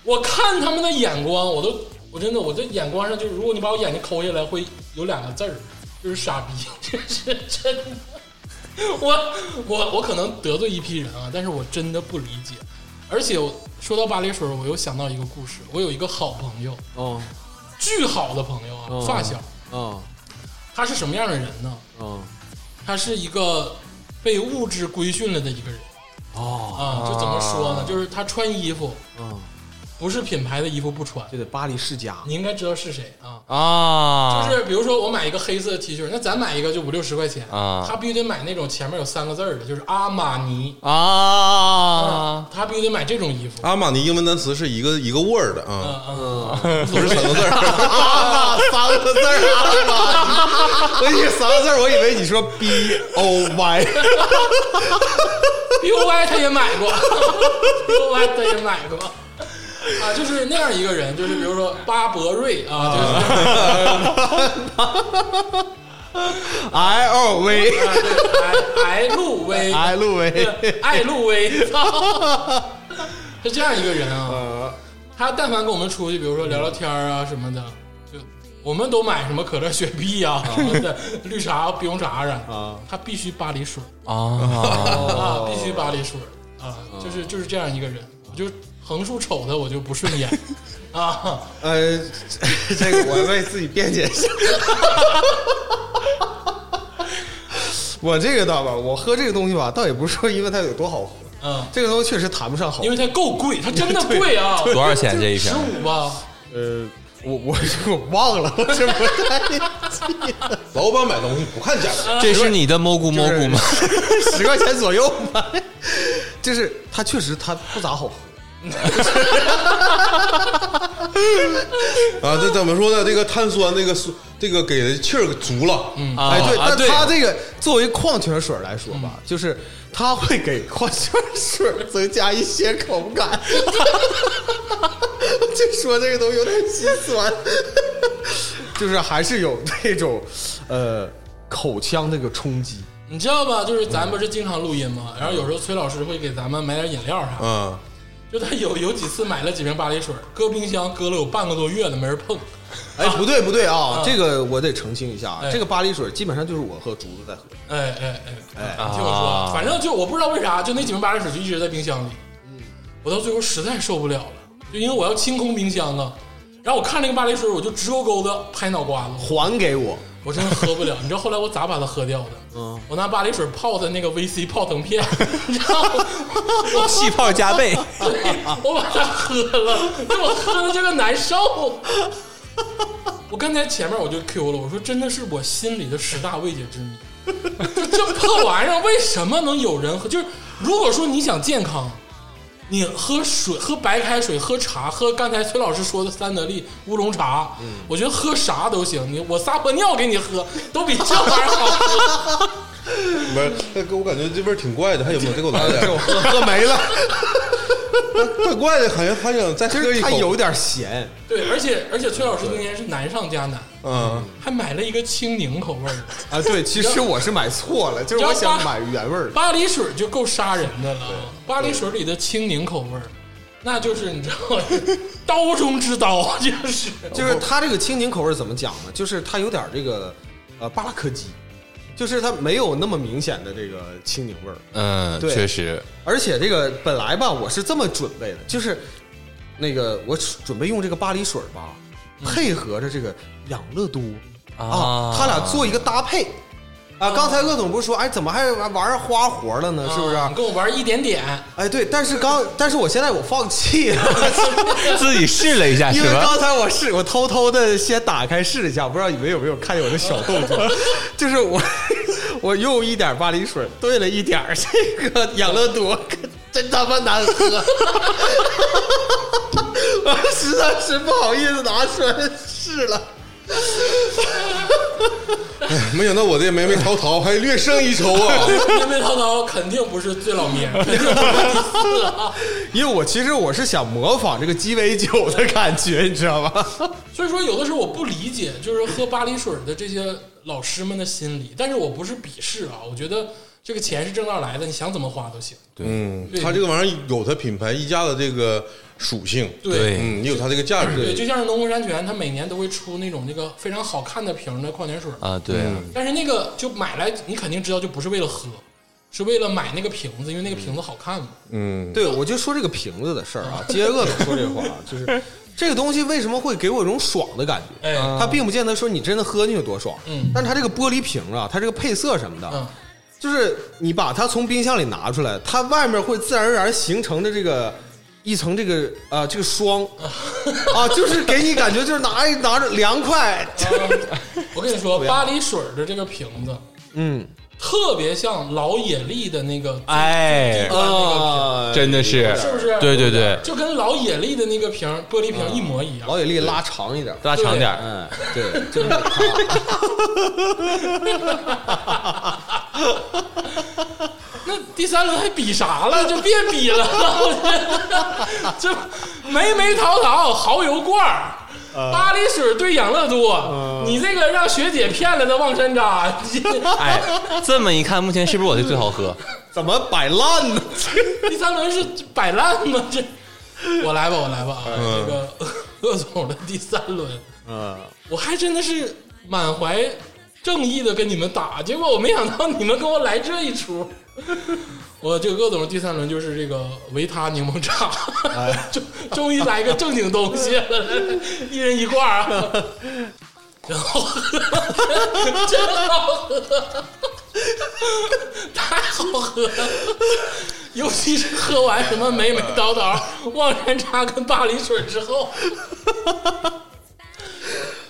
我看他们的眼光，我都我真的我这眼光上就是，如果你把我眼睛抠下来，会有两个字儿，就是傻逼， 这是真的。我我我可能得罪一批人啊，但是我真的不理解。而且我说到巴黎水，我又想到一个故事，我有一个好朋友， 哦，巨好的朋友啊，哦发小，哦，他是什么样的人呢？哦，他是一个被物质规训了的一个人。哦，啊，就怎么说呢？就是他穿衣服哦。不是品牌的衣服不穿，就得巴黎世家。你应该知道是谁啊？啊，就是比如说我买一个黑色的 T 恤，那咱买一个就五六十块钱啊他必须得买那种前面有三个字儿的，就是阿玛尼啊，他必须得买这种衣服。阿玛尼英文单词是一个一个 word 啊，不不是三个字儿，啊，嗯 三个字儿啊！我以为三个字儿，我以为你说 B O Y。 B O Y 他也买过 ，B O Y 他也买过。啊，就是那样一个人，就是比如说巴博瑞啊，就是 I O V 艾哎路威， I 路威， 艾路威，操是这样一个人啊。他但凡跟我们出去，比如说聊聊天儿啊什么的，就我们都买什么可乐、雪碧呀、什么的， 绿茶、冰茶啊，他必须巴黎水啊，啊，必须巴黎水啊，就是就是这样一个人，我就横竖瞅他我就不顺眼啊。 呃，这这个我为自己辩解一下。 我这个倒吧，我喝这个东西吧，倒也不是说因为它有多好喝，嗯，这个东西确实谈不上好喝因。为它够贵，它真的贵啊，多少钱这一瓶十？五吧，呃，我我我忘了，我是不太记得，老板买东西不看价格，这是你的蘑菇蘑菇吗？ 十块钱左右吧。 就是它确实它不咋好喝，啊，这怎么说呢？这个碳酸，这个酸这个给的气儿足了，嗯，啊哎，对，啊嗯但对它这个作为矿泉水来说吧，就是它会给矿泉水增加一些口 感。就说这个东西有点心酸，就是还是有那种呃口腔那个冲击。你知道吧？就是咱不是经常录音吗？然后有时候崔老师会给咱们买点饮料啥的，啊，就他有有几次买了几瓶巴黎水，搁冰箱搁了有半个多月了，没人碰。哎，不对不对啊，这个我得澄清一下啊哎，这个巴黎水基本上就是我和竹子在喝。哎哎哎，哎，你听我说，反正就我不知道为啥，就那几瓶巴黎水就一直在冰箱里。我到最后实在受不了了，就因为我要清空冰箱啊。然后我看那个巴黎水，我就直勾勾的拍脑瓜子，还给我，我真的喝不了。你知道后来我咋把它喝掉的？嗯，我拿巴黎水泡的那个 VC 泡腾片， 你知道吗？气泡加倍，我把它喝了， 但我喝的这个难受。我刚才前面我就 Q 了，我说真的是我心里的十大未解之谜，就这破玩意儿为什么能有人喝？就是如果说你想健康，你喝水、喝白开水、喝茶、喝刚才崔老师说的三得利乌龙茶，我觉得喝啥都行。你我撒泡尿给你喝，都比这玩意儿好喝。不是，那个我感觉这味儿挺怪的，还有没有？再给我来这点我，喝喝没了，怪怪的，好像还想再就喝是一它口，有点咸，对，而且而且崔老师那天是难上加难，嗯，还买了一个青柠口味儿的。啊，对，其实我是买错了，就是我想买原味儿的。巴黎水就够杀人的了，巴黎水里的青柠口味儿，那就是你知道， 刀中之刀，就是就是它这个青柠口味儿怎么讲呢？就是它有点这个呃巴拉科鸡，就是它没有那么明显的这个青柠味儿。嗯，对确实，而且这个本来吧，我是这么准备的，就是那个我准备用这个巴黎水吧，配合着这个养乐多啊啊，他俩做一个搭配啊。刚才鄂总不是说，哎，怎么还玩玩花活了呢？是不是？啊你跟我玩一点点， 哎，对，但是刚，但是我现在我放弃 了，自己试了一下因是为吧？刚才我试，我偷偷的先打开试一下，不知道你们有没有看见我的小动 作，就是我 我用一点巴黎水兑了一点儿这个养乐多，可真他妈难喝，我实在是不好意思拿出来试了。没想到我这梅梅桃桃还略胜一 筹啊，面面涛涛肯定不是最老 面，肯定不是第四啊。因为我其实我是想模仿这个鸡尾酒的感觉，你知道吗？所以说，有的时候我不理解，就是喝巴黎水的这些老师们的心理，但是我不是鄙视啊，我觉得这个钱是挣道来的，你想怎么花都行。嗯，它这个玩意儿有它品牌溢价的这个属性，对嗯，也有它这个价对，值，就像是农夫山泉，它每年都会出那种那个非常好看的瓶儿的矿泉水，啊，对啊，但是那个就买来，你肯定知道，就不是为了喝，是为了买那个瓶子，因为那个瓶子好看嘛。嗯，对，我就说这个瓶子的事儿啊，接着鄂总说这话啊，就是这个东西为什么会给我一种爽的感觉？哎它并不见得说你真的喝进去有多爽，嗯但是它这个玻璃瓶啊，它这个配色什么的，嗯就是你把它从冰箱里拿出来，它外面会自然而然形成的这个。一层这个啊、这个 霜啊，就是给你感觉就是拿一拿着凉快， 我跟你说，巴黎水的这个瓶子嗯特别像老野丽的那个，哎，啊，真的是，是不是？对对对，就跟老野丽的那个瓶玻璃瓶一模一样。老野力拉长一点，拉长点儿，嗯，对，就是那第三轮还比啥了？就别 比了，我觉得这梅梅桃桃蚝油罐儿。巴黎水对养乐多，你这个让学姐骗了的望山楂， 你哎，这么一看，目前是不是我的最好喝？怎么摆烂呢？ 第三轮是摆烂吗？这 我来吧，我来吧啊！这个 鄂总的第三轮，嗯，我还真的是满怀正义的跟你们打，结果我没想到你们跟我来这一出。 我这个鄂总第三轮就是这个维他柠檬茶， 终终于来个正经东西了，一人一罐儿 啊，然后 真好喝， 太好喝了，尤其是喝完什么美美叨叨望山茶跟巴黎水之后，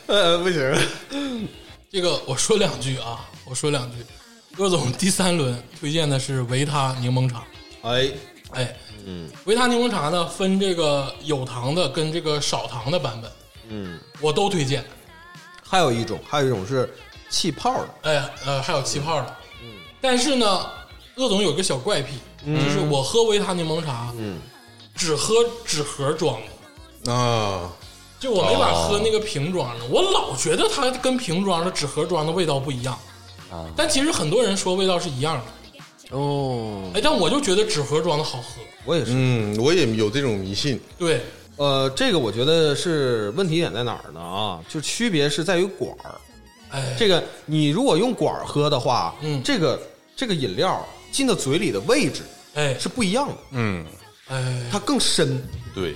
呃，不行，这个我说两句啊，我说两句。鄂总第三轮推荐的是维他柠檬茶，哎，哎，嗯，维他柠檬茶呢分这个有糖的跟这个少糖的版本，嗯，我都推荐。还有一种，还有一种是气泡的，哎，呃，还有气泡的，嗯，但是呢，鄂总有个小怪癖，就是我喝维他柠檬茶，嗯，只喝纸盒装的，啊，就我没法喝那个瓶装的，哦我老觉得它跟瓶装的、纸盒装的味道不一样。啊但其实很多人说味道是一样的，哦，哎，但我就觉得纸盒装的好喝。我也是，嗯，我也有这种迷信，对，呃，这个我觉得是问题点在哪儿呢？啊，就区别是在于管儿。哎，这个你如果用管儿喝的话，嗯这个这个饮料进到嘴里的位置哎是不一样的，嗯，哎，它更深，对，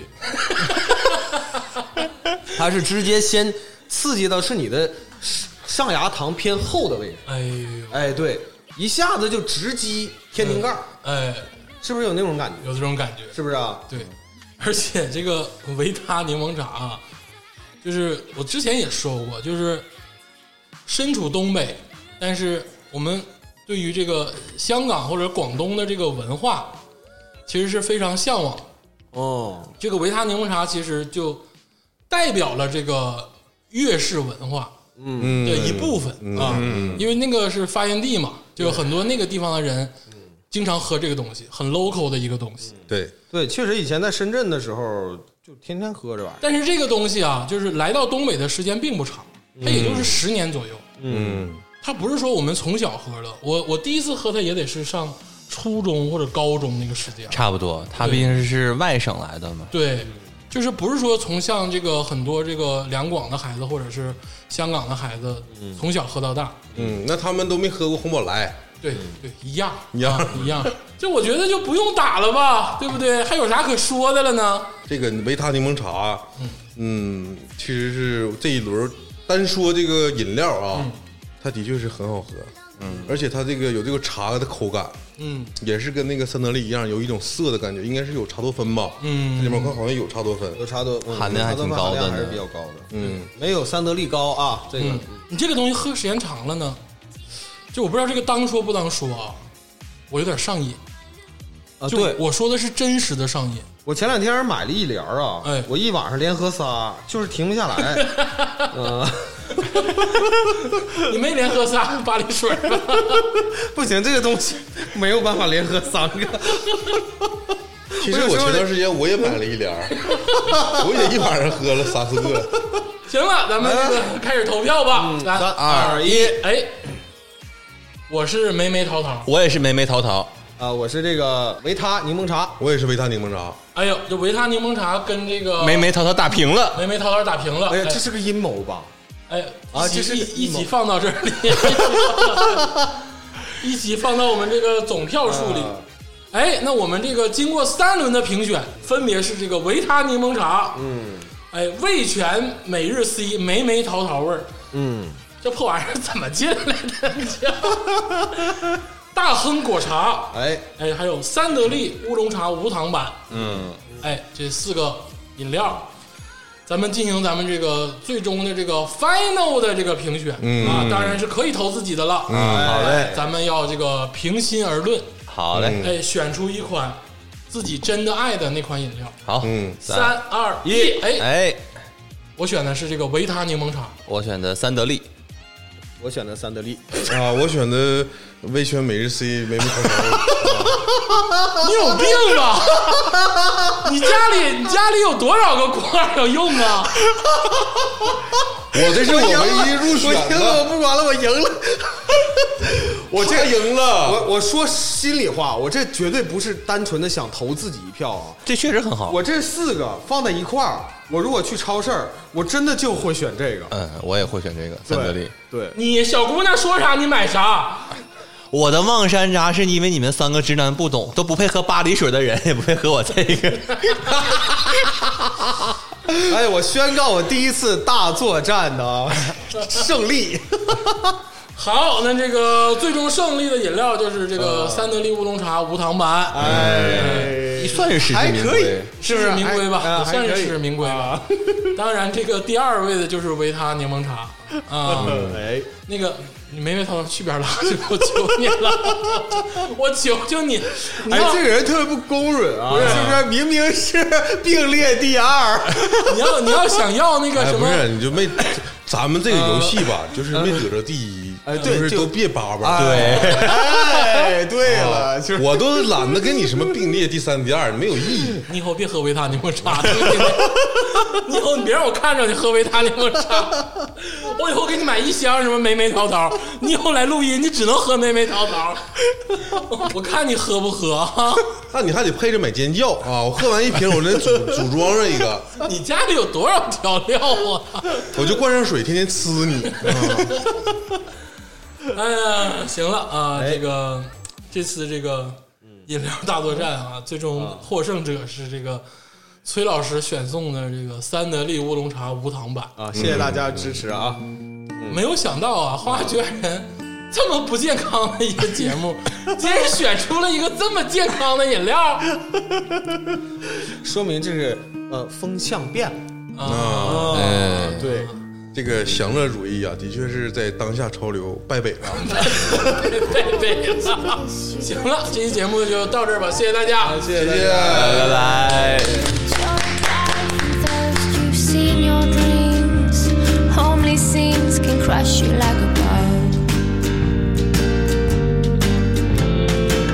它是直接先刺激到是你的上牙膛偏后的位置。哎呦，哎，对，一下子就直击天灵盖儿，哎，是不是有那种感觉？有这种感觉。是不是啊？对，而且这个维他柠檬茶啊，就是我之前也说过，就是身处东北，但是我们对于这个香港或者广东的这个文化，其实是非常向往的。哦，这个维他柠檬茶其实就代表了这个粤式文化嗯，的一部分、啊，因为那个是发源地嘛，就有很多那个地方的人经常喝这个东西，很 local 的一个东西。对，对，确实以前在深圳的时候就天天喝这玩意儿。但是这个东西啊，就是来到东北的时间并不长，它也就是十年左右。嗯它不是说我们从小喝的，我我第一次喝它也得是上初中或者高中那个时间。差不多，它毕竟是外省来的嘛。对，嗯就是不是说从像这个很多这个两广的孩子或者是香港的孩子从小喝到大，嗯，那他们都没喝过红宝来，对对，一样一样啊一样。这我觉得就不用打了吧，对不对？还有啥可说的了呢？这个维他柠檬茶，啊嗯，其实是这一轮单说这个饮料啊，它的确是很好喝，嗯，而且它这个有这个茶的口感，嗯，也是跟那个三得利一样，有一种涩的感觉，应该是有茶多酚吧，嗯它里面好像有茶多酚，有茶多嗯含量还挺高茶多酚的呢含量还是比较高的，嗯，没有三得利高啊。这个嗯，你这个东西喝时间长了呢，就我不知道这个当说不当说啊，我有点上瘾。啊，就对我说的是真实的上瘾。我前两天买了一帘儿啊哎，我一晚上连喝仨，就是停不下来。嗯，你没连喝仨 巴黎水吧？不行，这个东西 没有办法连喝三个。其实我前段时间我也买了一帘儿，我也一晚上喝了三四个， 行了，咱们这个开始投票吧。三啊嗯三二一，哎，我是梅梅桃桃。我也是梅梅桃桃，啊，我是这个维他柠檬茶，我也是维他柠檬茶，哎呦，这维他柠檬茶跟这个梅梅桃桃打平了。梅梅桃桃打平了。哎呀，这是个阴谋吧？哎啊一起这是一个一阴谋起放到这 里，一起放到我们这个总票数里。嗯啊哎，那我们这个经过三轮的评选，分别是这个维他柠檬茶，嗯，哎，味全每日 C 梅梅桃桃味儿，嗯，这破玩意儿怎么进来 的？大亨果茶，哎，哎，还有三得利乌龙茶无糖版，嗯，哎，这四个饮料，咱们进行咱们这个最终的这个 final 的这个评选、啊，当然是可以投自己的了。嗯，好嘞，咱们要这个平心而论，好嘞，嗯哎，选出一款自己真的爱的那款饮料。好，嗯三二一，哎，哎，我选的是这个维他柠檬茶。我选的三得利，我选的三得利。啊，我选的味全每日 C 梅梅桃茶，你有病吧？啊你家里你家里有多少个锅要用啊？我这是我唯一入我选赢了，我的，不管了，我赢了。我这这赢了。我我说心里话，我这绝对不是单纯的想投自己一票啊！这确实很好。我这四个放在一块儿，我如果去超市儿，我真的就会选这个。嗯，我也会选这个三得利对。对，你小姑娘说啥你买啥，我的望山楂是因为你们三个直男不懂，都不配喝巴黎水的人，也不配喝我这个。哎，我宣告我第一次大作战 的胜利。好，那这个最终胜利的饮料就是这个三得利乌龙茶无糖版，呃哎 你，算是实至还名可以归。，实至名归吧，哎也算是实至。哎名归吧。当然，这个第二位的就是维他柠檬茶啊，还可以 哎，那个你梅梅头去边拉去，我求你了， 我求求你，你哎要，这个人特别不公允啊！是不是明明是并列第二？你要你要想要那个哎，什不么，是，你就没，咱们这个游戏吧，就是没得着第一，哎就对是就都别叭叭。对，哎，对了，就是我都懒得跟你什么并列第三、第二，没有意义。你以后别喝维他柠檬茶，听见没 你以后你别让我看着你喝维他柠檬茶，我以后给你买一箱什么梅梅桃桃，你以后来录音你只能喝梅梅桃桃，我看你喝不喝 啊？那你还得配着买尖叫啊！我喝完一瓶，我再组组装上一个，你家里有多少调料啊？我就灌上水，天天呲你。哎呀，行了啊，这个这次这个饮料大作战啊，最终获胜者是这个崔老师选送的这个三得利乌龙茶无糖版。嗯啊，谢谢大家支持啊！没有想到啊，花居然这么不健康的一个节 目，竟然选出了一个这么健康的饮料说明这是呃风向变了。啊！哎，对，这个享乐主义啊，的确是在当下潮流败北了。对对了，行了，这期节目就到这儿吧，谢谢大家，谢谢大家。拜拜。 You've seen your dreams. Homely scenes can crush you like a bow.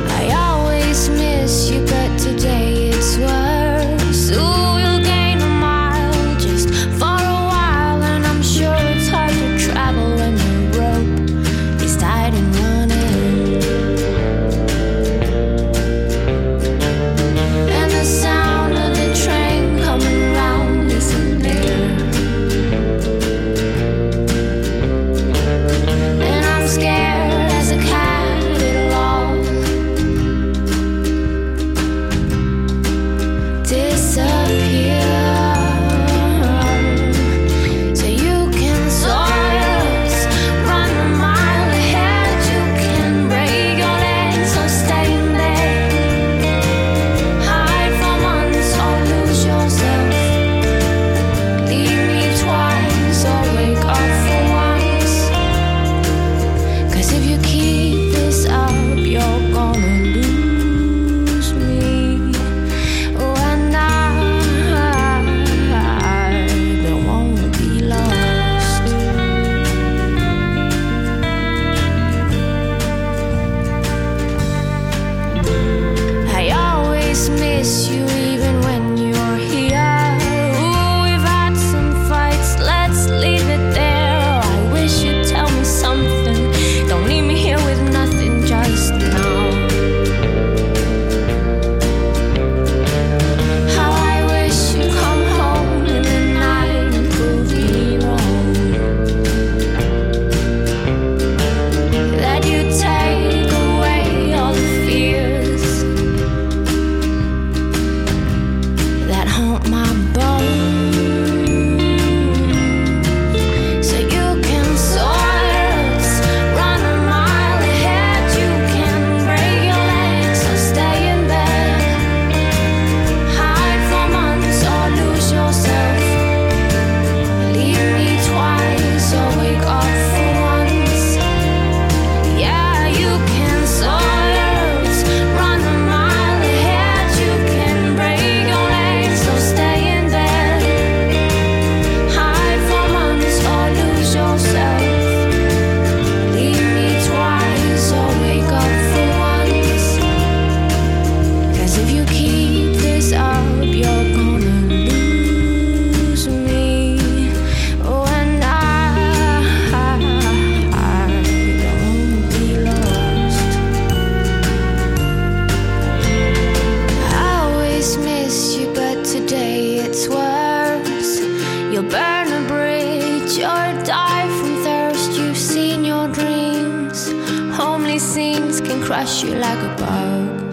I always miss you, but today it's worse. Ooh, you'll gain a mile just for a while, and I'm sure it's hard to travel when the rope is tied and running. And the Oh, scenes can crush you like a bug.